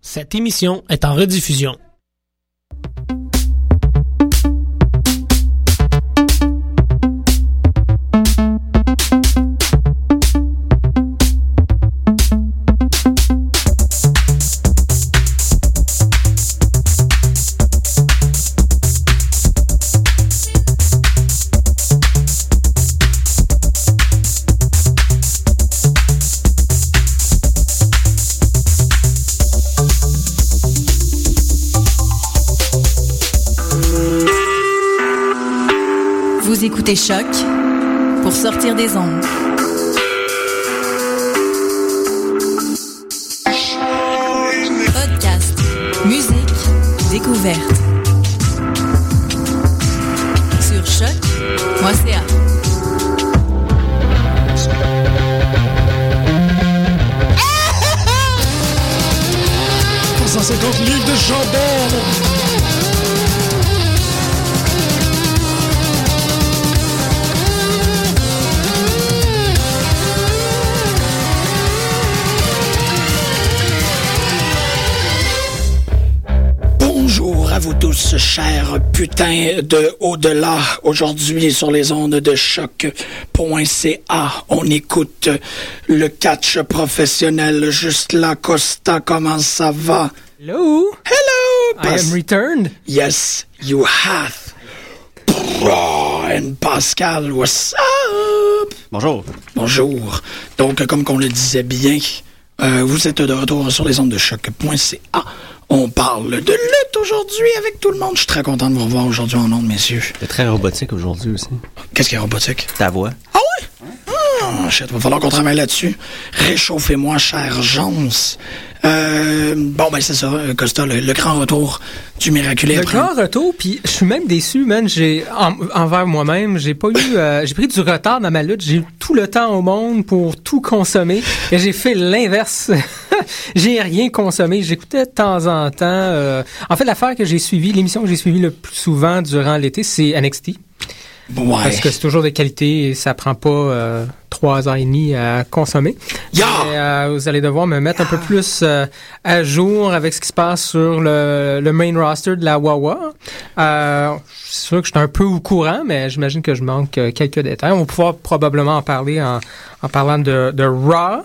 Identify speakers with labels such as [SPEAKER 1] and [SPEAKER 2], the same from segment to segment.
[SPEAKER 1] Cette émission est en rediffusion.
[SPEAKER 2] Vous écoutez Choc pour sortir des ondes. Podcast, musique, découverte. Sur choc.ca.
[SPEAKER 3] livres de chandelle.
[SPEAKER 4] Bonjour à vous tous, chers putains de au-delà. Aujourd'hui, sur les ondes de choc.ca, on écoute le catch professionnel. Juste là, Costa, comment ça va?
[SPEAKER 5] Hello,
[SPEAKER 4] Hello!
[SPEAKER 5] I
[SPEAKER 4] Pas-
[SPEAKER 5] am returned.
[SPEAKER 4] yes, you have. Bra- And Pascal, what's up?
[SPEAKER 6] Bonjour.
[SPEAKER 4] Bonjour. Donc, comme qu'on le disait bien, euh, vous êtes de retour sur les ondes de choc.ca. On parle de lutte aujourd'hui avec tout le monde. Je suis très content de vous revoir aujourd'hui en ondes, messieurs.
[SPEAKER 6] T'es très robotique aujourd'hui aussi.
[SPEAKER 4] Qu'est-ce qu'il y a robotique?
[SPEAKER 6] Ta voix.
[SPEAKER 4] Ah ouais? Ah, shit, va falloir qu'on travaille là-dessus. Réchauffez-moi, cher Jones. Euh, bon, ben c'est ça, euh, Costa, le, le grand retour du miraculé.
[SPEAKER 5] Le
[SPEAKER 4] après-
[SPEAKER 5] grand retour, puis je suis même déçu, man. J'ai en- envers moi-même, j'ai pas eu, euh, j'ai pris du retard dans ma lutte. J'ai eu tout le temps au monde pour tout consommer, et j'ai fait l'inverse. j'ai rien consommé. J'écoutais de temps en temps. euh, en fait, l'affaire que j'ai suivie, l'émission que j'ai suivie le plus souvent durant l'été, c'est NXT.
[SPEAKER 4] Ouais.
[SPEAKER 5] Parce que c'est toujours de qualité et ça prend pas euh, trois ans et demi à consommer.
[SPEAKER 4] Yeah!
[SPEAKER 5] Mais, euh, vous allez devoir me mettre un peu plus euh, à jour avec ce qui se passe sur le, le main roster de la Wawa. Euh, je suis sûr que je suis un peu au courant, mais j'imagine que je manque euh, quelques détails. On va pouvoir probablement en parler en, en parlant de, de Raw.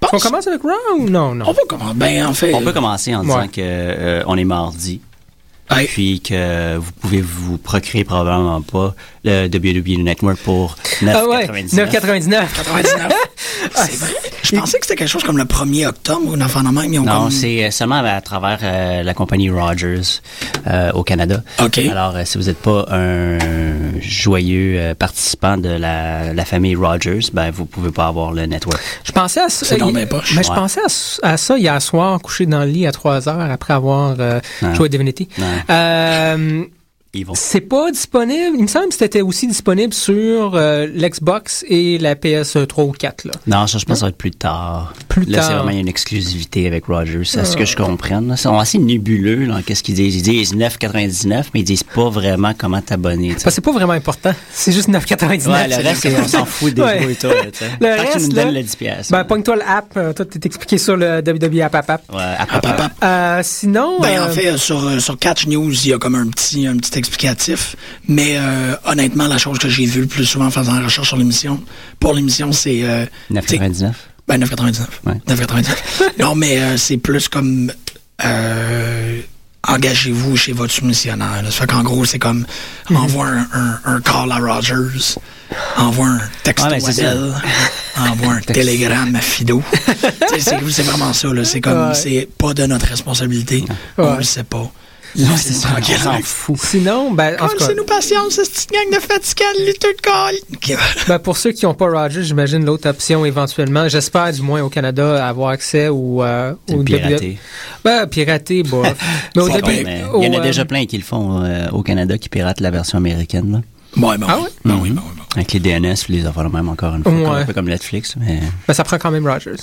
[SPEAKER 4] Pense-
[SPEAKER 5] On commence avec Raw ou non?
[SPEAKER 4] On
[SPEAKER 5] Non.
[SPEAKER 4] va comment? Ben, en fait.
[SPEAKER 6] On peut commencer en disant
[SPEAKER 5] Ouais.
[SPEAKER 6] que euh, on est mardi,
[SPEAKER 4] Ouais.
[SPEAKER 6] puis que vous pouvez vous procurer probablement pas le WWE Network pour 9,99.
[SPEAKER 5] Ah ouais, 9,99.
[SPEAKER 4] 99.
[SPEAKER 5] Ah,
[SPEAKER 4] c'est vrai. Je pensais que c'était quelque chose comme le 1er octobre ou une affaire de même. Ils ont
[SPEAKER 6] Non,
[SPEAKER 4] comme-
[SPEAKER 6] c'est euh, seulement à travers euh, la compagnie Rogers euh, au Canada.
[SPEAKER 4] OK.
[SPEAKER 6] Alors, euh, si vous n'êtes pas un joyeux euh, participant de la, la famille Rogers, ben vous pouvez pas avoir le network.
[SPEAKER 5] Je pensais à ça.
[SPEAKER 4] C'est dans
[SPEAKER 5] euh,
[SPEAKER 4] mes poches.
[SPEAKER 5] Mais je
[SPEAKER 6] Ouais.
[SPEAKER 5] pensais à, à ça hier soir, couché dans le lit à 3 heures après avoir euh,
[SPEAKER 6] Ouais.
[SPEAKER 5] joué à Divinity.
[SPEAKER 6] Ouais. Oh.
[SPEAKER 5] Euh,
[SPEAKER 6] Ils vont.
[SPEAKER 5] c'est pas disponible. Il me semble que c'était aussi disponible sur euh, l'Xbox et la PS3 ou 4. Là.
[SPEAKER 6] Non, ça, je pense que ça va être plus tard.
[SPEAKER 5] Plus
[SPEAKER 6] là, c'est
[SPEAKER 5] tard. Ah.
[SPEAKER 6] vraiment une exclusivité avec Rogers, c'est ce que je comprenne. là. Ils sont assez nébuleux dans qu'est-ce qu'ils disent. Ils disent 9,99, mais ils disent pas vraiment comment t'abonner. tu sais.
[SPEAKER 5] Parce que c'est pas vraiment important. C'est juste 9,99.
[SPEAKER 6] Ouais, le reste,
[SPEAKER 5] c'est-
[SPEAKER 6] on s'en fout des
[SPEAKER 5] Ouais.
[SPEAKER 6] ouais. et tout. là, tu sais.
[SPEAKER 5] Le
[SPEAKER 6] Tant que tu
[SPEAKER 5] reste,
[SPEAKER 6] nous
[SPEAKER 5] là,
[SPEAKER 6] donnes le 10 piastres.
[SPEAKER 5] Ben, pogne-toi l'app. euh, Toi, t'es expliqué sur le WWE app app. app.
[SPEAKER 6] Ouais, après,
[SPEAKER 4] Ah, Papa.
[SPEAKER 5] Euh, sinon.
[SPEAKER 4] Ben,
[SPEAKER 5] euh,
[SPEAKER 4] en fait, euh, sur, euh, sur Catch News, il y a comme un petit, un petit explicatif. Mais euh, honnêtement, la chose que j'ai vue le plus souvent en faisant la recherche sur l'émission, pour l'émission, c'est. euh, tu sais,
[SPEAKER 6] 9,99.
[SPEAKER 4] Ben, 9,99.
[SPEAKER 6] Ouais.
[SPEAKER 4] 9,99. non, mais euh, c'est plus comme. euh, Engagez-vous chez votre soumissionnaire. là. Ça fait qu'en gros, c'est comme
[SPEAKER 6] Mhm.
[SPEAKER 4] envoie un, un, un call à Rogers, envoie un texte
[SPEAKER 6] Ouais, ben, c'est ça.
[SPEAKER 4] envoie un télégramme à Fido. Tu sais, c'est c'est vraiment ça. là. C'est comme,
[SPEAKER 5] Ouais.
[SPEAKER 4] c'est pas de notre responsabilité. On
[SPEAKER 5] Ouais.
[SPEAKER 4] le sait pas.
[SPEAKER 6] c'est ça, on s'en fout.
[SPEAKER 5] Sinon, ben, en tout cas,
[SPEAKER 4] nous patience, cette petite gang de fatigants, de lutteurs de colle.
[SPEAKER 5] ben, pour ceux qui n'ont pas Rogers, j'imagine l'autre option éventuellement. J'espère du moins au Canada avoir accès au, euh, au WWE.
[SPEAKER 6] Pirater.
[SPEAKER 5] Ben, pirater, bof. Mais au
[SPEAKER 4] Bon,
[SPEAKER 6] Bon,
[SPEAKER 5] début,
[SPEAKER 4] ben,
[SPEAKER 6] mais
[SPEAKER 5] au,
[SPEAKER 6] il y en a
[SPEAKER 5] euh,
[SPEAKER 6] déjà plein qui le font euh, au Canada, qui piratent la version américaine, là,
[SPEAKER 4] Ouais, ben,
[SPEAKER 5] Ah
[SPEAKER 4] oui.
[SPEAKER 5] ouais?
[SPEAKER 4] Ben oui, ben oui, ben oui.
[SPEAKER 6] avec les DNS, puis les affaires de même encore une fois,
[SPEAKER 5] Ouais.
[SPEAKER 6] comme- un peu comme Netflix. Mais...
[SPEAKER 5] ben, ça prend quand même Rogers.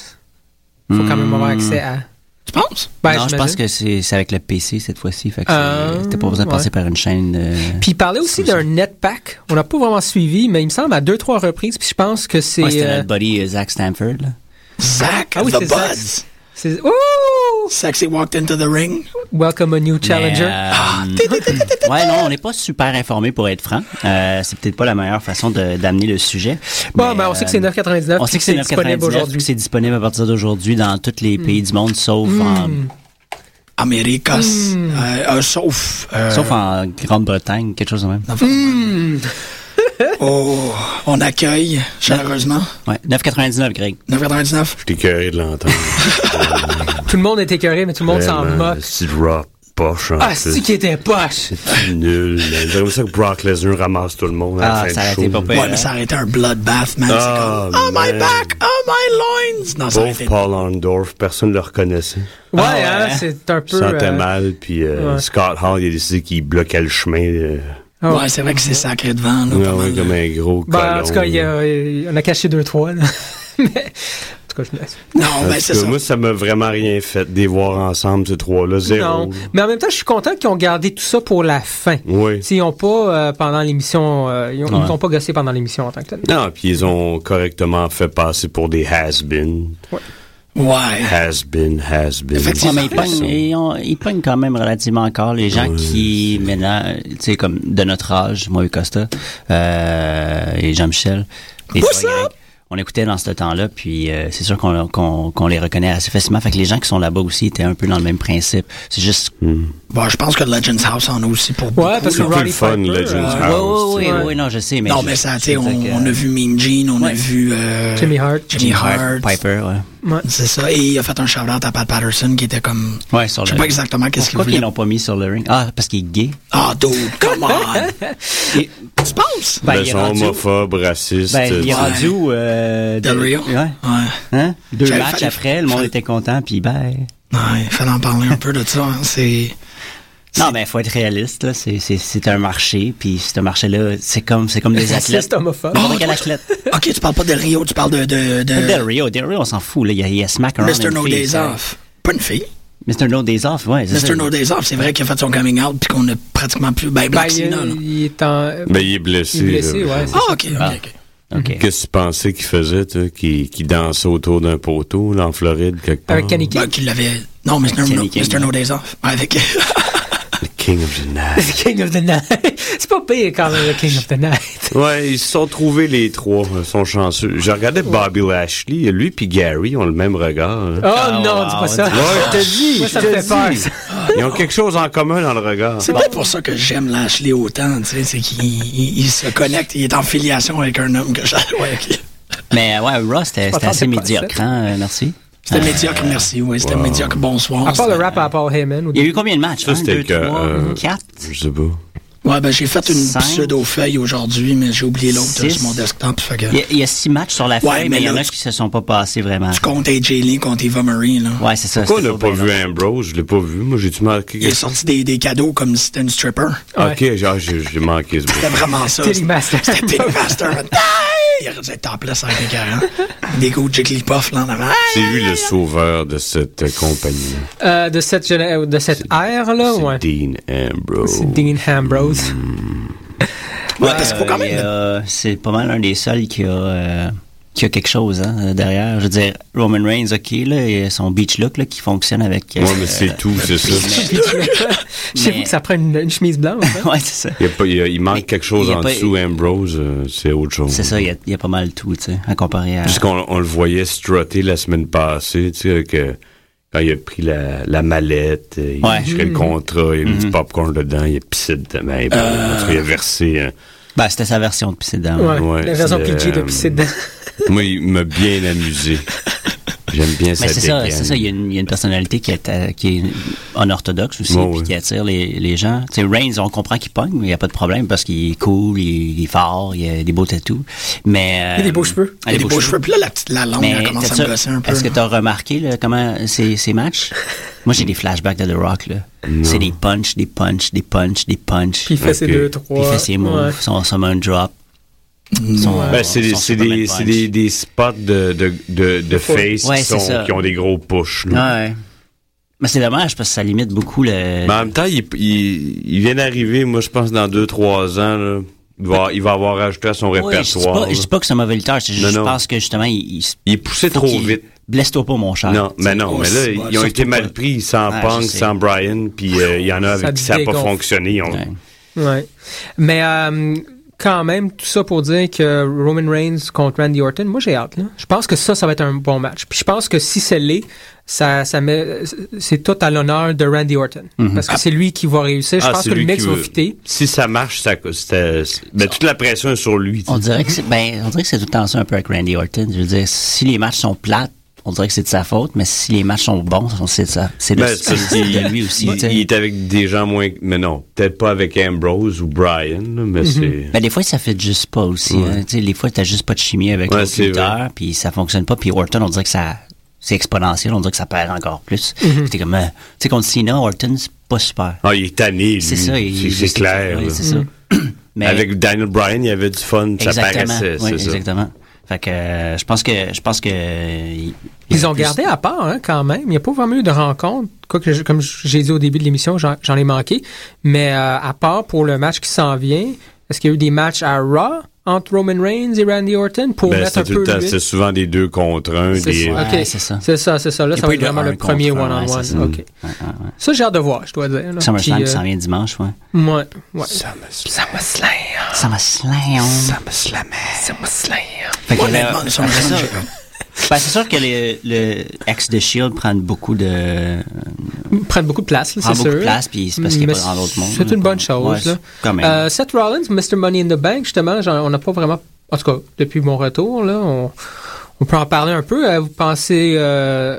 [SPEAKER 5] Faut quand même avoir accès à.
[SPEAKER 4] Tu penses?
[SPEAKER 6] Hmm. non,
[SPEAKER 5] Ben,
[SPEAKER 6] je
[SPEAKER 5] j'imagine.
[SPEAKER 6] pense que c'est c'est avec le PC cette fois-ci. Fait que
[SPEAKER 5] Euh,
[SPEAKER 6] c'est- t'as pas besoin de passer
[SPEAKER 5] ouais.
[SPEAKER 6] par une chaîne. euh,
[SPEAKER 5] Puis il parlait aussi d'un netpack. On n'a pas vraiment suivi, mais il me semble à deux trois reprises. Puis je pense que c'est.
[SPEAKER 6] Ouais, c'était
[SPEAKER 5] euh,
[SPEAKER 6] notre buddy euh, Zach Stanford. Là.
[SPEAKER 4] Zach,
[SPEAKER 5] Ah oui,
[SPEAKER 4] the
[SPEAKER 5] c'est Zach.
[SPEAKER 4] Buzz.
[SPEAKER 5] c'est- Ouh!
[SPEAKER 4] Sexy walked into the ring.
[SPEAKER 5] Welcome a new challenger. Ah,
[SPEAKER 6] Mais, euh, ouais, non, on n'est pas super informé pour être franc. Euh, c'est peut-être pas la meilleure façon de- d'amener le sujet.
[SPEAKER 5] Bon, ben, on sait que c'est
[SPEAKER 6] euh,
[SPEAKER 5] 9,99,
[SPEAKER 6] On sait que c'est
[SPEAKER 5] puis c'est disponible
[SPEAKER 6] 9,99
[SPEAKER 5] aujourd'hui. Hmm.
[SPEAKER 6] puis que c'est disponible à partir d'aujourd'hui dans tous les pays du monde, sauf en,
[SPEAKER 4] Americas.
[SPEAKER 7] Hmm.
[SPEAKER 4] Euh, euh, sauf. euh,
[SPEAKER 6] sauf en Grande-Bretagne, quelque chose de même.
[SPEAKER 7] Hmm.
[SPEAKER 4] oh, on accueille, chaleureusement.
[SPEAKER 6] Ouais, 9,99 Greg.
[SPEAKER 4] 9,99.
[SPEAKER 7] J'étais curé de l'entendre.
[SPEAKER 5] Tout le monde est écœuré, mais tout le monde s'en
[SPEAKER 7] Vraiment,
[SPEAKER 5] moque.
[SPEAKER 7] C'est du rock poche. en
[SPEAKER 5] Ah,
[SPEAKER 7] plus.
[SPEAKER 5] c'est qui était poche.
[SPEAKER 7] C'est nul. man. J'aimerais ça que Brock Lesnar ramasse tout le monde à
[SPEAKER 6] Ah,
[SPEAKER 7] la
[SPEAKER 6] ça
[SPEAKER 7] fin du
[SPEAKER 6] aurait
[SPEAKER 7] show.
[SPEAKER 6] été pas pire.
[SPEAKER 4] Ouais, mais ça aurait été un bloodbath, man.
[SPEAKER 7] Ah,
[SPEAKER 4] C'est comme, oh my
[SPEAKER 7] man.
[SPEAKER 4] back, oh my loins. Non, ça aurait
[SPEAKER 7] Pauvre
[SPEAKER 4] été.
[SPEAKER 7] Paul Orndorff, personne ne le reconnaissait.
[SPEAKER 5] Ouais,
[SPEAKER 6] Ah, ouais,
[SPEAKER 5] hein,
[SPEAKER 6] hein.
[SPEAKER 5] c'est un
[SPEAKER 7] Il
[SPEAKER 5] peu.
[SPEAKER 7] se sentait
[SPEAKER 5] euh,
[SPEAKER 7] mal, puis euh,
[SPEAKER 5] ouais.
[SPEAKER 7] Scott Hall, il a décidé qu'il bloquait le chemin. euh,
[SPEAKER 5] oh.
[SPEAKER 4] Ouais, c'est vrai que c'est sacré devant, là.
[SPEAKER 7] ouais,
[SPEAKER 4] pas mal,
[SPEAKER 7] ouais,
[SPEAKER 4] là.
[SPEAKER 7] comme un gros
[SPEAKER 5] Ben, en tout
[SPEAKER 7] colon,
[SPEAKER 5] cas, il y
[SPEAKER 7] là.
[SPEAKER 5] a, il- on a caché deux, trois. Là. mais, en tout cas, je me laisse.
[SPEAKER 4] Non,
[SPEAKER 7] En
[SPEAKER 4] ben
[SPEAKER 7] tout
[SPEAKER 4] c'est
[SPEAKER 7] cas,
[SPEAKER 4] ça.
[SPEAKER 7] Moi, ça m'a vraiment rien fait de les voir ensemble, ces trois-là. Zéro.
[SPEAKER 5] Non. Mais en même temps, je suis content qu'ils ont gardé tout ça pour la fin.
[SPEAKER 7] Oui.
[SPEAKER 5] S'ils n'ont pas, euh, pendant l'émission, euh, ils
[SPEAKER 6] Ouais.
[SPEAKER 5] ne t'ont pas gossé pendant l'émission en tant que tel.
[SPEAKER 7] Non, puis ils ont correctement fait passer pour des has-been.
[SPEAKER 4] Ouais.
[SPEAKER 7] Has-been, has-been.
[SPEAKER 4] Effectivement.
[SPEAKER 6] Ouais, mais ils pognent, et on- ils pognent quand même relativement encore les gens qui, maintenant, tu sais, comme de notre âge, moi et Costa, euh, et Jean-Michel, et toi, Greg, on écoutait dans ce temps-là, puis euh, c'est sûr qu'on qu'on- qu'on les reconnaît assez facilement. Fait que les gens qui sont là-bas aussi étaient un peu dans le même principe. C'est juste...
[SPEAKER 4] Bon, je pense que Legends House en a aussi pour beaucoup.
[SPEAKER 5] Ouais, parce que
[SPEAKER 7] C'est plus
[SPEAKER 5] Roddy
[SPEAKER 7] le fun,
[SPEAKER 5] Piper,
[SPEAKER 7] Legends
[SPEAKER 5] euh,
[SPEAKER 6] Oui,
[SPEAKER 7] House.
[SPEAKER 6] oui,
[SPEAKER 7] tu sais.
[SPEAKER 6] oui, non, je sais, mais...
[SPEAKER 4] Non,
[SPEAKER 6] je-
[SPEAKER 4] mais ça,
[SPEAKER 6] je
[SPEAKER 4] tu sais, on,
[SPEAKER 6] veux dire que-
[SPEAKER 4] on a vu Mean Gene, on a vu euh,
[SPEAKER 5] Jimmy Hart.
[SPEAKER 4] Jimmy Hart.
[SPEAKER 6] Piper, ouais.
[SPEAKER 4] C'est ça. Et il a fait un shout-out à Pat Patterson qui était comme.
[SPEAKER 6] Ouais, sur
[SPEAKER 4] Je
[SPEAKER 6] le
[SPEAKER 4] sais pas exactement qu'est-ce qu'il
[SPEAKER 6] Pourquoi qu'ils
[SPEAKER 4] voulait.
[SPEAKER 6] l'ont pas mis sur le ring? Ah, parce qu'il est gay.
[SPEAKER 4] Ah, dude, come on! Tu penses?
[SPEAKER 6] Ben, il est
[SPEAKER 7] Leçon
[SPEAKER 6] rendu-
[SPEAKER 7] homophobe, raciste.
[SPEAKER 6] Ben, il est
[SPEAKER 7] euh,
[SPEAKER 6] rendu où, euh,
[SPEAKER 4] Del Rio?
[SPEAKER 6] Ouais.
[SPEAKER 4] Ouais.
[SPEAKER 6] Hein? Deux
[SPEAKER 4] J'avais
[SPEAKER 6] matchs
[SPEAKER 4] fait-
[SPEAKER 6] après, le monde était content, puis ben...
[SPEAKER 4] Ouais, il fallait en parler un peu de ça. hein. C'est.
[SPEAKER 6] Non, mais il faut être réaliste, là. C'est, c'est, c'est un marché, puis ce marché-là, c'est comme, c'est comme des athlètes. Oh,
[SPEAKER 5] C'est homophobe.
[SPEAKER 4] Ah,
[SPEAKER 6] N'importe quel athlète.
[SPEAKER 4] Ok, tu parles pas de Rio, tu parles de. de, de
[SPEAKER 6] Del Rio, Del Rio, on s'en fout, là. Il y a, il y a Smack Around
[SPEAKER 4] Mr.
[SPEAKER 6] and
[SPEAKER 4] Euh. No
[SPEAKER 6] Feel,
[SPEAKER 4] Days
[SPEAKER 6] ça.
[SPEAKER 4] Off. Pas une fille.
[SPEAKER 6] Mr. No Days Off, ouais. c'est ça.
[SPEAKER 4] Mr. No Days Off, c'est vrai qu'il a fait son coming out puis qu'on a pratiquement plus. Ben,
[SPEAKER 5] Ben,
[SPEAKER 4] Black
[SPEAKER 5] il,
[SPEAKER 4] Cena, là.
[SPEAKER 5] il est en.
[SPEAKER 7] Ben, il est blessé.
[SPEAKER 5] il est blessé,
[SPEAKER 7] là.
[SPEAKER 5] ouais. c'est
[SPEAKER 4] Ah,
[SPEAKER 5] ça.
[SPEAKER 4] ok, ok, ok.
[SPEAKER 6] OK.
[SPEAKER 7] Qu'est-ce que tu pensais qu'il faisait, toi, qui, qui dansait autour d'un poteau, là, en Floride, quelque part?
[SPEAKER 5] Avec Kenny King.
[SPEAKER 4] Ben, qu'il l'avait. Non, Mr. No,
[SPEAKER 6] Kenny King.
[SPEAKER 4] Mr. no Days Off. Ouais, Avec.
[SPEAKER 7] Le King of the Night.
[SPEAKER 5] King of the Night. C'est pas pire quand même, le King of the Night.
[SPEAKER 7] Ouais, ils se sont trouvés les trois, ils sont chanceux. Je regardais Bobby Lashley, lui puis Gary ont le même regard. hein.
[SPEAKER 5] Oh non, dis pas ça.
[SPEAKER 6] Ouais,
[SPEAKER 5] je te dis. Moi, ça me fait peur. ça.
[SPEAKER 7] Ils ont quelque chose en commun dans le regard.
[SPEAKER 4] C'est peut-être pour ça que j'aime Lashley autant, tu sais, c'est qu'il il- il se connecte, il est en filiation avec un homme que j'adore. Ouais, ok.
[SPEAKER 6] Mais ouais, Ross, c'était, c'était
[SPEAKER 5] tant
[SPEAKER 6] assez
[SPEAKER 5] de
[SPEAKER 6] médiocre, hein, euh, merci.
[SPEAKER 4] C'était médiocre, merci, oui, c'était médiocre, bonsoir.
[SPEAKER 5] À part le
[SPEAKER 4] c'était-
[SPEAKER 5] rap à Paul Heyman. ou
[SPEAKER 6] Il y a eu combien de matchs?
[SPEAKER 7] Ça,
[SPEAKER 6] hein?
[SPEAKER 7] c'était
[SPEAKER 6] Deux,
[SPEAKER 7] que,
[SPEAKER 6] trois,
[SPEAKER 7] euh,
[SPEAKER 6] quatre?
[SPEAKER 7] Je sais pas.
[SPEAKER 4] Ouais, ben j'ai fait une
[SPEAKER 6] Cinq.
[SPEAKER 4] pseudo-feuille aujourd'hui, mais j'ai oublié l'autre euh,
[SPEAKER 6] Six.
[SPEAKER 4] sur mon desktop, fait que...
[SPEAKER 6] Il y, a, il y a six matchs sur la feuille, mais
[SPEAKER 4] mais
[SPEAKER 6] il y en
[SPEAKER 4] là,
[SPEAKER 6] a
[SPEAKER 4] tu-
[SPEAKER 6] qui se sont pas passés vraiment.
[SPEAKER 4] Tu comptes AJ Lee contre Eva Marie, là.
[SPEAKER 6] Ouais, c'est ça.
[SPEAKER 7] Pourquoi
[SPEAKER 6] c'était
[SPEAKER 7] on n'a pas
[SPEAKER 6] bien
[SPEAKER 7] vu
[SPEAKER 6] long.
[SPEAKER 7] Ambrose? Je l'ai pas vu. Moi, j'ai-tu
[SPEAKER 4] Il
[SPEAKER 7] manqué
[SPEAKER 4] est
[SPEAKER 7] quelque
[SPEAKER 4] sorti des, des cadeaux comme si c'était une stripper.
[SPEAKER 5] Ouais.
[SPEAKER 7] Ok, ah, j'ai j'ai manqué ce bout.
[SPEAKER 4] C'était vraiment ça.
[SPEAKER 5] Tilly Master.
[SPEAKER 4] C'était Tilly Master. Il aurait dû être en place avec les hein. Des goûts de Jigglypuff, là, en avant.
[SPEAKER 7] C'est lui le sauveur de cette euh, compagnie.
[SPEAKER 5] Euh, de cette, géné- euh, de cette ère, là,
[SPEAKER 7] C'est
[SPEAKER 5] ouais.
[SPEAKER 7] Dean Ambrose.
[SPEAKER 5] C'est Dean Ambrose.
[SPEAKER 4] Ouais, parce qu'il faut quand
[SPEAKER 6] Euh, il y
[SPEAKER 4] même...
[SPEAKER 6] a- c'est pas mal un des seuls qui a, euh, qui a quelque chose hein, derrière. Je veux dire, Roman Reigns, OK, là, et son beach look là, qui fonctionne avec... euh,
[SPEAKER 7] Ouais, mais c'est tout, c'est ça.
[SPEAKER 5] Puis tu- Je sais
[SPEAKER 6] Mais-
[SPEAKER 5] pas que ça prend une, une chemise blanche. hein.
[SPEAKER 6] ouais, c'est ça.
[SPEAKER 7] Il, y a pas- il y a- il manque
[SPEAKER 6] Mais
[SPEAKER 7] quelque chose
[SPEAKER 6] il y a
[SPEAKER 7] en
[SPEAKER 6] pas-
[SPEAKER 7] dessous, Ambrose, euh, c'est autre chose.
[SPEAKER 6] C'est ça, il y, a- il y a pas mal tout, tu sais, à comparer à...
[SPEAKER 7] Puisqu'on on le voyait strotter la semaine passée, tu sais, que quand il a pris la, la mallette, euh, il
[SPEAKER 6] Ouais. Mm-hmm.
[SPEAKER 7] a tiré
[SPEAKER 5] Mm-hmm.
[SPEAKER 7] le contrat, il a mis du popcorn dedans, il a pissé dedans, mais bon,
[SPEAKER 6] Euh.
[SPEAKER 7] en tout cas, il a versé. hein.
[SPEAKER 6] Ben, c'était sa version de Pissédam.
[SPEAKER 5] Ouais.
[SPEAKER 7] Ouais,
[SPEAKER 5] la version
[SPEAKER 7] c'est,
[SPEAKER 5] PG de
[SPEAKER 7] euh,
[SPEAKER 5] pisser dedans.
[SPEAKER 7] Moi, il m'a bien amusé. J'aime bien
[SPEAKER 6] Mais c'est ça,
[SPEAKER 7] dégaine.
[SPEAKER 6] c'est ça, il y, a une- il y a une personnalité qui est, euh, qui est unorthodoxe aussi,
[SPEAKER 7] Ouais,
[SPEAKER 6] puis
[SPEAKER 7] ouais.
[SPEAKER 6] qui attire les, les gens. Tu sais, Reigns, on comprend qu'il pogne, mais il n'y a pas de problème parce qu'il est cool, il, il est fort, il a des beaux tatous. Mais, euh,
[SPEAKER 5] Il a des beaux cheveux.
[SPEAKER 6] Il
[SPEAKER 4] Il y a des beaux cheveux, puis là, la petite la langue,
[SPEAKER 6] Mais
[SPEAKER 4] elle commence à
[SPEAKER 6] t'as-
[SPEAKER 4] me gosser un peu.
[SPEAKER 6] Est-ce que
[SPEAKER 4] là.
[SPEAKER 6] tu as remarqué là, comment ces, ces matchs? Moi, j'ai des flashbacks de The Rock. là. C'est des punches, des punches, des punches, des punches.
[SPEAKER 5] Puis il fait ses
[SPEAKER 7] ok.
[SPEAKER 5] deux,
[SPEAKER 7] Puis
[SPEAKER 5] trois.
[SPEAKER 6] Puis il fait ses moves,
[SPEAKER 5] Ouais.
[SPEAKER 6] son summon drop. Son,
[SPEAKER 7] Ben, c'est des,
[SPEAKER 6] son
[SPEAKER 7] c'est
[SPEAKER 6] Superman
[SPEAKER 7] des,
[SPEAKER 6] punch.
[SPEAKER 7] c'est des, des spots de, de, de, de face
[SPEAKER 6] Ouais,
[SPEAKER 7] qui,
[SPEAKER 6] c'est
[SPEAKER 7] sont-
[SPEAKER 6] ça. Ah,
[SPEAKER 7] qui ont des gros push. là.
[SPEAKER 6] Ouais. Mais c'est dommage parce que ça limite beaucoup le.
[SPEAKER 7] Mais en même temps, il, il, il vient d'arriver, moi, je pense, dans 2-3 ans, là, il, va, il va avoir ajouté à son
[SPEAKER 6] Ouais, je dis
[SPEAKER 7] répertoire.
[SPEAKER 6] pas, je dis pas que c'est un mauvais lutteur, c'est juste-
[SPEAKER 7] Non,
[SPEAKER 6] je
[SPEAKER 7] non.
[SPEAKER 6] pense que justement, il, il s-
[SPEAKER 7] Il est poussé
[SPEAKER 6] faut
[SPEAKER 7] trop
[SPEAKER 6] qu'il-
[SPEAKER 7] vite.
[SPEAKER 6] Blesse-toi pas, mon cher.
[SPEAKER 7] Non, mais non,
[SPEAKER 4] oh,
[SPEAKER 7] mais
[SPEAKER 4] c'est
[SPEAKER 7] là,
[SPEAKER 4] bon,
[SPEAKER 7] ils ont
[SPEAKER 6] surtout
[SPEAKER 7] été mal
[SPEAKER 6] pas-
[SPEAKER 7] pris sans
[SPEAKER 6] Ouais,
[SPEAKER 7] Punk,
[SPEAKER 6] je sais.
[SPEAKER 7] sans Brian, puis euh, il y en a avec
[SPEAKER 5] Ça
[SPEAKER 7] qui ça n'a pas
[SPEAKER 5] dégonfle.
[SPEAKER 7] fonctionné. Ils ont-
[SPEAKER 6] Ouais.
[SPEAKER 5] Ouais. Mais euh, quand même, tout ça pour dire que Roman Reigns contre Randy Orton, moi j'ai hâte. Là. Je pense que ça, ça va être un bon match. Puis je pense que si c'est l'est, ça, ça met, c'est tout à l'honneur de Randy Orton. Parce que c'est lui qui va réussir. Je
[SPEAKER 7] Mm-hmm. Ah,
[SPEAKER 5] pense
[SPEAKER 7] c'est
[SPEAKER 5] que le
[SPEAKER 7] lui
[SPEAKER 5] mix
[SPEAKER 7] qui
[SPEAKER 5] va
[SPEAKER 7] veut-
[SPEAKER 5] fitter.
[SPEAKER 7] Si ça marche, ça, c'était- ben, toute la pression est sur lui. tu
[SPEAKER 6] On
[SPEAKER 7] sais.
[SPEAKER 6] dirait que c'est ben, on dirait que c'est tout le temps ça un peu avec Randy Orton. Je veux dire, si les matchs sont plates, on dirait que c'est de sa faute, mais si les matchs sont bons, c'est de sa c'est de,
[SPEAKER 7] Ben,
[SPEAKER 6] c'est- c'est de lui aussi. tu
[SPEAKER 7] Il,
[SPEAKER 6] sais.
[SPEAKER 7] il est avec des gens moins. Mais non, peut-être pas avec Ambrose ou Brian, là, mais
[SPEAKER 5] Mhm.
[SPEAKER 7] c'est.
[SPEAKER 6] Ben, des fois, ça fait juste pas aussi. hein. Tu sais, des fois, t'as juste pas de chimie avec
[SPEAKER 7] Ouais,
[SPEAKER 6] l'autre
[SPEAKER 7] c'est
[SPEAKER 6] lutteur, puis ça fonctionne pas. Puis Orton, on dirait que ça, c'est exponentiel, on dirait que ça perd encore plus.
[SPEAKER 5] Mm-hmm.
[SPEAKER 6] Puis T'es comme, euh, tu sais, contre Cena, Orton, c'est pas super.
[SPEAKER 7] Ah, il est tanné, lui.
[SPEAKER 6] C'est ça, il-
[SPEAKER 7] C'est- c'est clair.
[SPEAKER 6] oui,
[SPEAKER 7] là.
[SPEAKER 6] c'est ça. Mais-
[SPEAKER 7] Avec Daniel Bryan, il y avait du fun, ça
[SPEAKER 6] exactement,
[SPEAKER 7] paraissait.
[SPEAKER 6] oui,
[SPEAKER 7] c'est ça. Ben,
[SPEAKER 6] exactement. Fait que, euh, je pense que, je pense que. euh, il- il y
[SPEAKER 5] Ils
[SPEAKER 6] a
[SPEAKER 5] ont
[SPEAKER 6] plus-
[SPEAKER 5] gardé à part hein, quand même. Il n'y a pas vraiment eu de rencontre. Quoique, je- comme j'ai dit au début de l'émission, j'en j'en ai manqué. Mais euh, à part pour le match qui s'en vient, est-ce qu'il y a eu des matchs à Raw entre Roman Reigns et Randy Orton pour
[SPEAKER 7] Ben,
[SPEAKER 5] mettre un
[SPEAKER 7] c'était tout
[SPEAKER 5] peu
[SPEAKER 7] le temps,
[SPEAKER 5] l'huile?
[SPEAKER 7] c'était souvent des deux contre un.
[SPEAKER 5] C'est
[SPEAKER 7] Des...
[SPEAKER 5] ça.
[SPEAKER 6] Ouais,
[SPEAKER 5] ok.
[SPEAKER 6] c'est ça.
[SPEAKER 5] C'est ça, c'est ça.
[SPEAKER 6] Il
[SPEAKER 5] Là,
[SPEAKER 6] y a
[SPEAKER 5] ça
[SPEAKER 6] pas
[SPEAKER 5] va
[SPEAKER 6] eu
[SPEAKER 5] être
[SPEAKER 6] de
[SPEAKER 5] vraiment
[SPEAKER 6] un
[SPEAKER 5] le premier
[SPEAKER 6] contre un,
[SPEAKER 5] one-on-one.
[SPEAKER 6] ouais, c'est ça.
[SPEAKER 5] OK.
[SPEAKER 6] Ouais, ouais, ouais.
[SPEAKER 5] Ça, j'ai hâte de voir, je dois dire. là.
[SPEAKER 6] SummerSlam
[SPEAKER 5] Puis,
[SPEAKER 6] qui
[SPEAKER 5] euh,
[SPEAKER 6] s'en vient dimanche, ouais.
[SPEAKER 5] Ouais, ouais.
[SPEAKER 4] SummerSlam.
[SPEAKER 6] SummerSlam.
[SPEAKER 4] SummerSlam. SummerSlam.
[SPEAKER 6] Fait que là,
[SPEAKER 4] Honnêtement, le SummerSlam,
[SPEAKER 6] après ça, ben, c'est sûr que le, le ex de Shield prend beaucoup de,
[SPEAKER 5] Ils prennent beaucoup de place, là,
[SPEAKER 6] prend
[SPEAKER 5] c'est
[SPEAKER 6] beaucoup
[SPEAKER 5] sûr.
[SPEAKER 6] de place, puis c'est parce qu'il n'y
[SPEAKER 5] Mais
[SPEAKER 6] a pas dans l'autre monde.
[SPEAKER 5] C'est
[SPEAKER 6] là,
[SPEAKER 5] une
[SPEAKER 6] pas-
[SPEAKER 5] bonne
[SPEAKER 6] ouais,
[SPEAKER 5] chose. là.
[SPEAKER 6] Quand même.
[SPEAKER 5] Euh, Seth Rollins, Mr. Money in the Bank, justement, j'en- on n'a pas vraiment. En tout cas, depuis mon retour, là, on, on peut en parler un peu. Euh, Vous pensez. euh,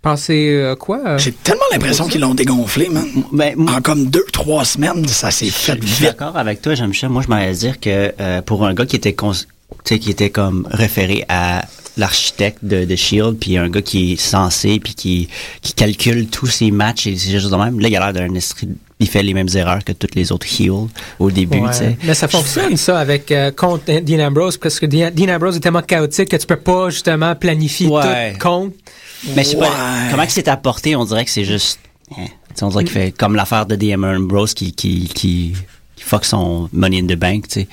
[SPEAKER 5] pensez euh, quoi euh?
[SPEAKER 4] J'ai tellement l'impression qu'ils l'ont dégonflé, man.
[SPEAKER 6] Ben, moi,
[SPEAKER 4] Mm. En comme deux, trois semaines, ça s'est
[SPEAKER 6] je
[SPEAKER 4] Ah, fait
[SPEAKER 6] je suis
[SPEAKER 4] vite.
[SPEAKER 6] d'accord avec toi, Jean-Michel. Moi, je m'en vais dire que euh, pour un gars qui était, cons- tu sais, qui était comme référé à l'architecte de, de Shield, puis un gars qui est sensé, puis qui, qui calcule tous ses matchs et ses choses de même, là, il a l'air d'un estri- il fait les mêmes erreurs que tous les autres heels au début,
[SPEAKER 5] Ouais.
[SPEAKER 6] tu sais.
[SPEAKER 5] Mais ça fonctionne, ça, avec euh, contre Dean Ambrose, parce que Dean, Dean Ambrose est tellement chaotique que tu peux pas, justement, planifier
[SPEAKER 6] Ouais.
[SPEAKER 5] tout compte.
[SPEAKER 6] Mais je sais pas,
[SPEAKER 4] Ouais.
[SPEAKER 6] comment que c'est apporté, on dirait que c'est juste. hein, tu sais, on dirait qu'il fait comme l'affaire de DM Ambrose qui, qui, qui, qui fuck son money in the bank, tu sais.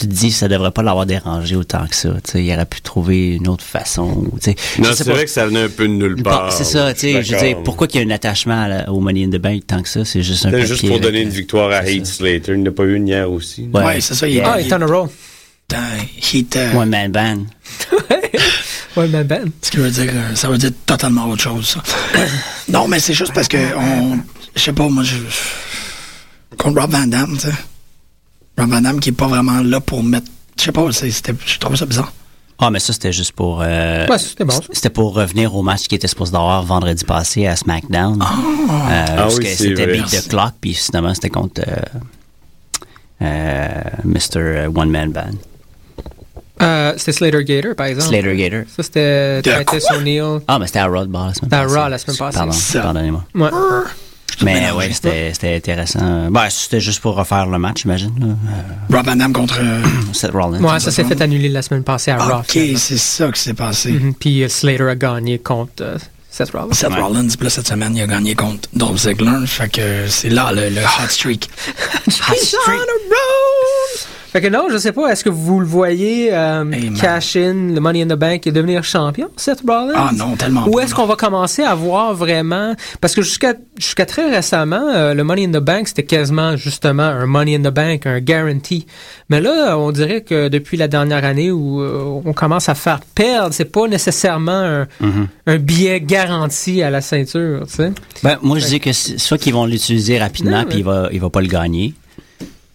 [SPEAKER 6] Tu te dis, ça devrait pas l'avoir dérangé autant que ça, tu sais. Il aurait pu trouver une autre façon, tu sais.
[SPEAKER 7] Non,
[SPEAKER 6] Je sais
[SPEAKER 7] c'est
[SPEAKER 6] pas.
[SPEAKER 7] vrai que ça venait un peu de nulle
[SPEAKER 6] Bon,
[SPEAKER 7] part.
[SPEAKER 6] c'est ça, tu sais. Je veux
[SPEAKER 7] D'accord.
[SPEAKER 6] dire, pourquoi qu'il y a un attachement à la- au money in the bank tant que ça? C'est juste un
[SPEAKER 7] C'était
[SPEAKER 6] papier.
[SPEAKER 7] Juste pour
[SPEAKER 6] avec,
[SPEAKER 7] donner une
[SPEAKER 6] euh,
[SPEAKER 7] victoire à
[SPEAKER 6] c'est
[SPEAKER 7] Heath
[SPEAKER 6] ça.
[SPEAKER 7] Slater. Il n'y en a pas eu une hier aussi.
[SPEAKER 6] Ouais.
[SPEAKER 4] Ouais, c'est ça. Il,
[SPEAKER 5] Ah,
[SPEAKER 4] il,
[SPEAKER 5] il est on a roll.
[SPEAKER 4] il est, euh,
[SPEAKER 6] One man band.
[SPEAKER 5] Ouais, mais ben.
[SPEAKER 4] Ce qui veut dire, euh, ça veut dire totalement autre chose, ça. non, mais c'est juste parce que, on, je sais pas, moi, je. je- Contre Rob Van Damme, tu sais. Rob Van Damme qui est pas vraiment là pour mettre. Je sais pas, c'est- c'était- je trouve ça bizarre.
[SPEAKER 6] Ah, mais ça, c'était juste pour. euh,
[SPEAKER 5] Ouais, c'était bon, ça.
[SPEAKER 6] C'était pour revenir au match qui était supposé d'avoir vendredi passé à SmackDown. Euh, parce
[SPEAKER 7] oui,
[SPEAKER 6] que
[SPEAKER 7] c'est
[SPEAKER 6] c'était
[SPEAKER 7] vrai.
[SPEAKER 6] Beat the Clock, puis finalement, c'était contre euh, euh, Mr. One Man Band.
[SPEAKER 5] Euh, c'était Slater Gator, par exemple.
[SPEAKER 6] Slater Gator.
[SPEAKER 5] Ça, c'était
[SPEAKER 4] De
[SPEAKER 5] Titus
[SPEAKER 4] quoi?
[SPEAKER 5] O'Neill.
[SPEAKER 6] Ah, mais c'était à Raw de la semaine
[SPEAKER 5] C'était à
[SPEAKER 6] passée.
[SPEAKER 5] Raw la semaine passée.
[SPEAKER 6] Pardon,
[SPEAKER 4] Ça.
[SPEAKER 6] pardonnez-moi.
[SPEAKER 5] Ouais.
[SPEAKER 6] Mais
[SPEAKER 4] mélangé.
[SPEAKER 6] ouais, c'était c'était intéressant. Ben, c'était juste pour refaire le match, j'imagine. là.
[SPEAKER 4] Rob Van Damme contre. euh,
[SPEAKER 6] Euh, Seth Rollins.
[SPEAKER 5] Ouais, ça s'est fait annuler la semaine passée à Raw.
[SPEAKER 4] ok, c'est ça qui s'est passé.
[SPEAKER 5] Mhm. Puis euh, Slater a gagné contre euh, Seth Rollins.
[SPEAKER 4] Seth Rollins, puis là, cette semaine, il a gagné contre Dolph Ziggler. Fait que c'est là le, le hot streak.
[SPEAKER 5] He's on a roll! Fait que non, je sais pas, est-ce que vous le voyez euh,
[SPEAKER 4] Hey, man.
[SPEAKER 5] cash in, le Money in the Bank et devenir champion, Seth Rollins?
[SPEAKER 4] Ah non, tellement
[SPEAKER 5] Ou
[SPEAKER 4] pas,
[SPEAKER 5] est-ce
[SPEAKER 4] non.
[SPEAKER 5] qu'on va commencer à voir vraiment... Parce que jusqu'à jusqu'à très récemment, euh, le Money in the Bank, c'était quasiment justement un Money in the Bank, un guarantee. Mais là, on dirait que depuis la dernière année où euh, on commence à faire perdre, c'est pas nécessairement un,
[SPEAKER 7] Mm-hmm.
[SPEAKER 5] un billet garanti à la ceinture, tu sais.
[SPEAKER 6] Ben, moi, je dis que c'est- soit qu'ils vont l'utiliser rapidement
[SPEAKER 5] Non,
[SPEAKER 6] puis il va, il va pas le gagner,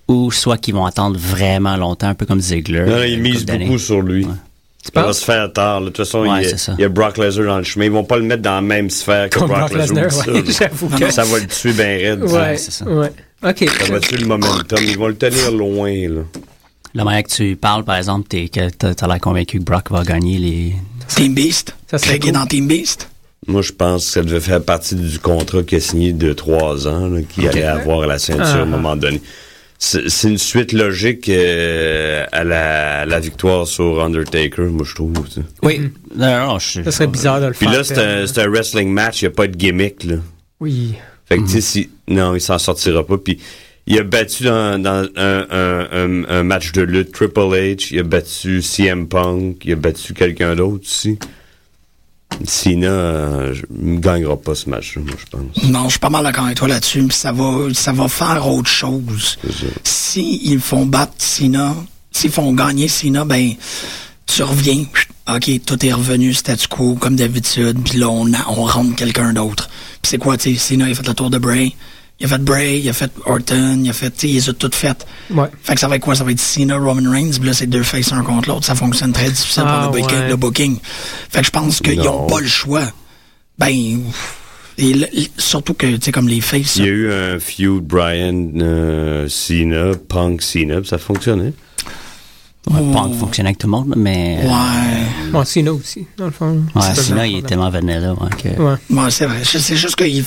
[SPEAKER 6] ou soit qu'ils vont attendre vraiment longtemps, un peu comme
[SPEAKER 5] Euh,
[SPEAKER 6] Ziggler.
[SPEAKER 7] Non, non, ils
[SPEAKER 6] une
[SPEAKER 7] misent
[SPEAKER 6] couple d'années.
[SPEAKER 7] beaucoup sur lui.
[SPEAKER 5] Tu
[SPEAKER 7] Ça va
[SPEAKER 5] penses?
[SPEAKER 7] se faire tard. là. De toute façon,
[SPEAKER 6] Ouais,
[SPEAKER 7] il, y
[SPEAKER 6] c'est ça.
[SPEAKER 7] a, il y a Brock Lesnar dans le chemin. Ils vont pas le mettre dans la même sphère que
[SPEAKER 5] Comme
[SPEAKER 7] Brock,
[SPEAKER 5] Brock
[SPEAKER 7] Lesnar.
[SPEAKER 5] Lesnar,
[SPEAKER 7] ça,
[SPEAKER 5] ouais,
[SPEAKER 7] là.
[SPEAKER 5] j'avoue
[SPEAKER 7] Non,
[SPEAKER 5] que-
[SPEAKER 7] Ça va le tuer bien raide. ça.
[SPEAKER 5] Ouais,
[SPEAKER 6] c'est ça.
[SPEAKER 5] ouais. OK.
[SPEAKER 7] Ça va tuer le momentum. Ils vont le tenir loin. Là.
[SPEAKER 6] La manière que tu parles, par exemple, t'es, que t'as, t'as l'air convaincu que Brock va gagner les.
[SPEAKER 4] Team Beast.
[SPEAKER 5] Ça serait
[SPEAKER 4] Craig est
[SPEAKER 5] cool.
[SPEAKER 4] dans Team Beast.
[SPEAKER 7] Moi, je pense que ça devait faire partie du contrat qu'il a signé de trois ans, là, qu'il allait avoir à la ceinture
[SPEAKER 5] Ah.
[SPEAKER 7] à un moment donné. C'est c'est une suite logique euh, à, la, à la victoire sur Undertaker, moi, je trouve. ça.
[SPEAKER 6] Oui. Non, non, non, Mm-hmm. oh, je
[SPEAKER 5] Ça serait bizarre de le
[SPEAKER 7] Puis
[SPEAKER 5] faire.
[SPEAKER 7] là, c'est un, c'est un wrestling match, il n'y a pas de gimmick. Là.
[SPEAKER 5] Oui.
[SPEAKER 7] Fait que, tu sais,
[SPEAKER 4] Mhm.
[SPEAKER 7] si- non, il s'en sortira pas. Puis, il a battu dans, dans un, un- un- un match de lutte Triple H, il a battu CM Punk, il a battu quelqu'un d'autre aussi. Cena euh, je- ne gagnera pas ce match, moi, je pense.
[SPEAKER 4] Non, je suis pas mal d'accord avec toi là-dessus, mais ça va, ça va faire autre chose. S'ils font battre Sina, s'ils font gagner Sina, ben, tu reviens. Chut, OK, tout est revenu statu quo, comme d'habitude, puis là, on, a- on rentre quelqu'un d'autre. Puis c'est quoi, tu sais, Sina, il a fait le tour de Bray, il a fait Bray, il a fait Orton, il a fait, tu sais, ils ont tout fait.
[SPEAKER 5] Ouais.
[SPEAKER 4] Fait que ça va être quoi? Ça va être Cena, Roman Reigns, puis là, c'est deux faces un contre l'autre. Ça fonctionne très difficile
[SPEAKER 5] Ah,
[SPEAKER 4] pour le booking,
[SPEAKER 5] ouais.
[SPEAKER 4] le booking. Fait que je pense qu'ils
[SPEAKER 7] Non.
[SPEAKER 4] n'ont pas le choix. Ben, ouf. et le- le- surtout que, tu sais, comme les faces,
[SPEAKER 7] Il y a eu un feud Brian euh, Cena, Punk Cena, puis ça fonctionnait.
[SPEAKER 6] Ouais, Punk fonctionnait avec tout le monde, mais.
[SPEAKER 4] oh, ouais.
[SPEAKER 5] Bon, Cena aussi, dans le fond.
[SPEAKER 6] Ouais,
[SPEAKER 5] C'est pas
[SPEAKER 6] sinon,
[SPEAKER 5] vraiment
[SPEAKER 6] il est
[SPEAKER 5] problème.
[SPEAKER 6] tellement vanilla. Ouais, que...
[SPEAKER 5] Ouais.
[SPEAKER 4] Ouais, c'est vrai. Je- C'est juste que il-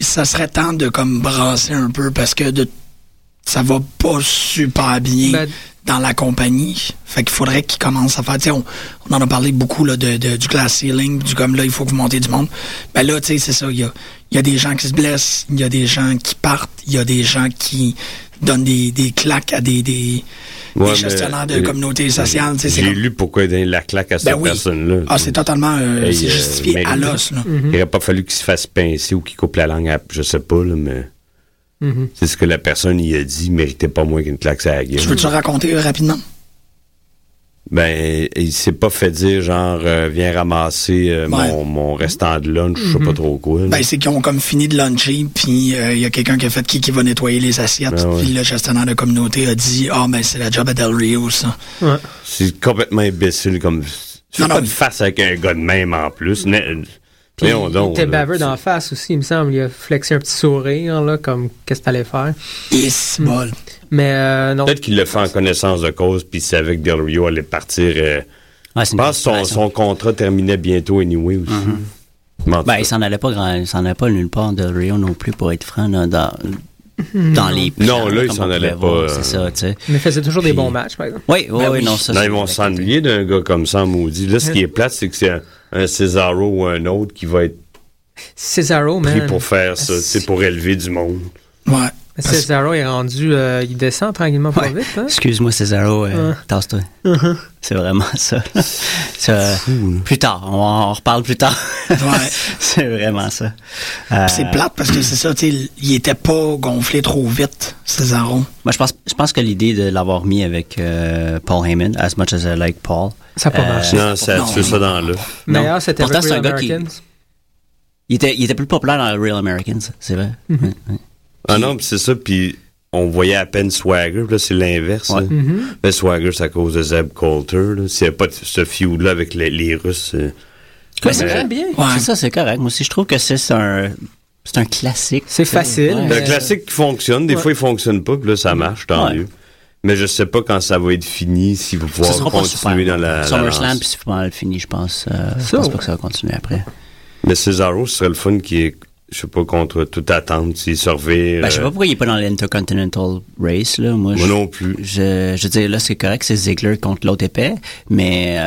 [SPEAKER 4] ça serait temps de, comme, brasser un peu parce que de, ça va pas super bien
[SPEAKER 5] Ben-
[SPEAKER 4] dans la compagnie. Fait qu'il faudrait qu'ils commencent à faire. Tu sais, on, on en a parlé beaucoup là, de, de- du glass ceiling, du comme là, il faut que vous montez du monde. Ben là, tu sais, c'est ça. Il y a, il y a des gens qui se blessent, il y a des gens qui partent, il y a des gens qui donnent des, des claques à des, des, des
[SPEAKER 7] Ouais, mais- euh,
[SPEAKER 4] gestionnaires de communautés sociales. tu sais, c'est
[SPEAKER 7] J'ai
[SPEAKER 4] comme-
[SPEAKER 7] lu pourquoi il donnait la claque à cette
[SPEAKER 4] Ben oui.
[SPEAKER 7] personne-là.
[SPEAKER 4] Ah, c'est totalement euh,
[SPEAKER 7] Hey,
[SPEAKER 4] c'est
[SPEAKER 7] euh,
[SPEAKER 4] justifié
[SPEAKER 7] mérité.
[SPEAKER 4] à l'os. là.
[SPEAKER 5] Mhm.
[SPEAKER 7] Il n'aurait pas fallu qu'il se fasse pincer ou qu'il coupe la langue à. Je sais pas, là, mais.
[SPEAKER 5] Mhm.
[SPEAKER 7] C'est ce que la personne y a dit, il méritait pas moins qu'une claque à la gueule.
[SPEAKER 4] Tu veux-tu raconter euh, rapidement?
[SPEAKER 7] Mm. Ben, il s'est pas fait dire, genre, euh, viens ramasser euh, mon, mon restant de lunch, je
[SPEAKER 5] Mhm.
[SPEAKER 7] sais pas trop quoi. là.
[SPEAKER 4] Ben, c'est qu'ils ont comme fini de luncher, puis euh, il y a quelqu'un qui a fait qui, qui va nettoyer les assiettes.
[SPEAKER 7] Ben ouais.
[SPEAKER 4] Puis le gestionnaire de communauté a dit Ah, ben c'est la job à Del Rio, ça.
[SPEAKER 5] Ouais.
[SPEAKER 7] C'est complètement imbécile comme. Tu fais
[SPEAKER 4] Non,
[SPEAKER 7] pas
[SPEAKER 4] non.
[SPEAKER 7] de face avec un gars de même en plus. Ne- euh,
[SPEAKER 5] Puis,
[SPEAKER 7] Voyons
[SPEAKER 5] il
[SPEAKER 7] donc,
[SPEAKER 5] était
[SPEAKER 7] là.
[SPEAKER 5] baveux d'en face aussi, il me semble. Il a flexé un petit sourire, là, comme qu'est-ce que t'allais faire.
[SPEAKER 4] Et c'est bol.
[SPEAKER 5] Mais euh, non.
[SPEAKER 7] Peut-être qu'il le fait en connaissance de cause, puis il savait que Del Rio allait partir. euh,
[SPEAKER 6] Ouais, c'est
[SPEAKER 7] Je
[SPEAKER 6] une
[SPEAKER 7] pense que son,
[SPEAKER 6] conspiration.
[SPEAKER 7] son contrat terminait bientôt anyway aussi. Mais en tout
[SPEAKER 6] Ben,
[SPEAKER 7] cas,
[SPEAKER 6] il s'en allait pas grand- il s'en allait pas nulle part de Rio non plus, pour être franc, là, dans,
[SPEAKER 5] Mm-hmm.
[SPEAKER 6] dans les
[SPEAKER 7] Non,
[SPEAKER 6] plans,
[SPEAKER 7] là, il
[SPEAKER 6] comme
[SPEAKER 7] s'en
[SPEAKER 6] on
[SPEAKER 7] allait
[SPEAKER 6] pouvait voir,
[SPEAKER 7] pas, euh,
[SPEAKER 6] C'est ça, tu sais.
[SPEAKER 5] Mais il faisait toujours des
[SPEAKER 6] Puis-
[SPEAKER 5] bons matchs, par exemple.
[SPEAKER 6] Oui, oui,
[SPEAKER 4] Ben
[SPEAKER 6] oui,
[SPEAKER 4] oui.
[SPEAKER 6] non, ça,
[SPEAKER 7] non,
[SPEAKER 6] c'est
[SPEAKER 7] ils vont
[SPEAKER 6] vrai.
[SPEAKER 7] s'ennuyer d'un gars comme ça, maudit. Là, ce qui est plate, c'est que c'est un, un Cesaro ou un autre qui va être
[SPEAKER 5] Cesaro,
[SPEAKER 7] pris
[SPEAKER 5] man.
[SPEAKER 7] pour faire
[SPEAKER 6] Ben,
[SPEAKER 7] ça, c'est pour élever du monde.
[SPEAKER 4] Ouais.
[SPEAKER 5] Cesaro est rendu. euh, il descend tranquillement pas vite, hein?
[SPEAKER 6] Excuse-moi, Césaro, euh,
[SPEAKER 5] Ouais. Uh-huh.
[SPEAKER 6] tasse-toi. C'est vraiment ça. C'est, euh, plus tard, on, en- on reparle plus tard.
[SPEAKER 4] Ouais.
[SPEAKER 6] c'est vraiment ça.
[SPEAKER 4] Puis c'est plate parce que c'est ça, tu sais, il était pas gonflé trop vite, Césaro.
[SPEAKER 6] Moi, je pense, je pense que l'idée de l'avoir mis avec euh, Paul Heyman, as much as I like Paul,
[SPEAKER 5] Ça a pas
[SPEAKER 6] Euh,
[SPEAKER 5] marché.
[SPEAKER 7] Non, ça
[SPEAKER 4] non.
[SPEAKER 7] tue ça dans l'œuf.
[SPEAKER 6] non.
[SPEAKER 5] D'ailleurs, c'était
[SPEAKER 6] Pourtant,
[SPEAKER 5] avec
[SPEAKER 6] c'est un
[SPEAKER 5] Real
[SPEAKER 6] gars qui-
[SPEAKER 5] Americans.
[SPEAKER 6] il était, il était plus populaire dans Real Americans, c'est vrai.
[SPEAKER 5] Mhm.
[SPEAKER 6] Ouais, ouais.
[SPEAKER 7] Ah non, puis c'est ça, puis on voyait à peine Swagger, puis là, c'est l'inverse.
[SPEAKER 6] Ouais. Mhm.
[SPEAKER 7] là. Mais Swagger, c'est à cause de Zeb Coulter. là. S'il n'y avait pas de- ce feud-là avec les, les Russes, euh,
[SPEAKER 6] Mais c'est vrai.
[SPEAKER 5] bien.
[SPEAKER 4] Ouais.
[SPEAKER 6] C'est ça, c'est correct. Moi aussi, je trouve que c'est c'est un, c'est un classique.
[SPEAKER 5] C'est facile,
[SPEAKER 6] Ouais.
[SPEAKER 7] Le
[SPEAKER 5] mais- Euh,
[SPEAKER 7] classique qui fonctionne, des fois il fonctionne pas, puis là ça marche, tant
[SPEAKER 6] Ouais.
[SPEAKER 7] mieux. Mais je sais pas quand ça va être fini, si vous
[SPEAKER 6] Ça
[SPEAKER 7] pouvoir
[SPEAKER 6] sera pas
[SPEAKER 7] continuer
[SPEAKER 6] super. hein.
[SPEAKER 7] dans la. la
[SPEAKER 6] SummerSlam,
[SPEAKER 7] lance.
[SPEAKER 6] puis c'est pas mal fini, je pense. Euh, je
[SPEAKER 5] Ça,
[SPEAKER 6] pense
[SPEAKER 5] ouais.
[SPEAKER 6] pas que ça va continuer après.
[SPEAKER 7] Mais Cesaro, ce serait le fun qui est, je sais pas, contre toute attente, s'il euh, survit.
[SPEAKER 6] Ben, je sais pas pourquoi il est pas dans l'Intercontinental Race, là. Moi,
[SPEAKER 7] Moi
[SPEAKER 6] je-
[SPEAKER 7] non plus.
[SPEAKER 6] Je, je veux dire, là, c'est correct, c'est Ziggler contre l'autre épais, mais, euh,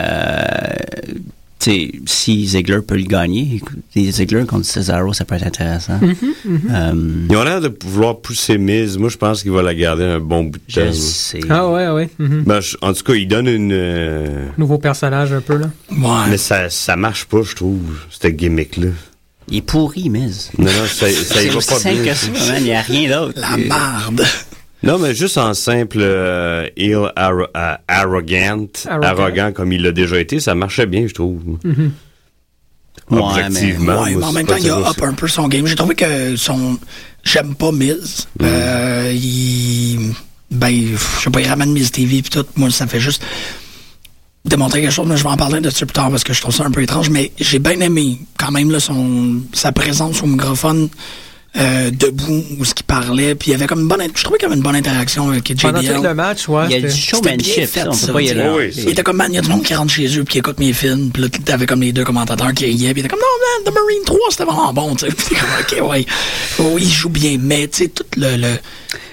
[SPEAKER 6] tu sais, si Ziggler peut le gagner, écoute, des Ziggler contre Cesaro, ça peut être intéressant.
[SPEAKER 4] Mhm.
[SPEAKER 6] Euh,
[SPEAKER 7] Ils ont l'air de vouloir pousser mise. Moi, je pense qu'il va la garder un bon bout de
[SPEAKER 6] je
[SPEAKER 7] temps. là.
[SPEAKER 6] sais.
[SPEAKER 5] Ah ouais, ouais. mhm.
[SPEAKER 7] Ben, je- en tout cas, il donne une. euh,
[SPEAKER 5] Nouveau personnage un peu, là.
[SPEAKER 4] Ouais.
[SPEAKER 7] Mais ça, ça marche pas, je trouve, cette gimmick-là.
[SPEAKER 6] Il est pourri, Miz.
[SPEAKER 7] Non, non, ça, ça y
[SPEAKER 6] C'est
[SPEAKER 7] va
[SPEAKER 6] aussi
[SPEAKER 7] pas
[SPEAKER 6] simple
[SPEAKER 7] bien.
[SPEAKER 6] que ça, man, Il n'y a rien d'autre.
[SPEAKER 4] La marde.
[SPEAKER 7] Non, mais juste en simple euh, heel arro- euh, arrogant,
[SPEAKER 5] Arrogant. Mm-hmm.
[SPEAKER 7] arrogant comme il l'a déjà été, ça marchait bien, je trouve.
[SPEAKER 6] Ouais,
[SPEAKER 7] Objectivement.
[SPEAKER 4] Ouais, mais
[SPEAKER 7] moi,
[SPEAKER 4] en
[SPEAKER 7] c'est
[SPEAKER 4] même
[SPEAKER 7] pas
[SPEAKER 4] temps, il a
[SPEAKER 7] toujours-
[SPEAKER 4] up un peu son game. J'ai trouvé que son. J'aime pas Miz.
[SPEAKER 7] Mm.
[SPEAKER 4] Euh, il. Ben, je sais pas, il ramène Miz TV pis tout. Moi, ça fait juste démontrer quelque chose, mais je vais en parler de ça plus tard parce que je trouve ça un peu étrange, mais j'ai bien aimé quand même là, son, sa présence au microphone euh, debout, où ce qu'il parlait, puis il y avait comme une bonne... in- Je trouvais qu'il y avait une bonne interaction avec JBL.
[SPEAKER 5] Pendant tout le match, ouais.
[SPEAKER 6] Il y a du
[SPEAKER 5] c'était-
[SPEAKER 4] C'était bien
[SPEAKER 6] showmanship,
[SPEAKER 4] fait,
[SPEAKER 6] ça, on
[SPEAKER 4] ça,
[SPEAKER 6] peut pas y
[SPEAKER 4] tu sais.
[SPEAKER 6] aller.
[SPEAKER 7] Oui,
[SPEAKER 4] Il était comme, man, il y a du monde qui rentre chez eux puis qui écoute mes films. Puis là, t'avais comme les deux commentateurs qui riaient. Puis il était comme, non, man, The Marine 3, c'était vraiment bon, tu sais. Puis t'es comme, OK, ouais. Oh, il joue bien, mais, tu sais, tout le. le-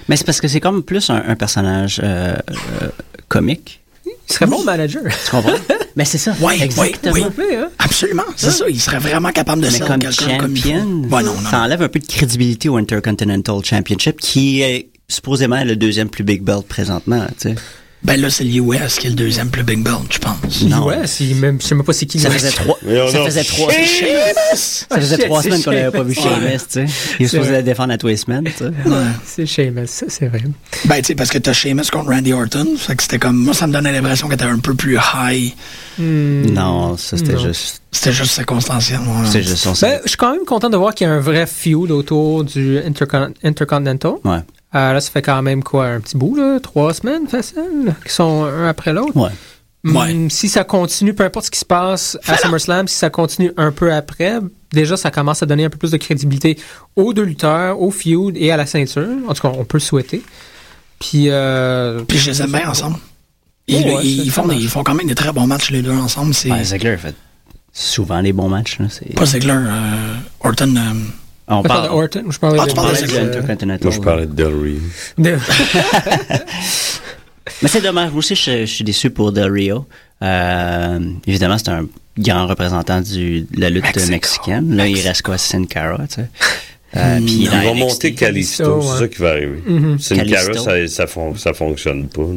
[SPEAKER 6] Mais c'est parce que c'est comme plus un, un personnage euh, euh, comique.
[SPEAKER 5] Il serait bon manager.
[SPEAKER 6] Tu comprends? Mais c'est ça.
[SPEAKER 4] Ouais,
[SPEAKER 6] exactement.
[SPEAKER 4] ouais,
[SPEAKER 5] S'il vous plaît, hein.
[SPEAKER 4] Absolument, c'est ça. Il serait vraiment capable de
[SPEAKER 6] Ah. Mais
[SPEAKER 4] faire
[SPEAKER 6] comme
[SPEAKER 4] quelqu'un comme il faut.
[SPEAKER 6] champion,
[SPEAKER 4] Ouais, non, non.
[SPEAKER 6] ça enlève un peu de crédibilité au Intercontinental Championship, qui est supposément le deuxième plus big belt présentement. tu sais.
[SPEAKER 4] Ben là, c'est l'US qui est le deuxième plus Big Bang, je pense.
[SPEAKER 6] Non.
[SPEAKER 5] Ouais, si, même, je sais même pas c'est qui.
[SPEAKER 6] Ça
[SPEAKER 5] ouais.
[SPEAKER 6] faisait trois,
[SPEAKER 7] Mais on
[SPEAKER 6] ça
[SPEAKER 7] a-
[SPEAKER 6] faisait trois,
[SPEAKER 4] Sheamus!
[SPEAKER 6] ça faisait
[SPEAKER 5] shit,
[SPEAKER 6] trois
[SPEAKER 5] c'est
[SPEAKER 6] semaines qu'on n'avait pas vu
[SPEAKER 5] shit.
[SPEAKER 6] Sheamus, tu sais. Il est supposé la défendre à tous les semaines, tu sais.
[SPEAKER 5] C'est Sheamus, ça, c'est vrai.
[SPEAKER 4] Ben, tu sais, parce que t'as Sheamus contre Randy Orton. Fait que c'était comme. Moi, ça me donnait l'impression qu'elle était un peu plus high.
[SPEAKER 6] Non, ça c'était juste,
[SPEAKER 4] C'était juste circonstanciel. moi.
[SPEAKER 6] c'est juste son
[SPEAKER 5] Ben, je suis quand même content de voir qu'il y a un vrai feud autour du Intercon- Intercontinental.
[SPEAKER 6] Ouais.
[SPEAKER 5] Euh, là, ça fait quand même quoi, un petit bout, là, trois semaines facile, qui sont un après l'autre.
[SPEAKER 6] Ouais.
[SPEAKER 5] Mm,
[SPEAKER 4] Ouais.
[SPEAKER 5] si ça continue, peu importe ce qui se passe à SummerSlam, si ça continue un peu après, déjà, ça commence à donner un peu plus de crédibilité aux deux lutteurs, au feud et à la ceinture. En tout cas, on peut le souhaiter. Puis, euh,
[SPEAKER 4] Puis je les aime bien ensemble. Ils,
[SPEAKER 5] Ouais, ouais,
[SPEAKER 4] ils-
[SPEAKER 5] c'est
[SPEAKER 4] ils font des- ils font quand même des très bons matchs, les deux ensemble. C'est.
[SPEAKER 6] Ouais, Ziggler, il Ben, fait souvent les bons matchs, là. C'est...
[SPEAKER 4] Pas Ziggler, euh, Orton. euh,
[SPEAKER 6] On
[SPEAKER 5] je parle de
[SPEAKER 6] parle,
[SPEAKER 5] Orton, je parlais
[SPEAKER 4] Ah, tu
[SPEAKER 5] de-
[SPEAKER 6] on
[SPEAKER 4] parles
[SPEAKER 6] parlait
[SPEAKER 4] de
[SPEAKER 6] du
[SPEAKER 4] Ziggler.
[SPEAKER 6] Intercontinental.
[SPEAKER 7] Moi, je parlais de Del Rio.
[SPEAKER 5] de- ben,
[SPEAKER 6] Mais c'est dommage. Moi aussi, je, je suis déçu pour Del Rio. Euh, évidemment, c'est un grand représentant du, de la lutte
[SPEAKER 4] Mexico.
[SPEAKER 6] mexicaine. Là, il reste quoi? Sin Cara, tu sais. Euh, puis il
[SPEAKER 7] Ils
[SPEAKER 6] est dans
[SPEAKER 7] vont
[SPEAKER 6] NXT.
[SPEAKER 7] monter Calisto,
[SPEAKER 5] Calisto,
[SPEAKER 7] c'est
[SPEAKER 5] ouais.
[SPEAKER 7] ça qui va arriver.
[SPEAKER 5] Mm-hmm.
[SPEAKER 7] C'est une
[SPEAKER 6] Calisto.
[SPEAKER 7] carrière, ça, ça, fon- ça fonctionne pas. là.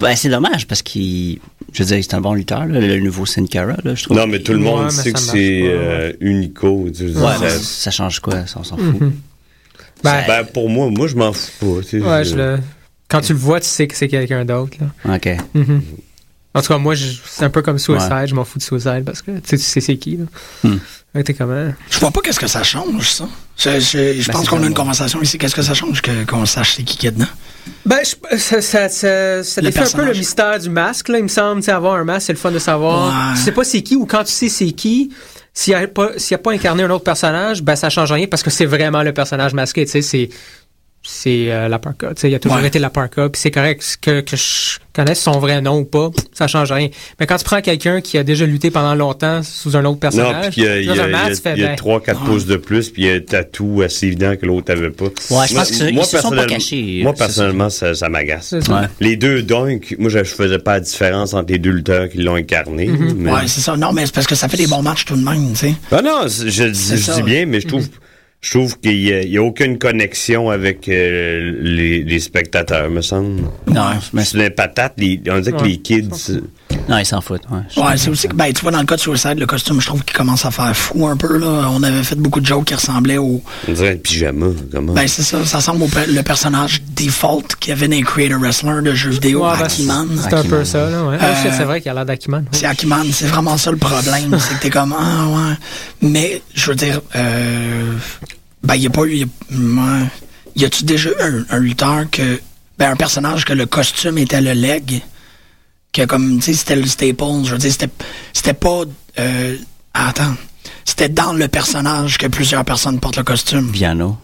[SPEAKER 6] Ben, c'est dommage parce qu'il. Je veux dire, c'est un bon lutteur, là, le nouveau Sin Cara, là, je trouve.
[SPEAKER 7] Non, mais tout le
[SPEAKER 5] Ouais,
[SPEAKER 7] monde
[SPEAKER 5] mais
[SPEAKER 7] sait
[SPEAKER 5] ça
[SPEAKER 7] que
[SPEAKER 5] marche
[SPEAKER 7] c'est
[SPEAKER 5] pas,
[SPEAKER 7] euh, unico. tu sais,
[SPEAKER 6] Ouais,
[SPEAKER 7] ça-
[SPEAKER 6] mais ça, ça change quoi? Ça, on s'en fout.
[SPEAKER 5] ben,
[SPEAKER 7] ben, pour moi, moi, je m'en fous pas. tu sais,
[SPEAKER 5] ouais,
[SPEAKER 7] je-
[SPEAKER 5] je le- quand tu le vois, tu sais que c'est quelqu'un d'autre. là.
[SPEAKER 6] OK.
[SPEAKER 5] En tout cas, moi, je- c'est un peu comme Suicide,
[SPEAKER 6] Ouais.
[SPEAKER 5] je m'en fous de Suicide parce que tu sais, tu sais c'est qui. Là.
[SPEAKER 6] Hmm.
[SPEAKER 5] Fait que t'es comment?
[SPEAKER 4] Je vois pas qu'est-ce que ça change, ça. Je, je- je
[SPEAKER 6] Ben,
[SPEAKER 4] pense
[SPEAKER 6] c'est
[SPEAKER 4] qu'on a
[SPEAKER 6] comme-
[SPEAKER 4] une conversation ici. Qu'est-ce que ça change que- qu'on sache c'est qui qui est dedans?
[SPEAKER 5] Ben, je- ça, ça, ça, ça
[SPEAKER 4] Le
[SPEAKER 5] défait un peu
[SPEAKER 4] personnage.
[SPEAKER 5] le mystère du masque, là, il me semble. Tu sais, avoir un masque, c'est le fun de savoir.
[SPEAKER 4] Ouais.
[SPEAKER 5] Tu sais pas c'est qui, ou quand tu sais c'est qui, s'il a pas, s'il a pas incarné un autre personnage, ben, ça change rien parce que c'est vraiment le personnage masqué, tu sais, c'est, c'est euh, la parka, tu sais, il a toujours
[SPEAKER 4] Ouais.
[SPEAKER 5] été la parka, puis c'est correct que, que je connaisse son vrai nom ou pas, ça change rien. Mais quand tu prends quelqu'un qui a déjà lutté pendant longtemps sous un autre
[SPEAKER 7] Non,
[SPEAKER 5] personnage,
[SPEAKER 7] puis il y a, il y a-
[SPEAKER 5] dans un
[SPEAKER 7] il y a-
[SPEAKER 5] masque, tu fais,
[SPEAKER 7] il y a
[SPEAKER 5] ben,
[SPEAKER 7] 3-4 pouces de plus, puis il y a un tatou assez évident que l'autre avait pas.
[SPEAKER 6] pense que ça- ils se sont pas
[SPEAKER 7] personnellement-
[SPEAKER 6] cachés,
[SPEAKER 7] Moi,
[SPEAKER 6] c'est ça.
[SPEAKER 7] personnellement, ça, ça m'agace.
[SPEAKER 5] C'est
[SPEAKER 6] ça. Ouais.
[SPEAKER 7] Les deux dunks, moi, je, je faisais pas la différence entre les deux lutteurs qui l'ont incarné.
[SPEAKER 6] Mhm.
[SPEAKER 7] mais-
[SPEAKER 4] Ouais, c'est ça. Non, mais c'est parce que ça fait des bons matchs tout de même, tu sais.
[SPEAKER 7] Ah non, c'est- je, je
[SPEAKER 4] ça.
[SPEAKER 7] dis bien, mais je
[SPEAKER 6] Mhm.
[SPEAKER 7] trouve, je trouve qu'il n'y a, aucune connexion avec euh, les, les spectateurs, me semble.
[SPEAKER 6] Non, mais,
[SPEAKER 7] C'est des patates, les- on dit que les kids.
[SPEAKER 6] non, ils s'en foutent. Ouais, Je-
[SPEAKER 4] Ouais, c'est aussi que, ben, tu vois, dans le cas de Suicide, le costume, je trouve qu'il commence à faire fou un peu, là. On avait fait beaucoup de jokes qui ressemblaient au.
[SPEAKER 7] On dirait un pyjama, comment?
[SPEAKER 4] Ben, c'est ça. Ça ressemble au pe- le personnage default qu'il y avait dans les Creator Wrestler de jeux vidéo,
[SPEAKER 5] ouais, ben,
[SPEAKER 4] Akiman.
[SPEAKER 5] c'est un peu ça, là, ouais. Ah, shit,
[SPEAKER 4] Euh,
[SPEAKER 5] c'est vrai qu'il a l'air d'Akiman. ouais.
[SPEAKER 4] C'est Akiman, c'est vraiment ça le problème. c'est que t'es comme, ah ouais. Mais, je veux dire, euh, ben, y a pas eu. Y a, ouais. Y a-tu déjà eu un, un lutteur que. Ben, un personnage que le costume était le leg? Que comme, tu sais, c'était le staple. Je veux dire, c'était, c'était pas. euh, attends. C'était dans le personnage que plusieurs personnes portent le costume.
[SPEAKER 6] Viano.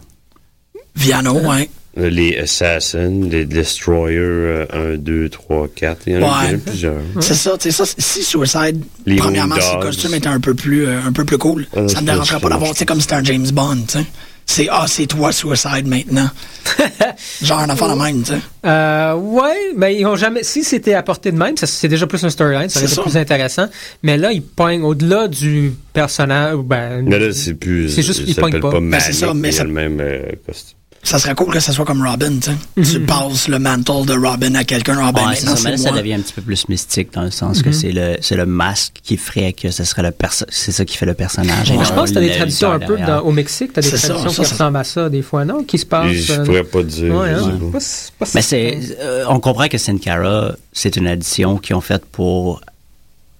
[SPEAKER 4] Viano, ouais.
[SPEAKER 7] Euh, Les Assassins, les Destroyers, euh, 1, 2, 3, 4. Il y en a
[SPEAKER 4] Ouais.
[SPEAKER 7] il y en a plusieurs.
[SPEAKER 4] C'est ça, tu sais, ça, si Suicide,
[SPEAKER 7] Les
[SPEAKER 4] premièrement, si
[SPEAKER 7] Moondogs.
[SPEAKER 4] le costume était un peu plus, euh, un peu plus cool,
[SPEAKER 7] Ah,
[SPEAKER 4] ça me
[SPEAKER 7] c'est-
[SPEAKER 4] dérangerait
[SPEAKER 7] c'est-
[SPEAKER 4] pas d'avoir, tu sais, comme c'était un James Bond, tu sais. C'est, ah, c'est toi, Suicide, maintenant. Genre, un enfant de même, tu sais.
[SPEAKER 5] Euh, ouais, mais ils ont jamais. Si c'était apporté de même, ça- c'est déjà plus un storyline, ça aurait
[SPEAKER 4] C'est ça.
[SPEAKER 5] été plus intéressant. Mais là, ils pognent au-delà du personnage. ou Ben,
[SPEAKER 7] Mais là, c'est plus.
[SPEAKER 5] C'est juste
[SPEAKER 7] il
[SPEAKER 5] qu'ils pognent
[SPEAKER 7] s'appelle
[SPEAKER 5] pas.
[SPEAKER 7] pas
[SPEAKER 4] Ben, c'est ça,
[SPEAKER 7] Maniac,
[SPEAKER 4] mais
[SPEAKER 7] il a
[SPEAKER 4] ça-
[SPEAKER 7] le même euh, costume.
[SPEAKER 4] Ça serait cool que ça soit comme Robin, tu sais. Tu passes le mantle de Robin à quelqu'un,
[SPEAKER 5] Ben,
[SPEAKER 4] Robin,
[SPEAKER 6] Ouais, c'est
[SPEAKER 4] maintenant,
[SPEAKER 6] ça, mais là,
[SPEAKER 4] c'est
[SPEAKER 6] ça
[SPEAKER 4] moi.
[SPEAKER 6] devient un petit peu plus mystique dans le sens
[SPEAKER 5] Mhm.
[SPEAKER 6] que c'est le, c'est le masque qui ferait que ce serait le perso- c'est ça qui fait le personnage. et
[SPEAKER 5] Ben, je
[SPEAKER 6] non
[SPEAKER 5] pense que t'as des
[SPEAKER 6] le
[SPEAKER 5] traditions un
[SPEAKER 6] lutteur
[SPEAKER 5] peu
[SPEAKER 6] derrière.
[SPEAKER 5] dans- au Mexique, t'as des
[SPEAKER 4] C'est ça,
[SPEAKER 5] traditions
[SPEAKER 4] ça,
[SPEAKER 5] qui
[SPEAKER 4] ça-
[SPEAKER 5] ressemblent à ça des fois, non? Qui se passent.
[SPEAKER 7] Et Je
[SPEAKER 5] euh,
[SPEAKER 7] pourrais pas dire.
[SPEAKER 5] ouais,
[SPEAKER 7] je
[SPEAKER 5] hein,
[SPEAKER 7] sais pas.
[SPEAKER 5] pas si- pas si-
[SPEAKER 6] Mais c'est, euh, on comprend que Sin Cara, c'est une addition qu'ils ont faite pour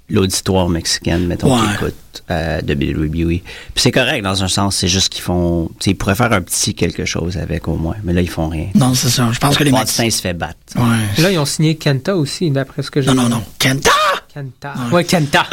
[SPEAKER 6] l'auditoire mexicaine, mettons,
[SPEAKER 4] Ouais.
[SPEAKER 6] qui écoute euh, WWE. Puis c'est correct dans un sens, c'est juste qu'ils font, tu sais, ils pourraient faire un petit quelque chose avec au moins, mais là ils font rien.
[SPEAKER 4] Non, c'est ça. Je pense que les Mexicains.
[SPEAKER 6] Martin se fait battre.
[SPEAKER 4] Ouais.
[SPEAKER 5] Là, ils ont signé Kenta aussi, d'après ce que j'ai
[SPEAKER 4] Non, non, non. Kenta!
[SPEAKER 5] Kenta. Ouais, Kenta.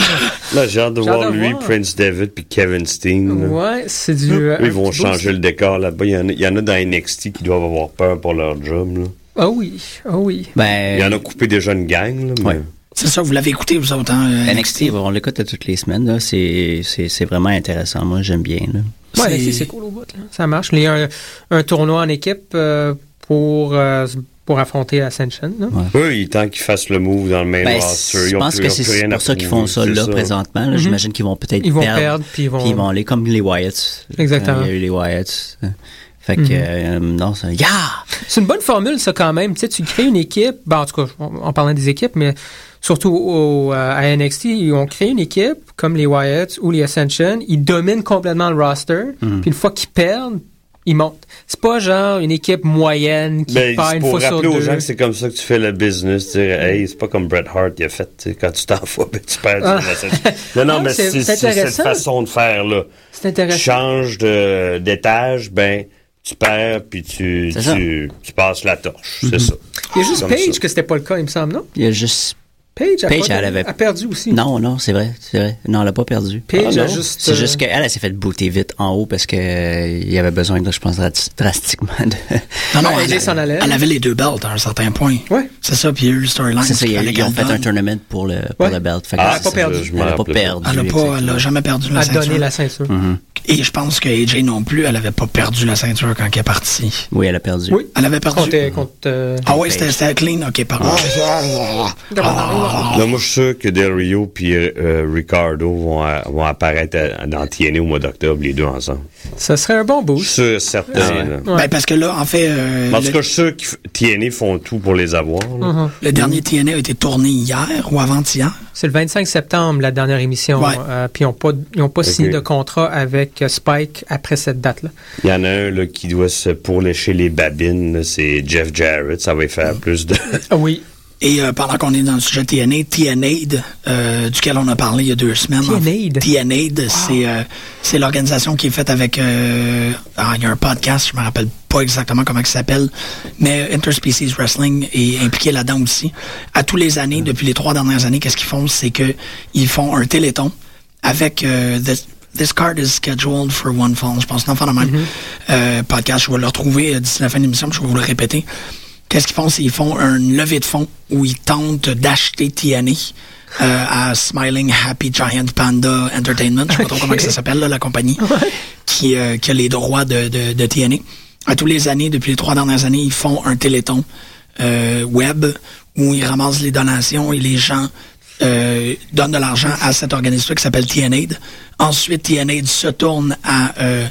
[SPEAKER 7] Là, j'ai hâte de
[SPEAKER 5] J'ai hâte
[SPEAKER 7] voir
[SPEAKER 5] de
[SPEAKER 7] lui,
[SPEAKER 5] voir.
[SPEAKER 7] Prince David, puis Kevin Steen. là.
[SPEAKER 5] ouais, c'est du. euh,
[SPEAKER 7] Eux,
[SPEAKER 5] un
[SPEAKER 7] Ils vont
[SPEAKER 5] petit bout,
[SPEAKER 7] changer le décor là-bas. Il y, en a, il y en a dans NXT qui doivent avoir peur pour leur job. Là.
[SPEAKER 5] ça. Ah oui, ah oui.
[SPEAKER 6] Ben,
[SPEAKER 7] Il y en a coupé déjà une gang. Là, mais...
[SPEAKER 6] Ouais.
[SPEAKER 4] C'est ça, vous l'avez écouté, vous autres, hein, euh,
[SPEAKER 6] NXT, on l'écoute à toutes les semaines, là. C'est, c'est, c'est vraiment intéressant. Moi, j'aime bien, là.
[SPEAKER 5] Ouais,
[SPEAKER 4] C'est-
[SPEAKER 5] Alexis, c'est cool au bout. là. Ça marche. Il y a un, un tournoi en équipe euh, pour, euh, pour affronter Ascension. là.
[SPEAKER 7] Eux, il est temps qu'ils fassent le move dans le même
[SPEAKER 6] Ben,
[SPEAKER 7] roster. Ils
[SPEAKER 6] je
[SPEAKER 7] ont
[SPEAKER 6] pense que
[SPEAKER 7] plus- ils ont plus
[SPEAKER 6] c'est
[SPEAKER 7] rien à
[SPEAKER 6] pour ça qu'ils
[SPEAKER 7] prouver,
[SPEAKER 6] font ça
[SPEAKER 7] c'est
[SPEAKER 6] là présentement. là. J'imagine qu'ils vont peut-être
[SPEAKER 5] Mhm. Ils vont
[SPEAKER 6] perdre,
[SPEAKER 5] perdre, puis ils vont-
[SPEAKER 6] aller comme les Wyatts. Euh,
[SPEAKER 5] Exactement. Mhm.
[SPEAKER 6] Quand Il y a eu les Wyatts. Fait que, euh, non, ça, yeah!
[SPEAKER 5] C'est une bonne formule, ça, quand même. Tu sais, tu crées une équipe. Ben, en tout cas, en en parlant des équipes, mais surtout au, euh, à NXT, ils ont créé une équipe comme les Wyatt ou les Ascension. Ils dominent complètement le roster.
[SPEAKER 7] Mm.
[SPEAKER 5] Puis une fois qu'ils perdent, ils montent. C'est pas genre une équipe moyenne qui
[SPEAKER 7] Ben,
[SPEAKER 5] perd
[SPEAKER 7] c'est
[SPEAKER 5] une
[SPEAKER 7] pour
[SPEAKER 5] fois sur
[SPEAKER 7] rappeler aux
[SPEAKER 5] deux. Mm.
[SPEAKER 7] gens que c'est comme ça que tu fais le business, dire, hey, c'est pas comme Bret Hart il a fait, tu sais, quand tu t'en fous, ben, tu perds.
[SPEAKER 5] Ah.
[SPEAKER 7] tu sais, la scène. Non, non,
[SPEAKER 5] Non,
[SPEAKER 7] mais
[SPEAKER 5] c'est-
[SPEAKER 7] c'est
[SPEAKER 5] c'est
[SPEAKER 7] c'est cette
[SPEAKER 5] intéressant.
[SPEAKER 7] façon de faire, là.
[SPEAKER 5] C'est
[SPEAKER 7] Tu
[SPEAKER 5] intéressant.
[SPEAKER 7] changes de- d'étage, ben, tu perds, puis tu,
[SPEAKER 6] C'est ça.
[SPEAKER 7] tu, tu passes la torche. C'est ça.
[SPEAKER 5] Mm-hmm. Il y a juste
[SPEAKER 7] Comme
[SPEAKER 5] Paige
[SPEAKER 7] ça.
[SPEAKER 5] que c'était pas le cas, il me semble, non?
[SPEAKER 6] Il y a juste.
[SPEAKER 5] Paige a,
[SPEAKER 6] Paige,
[SPEAKER 5] pas-
[SPEAKER 6] elle avait-
[SPEAKER 5] a perdu aussi.
[SPEAKER 6] Non, non, c'est vrai, c'est vrai. Non, elle l'a pas perdu.
[SPEAKER 5] Paige
[SPEAKER 7] Ah,
[SPEAKER 5] a
[SPEAKER 7] non.
[SPEAKER 5] juste.
[SPEAKER 6] C'est
[SPEAKER 5] euh,
[SPEAKER 6] juste qu'elle, elle s'est fait booter vite en haut parce que euh, il y avait besoin, de, je pense, dra- drastiquement de.
[SPEAKER 4] Non, non,
[SPEAKER 5] Ouais,
[SPEAKER 4] elle,
[SPEAKER 5] Jay s'en allait.
[SPEAKER 4] elle avait les deux belts à un certain point.
[SPEAKER 5] Ouais.
[SPEAKER 4] C'est ça, puis il y a eu le storyline.
[SPEAKER 6] C'est ça,
[SPEAKER 4] qu'il
[SPEAKER 6] ils,
[SPEAKER 4] fallait
[SPEAKER 6] ils ont
[SPEAKER 4] qu'elle
[SPEAKER 6] fait un
[SPEAKER 4] donne.
[SPEAKER 6] tournament pour le, pour
[SPEAKER 5] Ouais.
[SPEAKER 6] le belt. Fait que
[SPEAKER 5] Ah,
[SPEAKER 6] c'est
[SPEAKER 5] elle a pas
[SPEAKER 6] ça.
[SPEAKER 5] perdu.
[SPEAKER 7] je
[SPEAKER 6] Elle
[SPEAKER 7] m'en
[SPEAKER 6] a pas
[SPEAKER 7] rappelais
[SPEAKER 6] perdu.
[SPEAKER 4] Elle n'a
[SPEAKER 5] euh,
[SPEAKER 4] pas, elle a jamais perdu la
[SPEAKER 5] a
[SPEAKER 4] ceinture.
[SPEAKER 5] donné la
[SPEAKER 7] Mm.
[SPEAKER 5] ceinture.
[SPEAKER 4] Et je pense que AJ non plus, elle avait pas perdu la ceinture quand elle est partie.
[SPEAKER 6] Oui, elle a perdu.
[SPEAKER 5] Oui.
[SPEAKER 4] Elle avait perdu.
[SPEAKER 5] Contre, euh, contre, euh,
[SPEAKER 4] Ah ouais, c'était c'était clean, ok, pardon.
[SPEAKER 7] Là, moi, je suis sûr que Del Rio puis euh, Ricardo vont, à- vont apparaître à- dans TNA au mois d'octobre, les deux ensemble.
[SPEAKER 5] Ça serait un bon
[SPEAKER 7] Je
[SPEAKER 5] boost.
[SPEAKER 7] suis sûr, certain.
[SPEAKER 5] Ah,
[SPEAKER 7] là.
[SPEAKER 4] Ben, parce que là, en fait, euh,
[SPEAKER 7] Mais Ben, En tout
[SPEAKER 4] le,
[SPEAKER 7] cas, je suis sûr que f- TNA font tout pour les avoir. là.
[SPEAKER 5] Mm-hmm.
[SPEAKER 4] le dernier TNA a été tourné hier ou avant-hier.
[SPEAKER 5] C'est le 25 septembre, la dernière émission.
[SPEAKER 4] Ouais.
[SPEAKER 5] euh, puis ils n'ont pas, ils ont pas signé
[SPEAKER 7] Ok.
[SPEAKER 5] de contrat avec euh, Spike après cette date-là.
[SPEAKER 7] Il y en a un là, qui doit se pourlécher les babines, là, c'est Jeff Jarrett. Ça va y
[SPEAKER 4] Mm.
[SPEAKER 7] faire plus de.
[SPEAKER 5] Ah oui.
[SPEAKER 4] Et euh, pendant qu'on est dans le sujet TNA, TNA, euh, duquel on a parlé il y a deux semaines.
[SPEAKER 5] TNA.
[SPEAKER 4] TNA, c'est euh, c'est l'organisation qui est faite avec... euh, ah, il y a un podcast, je me rappelle pas exactement comment il s'appelle, mais Interspecies Wrestling est impliqué là-dedans aussi. À tous les années, depuis les trois dernières années, qu'est-ce qu'ils font? C'est que ils font un téléthon avec... euh, the- This card is scheduled for one fall. Je pense non, de même. Euh, podcast, je vais le retrouver euh, d'ici la fin de l'émission, puis je vais vous le répéter. Qu'est-ce qu'ils font? C'est qu'ils font une levée de fonds où ils tentent d'acheter TNA euh, à Smiling Happy Giant Panda Entertainment. Je sais pas trop comment que ça s'appelle, là, la compagnie qui, euh, qui a les droits de, de, de TNA. À tous les années, depuis les trois dernières années, ils font un téléthon euh, web où ils ramassent les donations et les gens euh, donnent de l'argent à cet organisme qui s'appelle TNAID. Ensuite, TNAID se tourne à euh,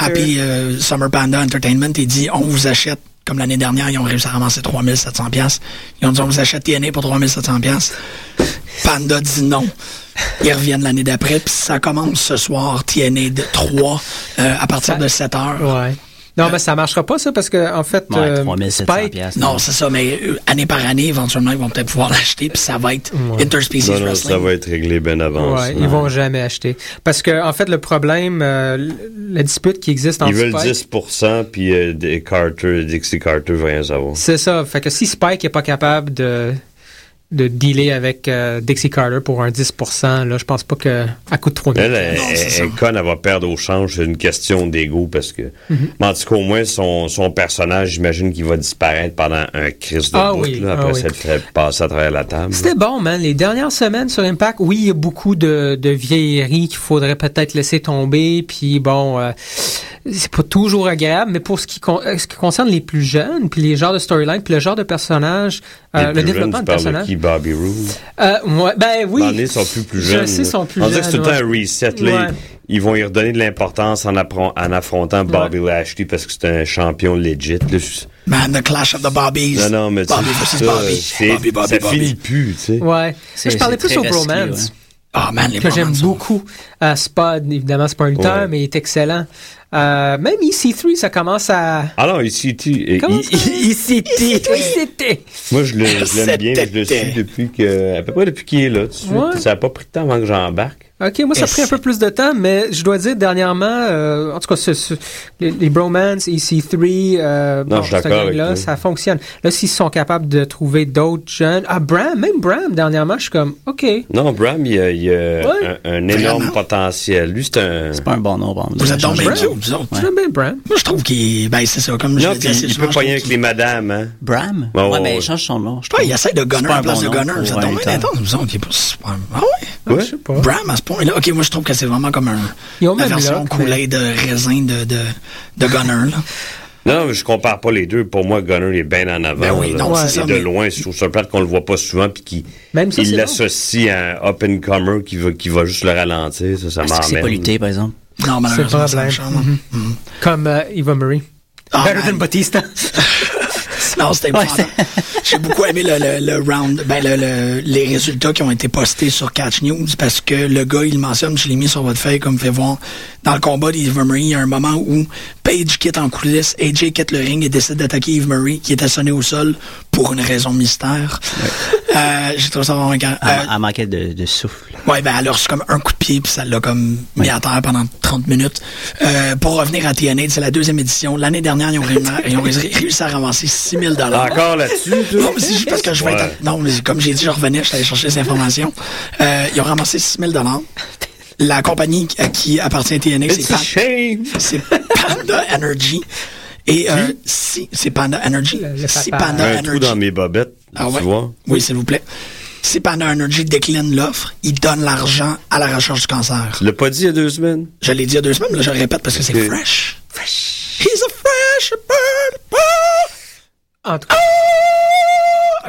[SPEAKER 4] Happy euh, Summer Panda Entertainment et dit on vous achète. Comme l'année dernière, ils ont réussi à ramasser 3700 pièces. Ils ont dit on vous achète TNA pour 3700 pièces. Panda dit non. Ils reviennent l'année d'après, puis ça commence ce soir, TNA de 3, euh, à partir de 7 heures.
[SPEAKER 5] Ouais. Non, mais ça ne marchera pas, ça, parce que, en fait,
[SPEAKER 6] Ouais,
[SPEAKER 5] euh,
[SPEAKER 6] 3700
[SPEAKER 5] Spike.
[SPEAKER 6] piastres.
[SPEAKER 4] Non, c'est ça, mais euh, année par année, éventuellement, ils vont peut-être pouvoir l'acheter, puis ça va être Interspecies
[SPEAKER 7] non, non,
[SPEAKER 4] Wrestling.
[SPEAKER 7] ça va être réglé bien avant. ça.
[SPEAKER 5] Ouais, ils vont jamais acheter. Parce que, en fait, le problème, euh, l- la dispute qui existe entre
[SPEAKER 7] Ils
[SPEAKER 5] Spike.
[SPEAKER 7] veulent 10%, puis euh, des Carter, Dixie Carter va rien savoir.
[SPEAKER 5] C'est ça. Fait que si Spike est pas capable de, de dealer avec euh, Dixie Carter pour un 10 là, je pense pas que à coût de 3 000.
[SPEAKER 7] Elle, elle,
[SPEAKER 4] Non, c'est
[SPEAKER 7] elle-
[SPEAKER 4] ça.
[SPEAKER 7] elle conne, elle va perdre au change. C'est une question d'ego parce que.
[SPEAKER 5] Mm-hmm.
[SPEAKER 7] Mais en tout cas, au moins, son, son personnage, j'imagine qu'il va disparaître pendant un crise de
[SPEAKER 5] Ah
[SPEAKER 7] bout,
[SPEAKER 5] oui,
[SPEAKER 7] là,
[SPEAKER 5] ah
[SPEAKER 7] après
[SPEAKER 5] oui.
[SPEAKER 7] s'être fait passer à travers la table.
[SPEAKER 5] C'était bon, man. Les dernières semaines sur Impact, oui, il y a beaucoup de, de vieilleries qu'il faudrait peut-être laisser tomber. Puis bon, euh, c'est pas toujours agréable. Mais pour ce qui, con- euh, ce qui concerne les plus jeunes, puis les genres de storyline, puis le genre de personnage,
[SPEAKER 7] Les
[SPEAKER 5] euh, le
[SPEAKER 7] plus
[SPEAKER 5] développement de
[SPEAKER 7] jeunes, tu parles
[SPEAKER 5] personnage.
[SPEAKER 7] qui, Bobby Roode?
[SPEAKER 5] Euh, ouais, ben oui.
[SPEAKER 7] Dans les sont plus, plus
[SPEAKER 5] Je
[SPEAKER 7] jeunes.
[SPEAKER 5] sais,
[SPEAKER 7] là.
[SPEAKER 5] sont plus
[SPEAKER 7] On dirait que c'est tout le
[SPEAKER 5] jeunes,
[SPEAKER 7] temps un reset. Là,
[SPEAKER 5] Ouais.
[SPEAKER 7] ils, ils vont y redonner de l'importance en, appren- en affrontant Bobby Lashley parce que c'est un champion legit. là.
[SPEAKER 4] Man, The Clash of the Bobbies.
[SPEAKER 7] Non, non, mais tu-
[SPEAKER 4] Bobby versus
[SPEAKER 7] ça,
[SPEAKER 4] Bobby.
[SPEAKER 7] c'est-
[SPEAKER 4] Bobby, Bobby,
[SPEAKER 7] ça
[SPEAKER 4] Bobby.
[SPEAKER 7] finit plus, tu sais.
[SPEAKER 5] Ouais.
[SPEAKER 6] C'est-
[SPEAKER 5] Mais je parlais
[SPEAKER 6] c'est
[SPEAKER 5] plus au
[SPEAKER 6] très risqué,
[SPEAKER 5] bromance.
[SPEAKER 6] ouais.
[SPEAKER 4] Ah, man, les
[SPEAKER 5] que j'aime
[SPEAKER 4] Bromans sont-
[SPEAKER 5] beaucoup. Euh, Spud, évidemment, c'est pas un lutteur,
[SPEAKER 7] Ouais.
[SPEAKER 5] mais il est excellent. Euh, même EC3, ça commence à...
[SPEAKER 7] Ah non, ici, tu, et-
[SPEAKER 5] Comment
[SPEAKER 7] i-
[SPEAKER 5] ça? E EC3! EC3!
[SPEAKER 7] moi, je le- je l'aime bien, je le suis depuis que, à peu près depuis qu'il est là. tout de suite.
[SPEAKER 5] Ouais.
[SPEAKER 7] Ça n'a pas pris de temps avant que j'embarque.
[SPEAKER 5] OK, moi, ça a pris un peu plus de temps, mais je dois dire, dernièrement, euh, en tout cas, ce- ce- les, les Bromance, EC3, euh,
[SPEAKER 7] Non, je suis
[SPEAKER 5] cette
[SPEAKER 7] d'accord
[SPEAKER 5] gang-là,
[SPEAKER 7] avec toi.
[SPEAKER 5] ça fonctionne. Là, s'ils sont capables de trouver d'autres jeunes... Ah, Bram, même Bram, dernièrement, je suis comme, OK.
[SPEAKER 7] Non, Bram, il a, il a
[SPEAKER 5] Ouais.
[SPEAKER 7] un, un énorme potentiel. Lui, c'est un.
[SPEAKER 6] C'est pas un bon nom, par exemple.
[SPEAKER 4] Vous êtes donc bien
[SPEAKER 5] Brand.
[SPEAKER 4] cute, vous autres.
[SPEAKER 5] J'aime bien Bram.
[SPEAKER 4] Moi, je trouve qu'il. Ben, c'est ça, comme je
[SPEAKER 7] Non,
[SPEAKER 4] le
[SPEAKER 7] puis
[SPEAKER 4] disais, c'est
[SPEAKER 7] il peut pas avec les madames, hein.
[SPEAKER 6] Bram?
[SPEAKER 7] Ouais, ouais,
[SPEAKER 6] ouais, mais
[SPEAKER 7] ouais.
[SPEAKER 6] il change son nom. Je
[SPEAKER 4] Ouais,
[SPEAKER 6] trouve.
[SPEAKER 4] il essaie de
[SPEAKER 6] C'est
[SPEAKER 4] gunner
[SPEAKER 6] pas un
[SPEAKER 4] en place
[SPEAKER 6] bon
[SPEAKER 4] de
[SPEAKER 6] nom
[SPEAKER 4] gunner.
[SPEAKER 6] pour
[SPEAKER 4] Ça
[SPEAKER 6] un
[SPEAKER 4] tombe bien
[SPEAKER 6] lutteur.
[SPEAKER 4] intense, vous autres. Il est pas super. Ah ouais?
[SPEAKER 7] Ouais.
[SPEAKER 5] Je sais pas.
[SPEAKER 4] Bram à ce point-là. Ok, moi je trouve que c'est vraiment comme un,
[SPEAKER 5] Ils ont
[SPEAKER 4] la
[SPEAKER 5] même
[SPEAKER 4] version
[SPEAKER 5] Locke,
[SPEAKER 4] coulée de raisin de, de, de Gunner. Là.
[SPEAKER 7] Non, mais je compare pas les deux. Pour moi, Gunner est bien en avant.
[SPEAKER 4] Ben oui,
[SPEAKER 7] là.
[SPEAKER 4] non,
[SPEAKER 5] c'est
[SPEAKER 7] Et
[SPEAKER 4] ça,
[SPEAKER 7] de
[SPEAKER 4] mais-
[SPEAKER 7] loin, je trouve ça plate qu'on le voit pas souvent puis qu'il
[SPEAKER 5] Même ça,
[SPEAKER 7] il
[SPEAKER 5] c'est
[SPEAKER 7] l'associe à un up-and-comer qui va, qui va juste le ralentir. Ça, ça
[SPEAKER 6] Parce que Ah, c'est
[SPEAKER 7] m'emmène.
[SPEAKER 6] pas lutté, par exemple.
[SPEAKER 4] Non,
[SPEAKER 5] C'est
[SPEAKER 4] malheureusement,
[SPEAKER 5] pas
[SPEAKER 4] ça me
[SPEAKER 5] Bram.
[SPEAKER 4] change, hein.
[SPEAKER 5] Comme euh, Eva Marie.
[SPEAKER 4] Ah,
[SPEAKER 5] Better
[SPEAKER 4] man.
[SPEAKER 5] than Batista.
[SPEAKER 4] Non, c'était
[SPEAKER 5] Ouais,
[SPEAKER 4] épouvantable. J'ai beaucoup aimé le, le- le round, ben le- le- les résultats qui ont été postés sur Catch News parce que le gars, il mentionne, je l'ai mis sur votre feuille comme fait voir, dans le combat d'Eve Murray, il y a un moment où Paige quitte en coulisses, AJ quitte le ring et décide d'attaquer Eve Murray qui était sonné au sol pour une raison mystère. Euh, J'ai trouvé ça vraiment écœurant.
[SPEAKER 6] Elle,
[SPEAKER 4] Euh,
[SPEAKER 6] elle manquait de, de souffle.
[SPEAKER 4] Ouais, ben alors c'est comme un coup de pied, puis ça l'a comme mis
[SPEAKER 6] Ouais.
[SPEAKER 4] à terre pendant 30 minutes. Euh, pour revenir à TNA, c'est la deuxième édition. L'année dernière, ils ont, réma- ils ont ré- réussi à ramasser 6 000
[SPEAKER 7] Encore là-dessus, toi?
[SPEAKER 4] Non, mais c'est juste parce que je vais
[SPEAKER 7] Ouais.
[SPEAKER 4] être- Non, mais comme j'ai dit, je revenais, je suis allé chercher des informations. Euh, ils ont ramassé 6 000 La compagnie à qui appartient TNA, c'est
[SPEAKER 7] It's a
[SPEAKER 4] Pan-
[SPEAKER 7] shame.
[SPEAKER 4] c'est Panda Energy. Et euh, si, c'est Panda Energy.
[SPEAKER 5] le
[SPEAKER 4] Si
[SPEAKER 5] papa.
[SPEAKER 4] Panda
[SPEAKER 7] Un trou
[SPEAKER 4] Energy.
[SPEAKER 7] Euh, dans mes bobettes,
[SPEAKER 4] Ah ouais?
[SPEAKER 7] tu vois.
[SPEAKER 4] Oui, s'il vous plaît. Si Panda Energy décline l'offre, il donne l'argent à la recherche du cancer.
[SPEAKER 7] Tu l'as pas dit il y a deux semaines?
[SPEAKER 4] Je l'ai dit il y a deux semaines, mais là, je le répète parce que c'est
[SPEAKER 7] Ok.
[SPEAKER 4] fresh. Fresh. He's a fresh bird. bird.
[SPEAKER 5] En tout cas.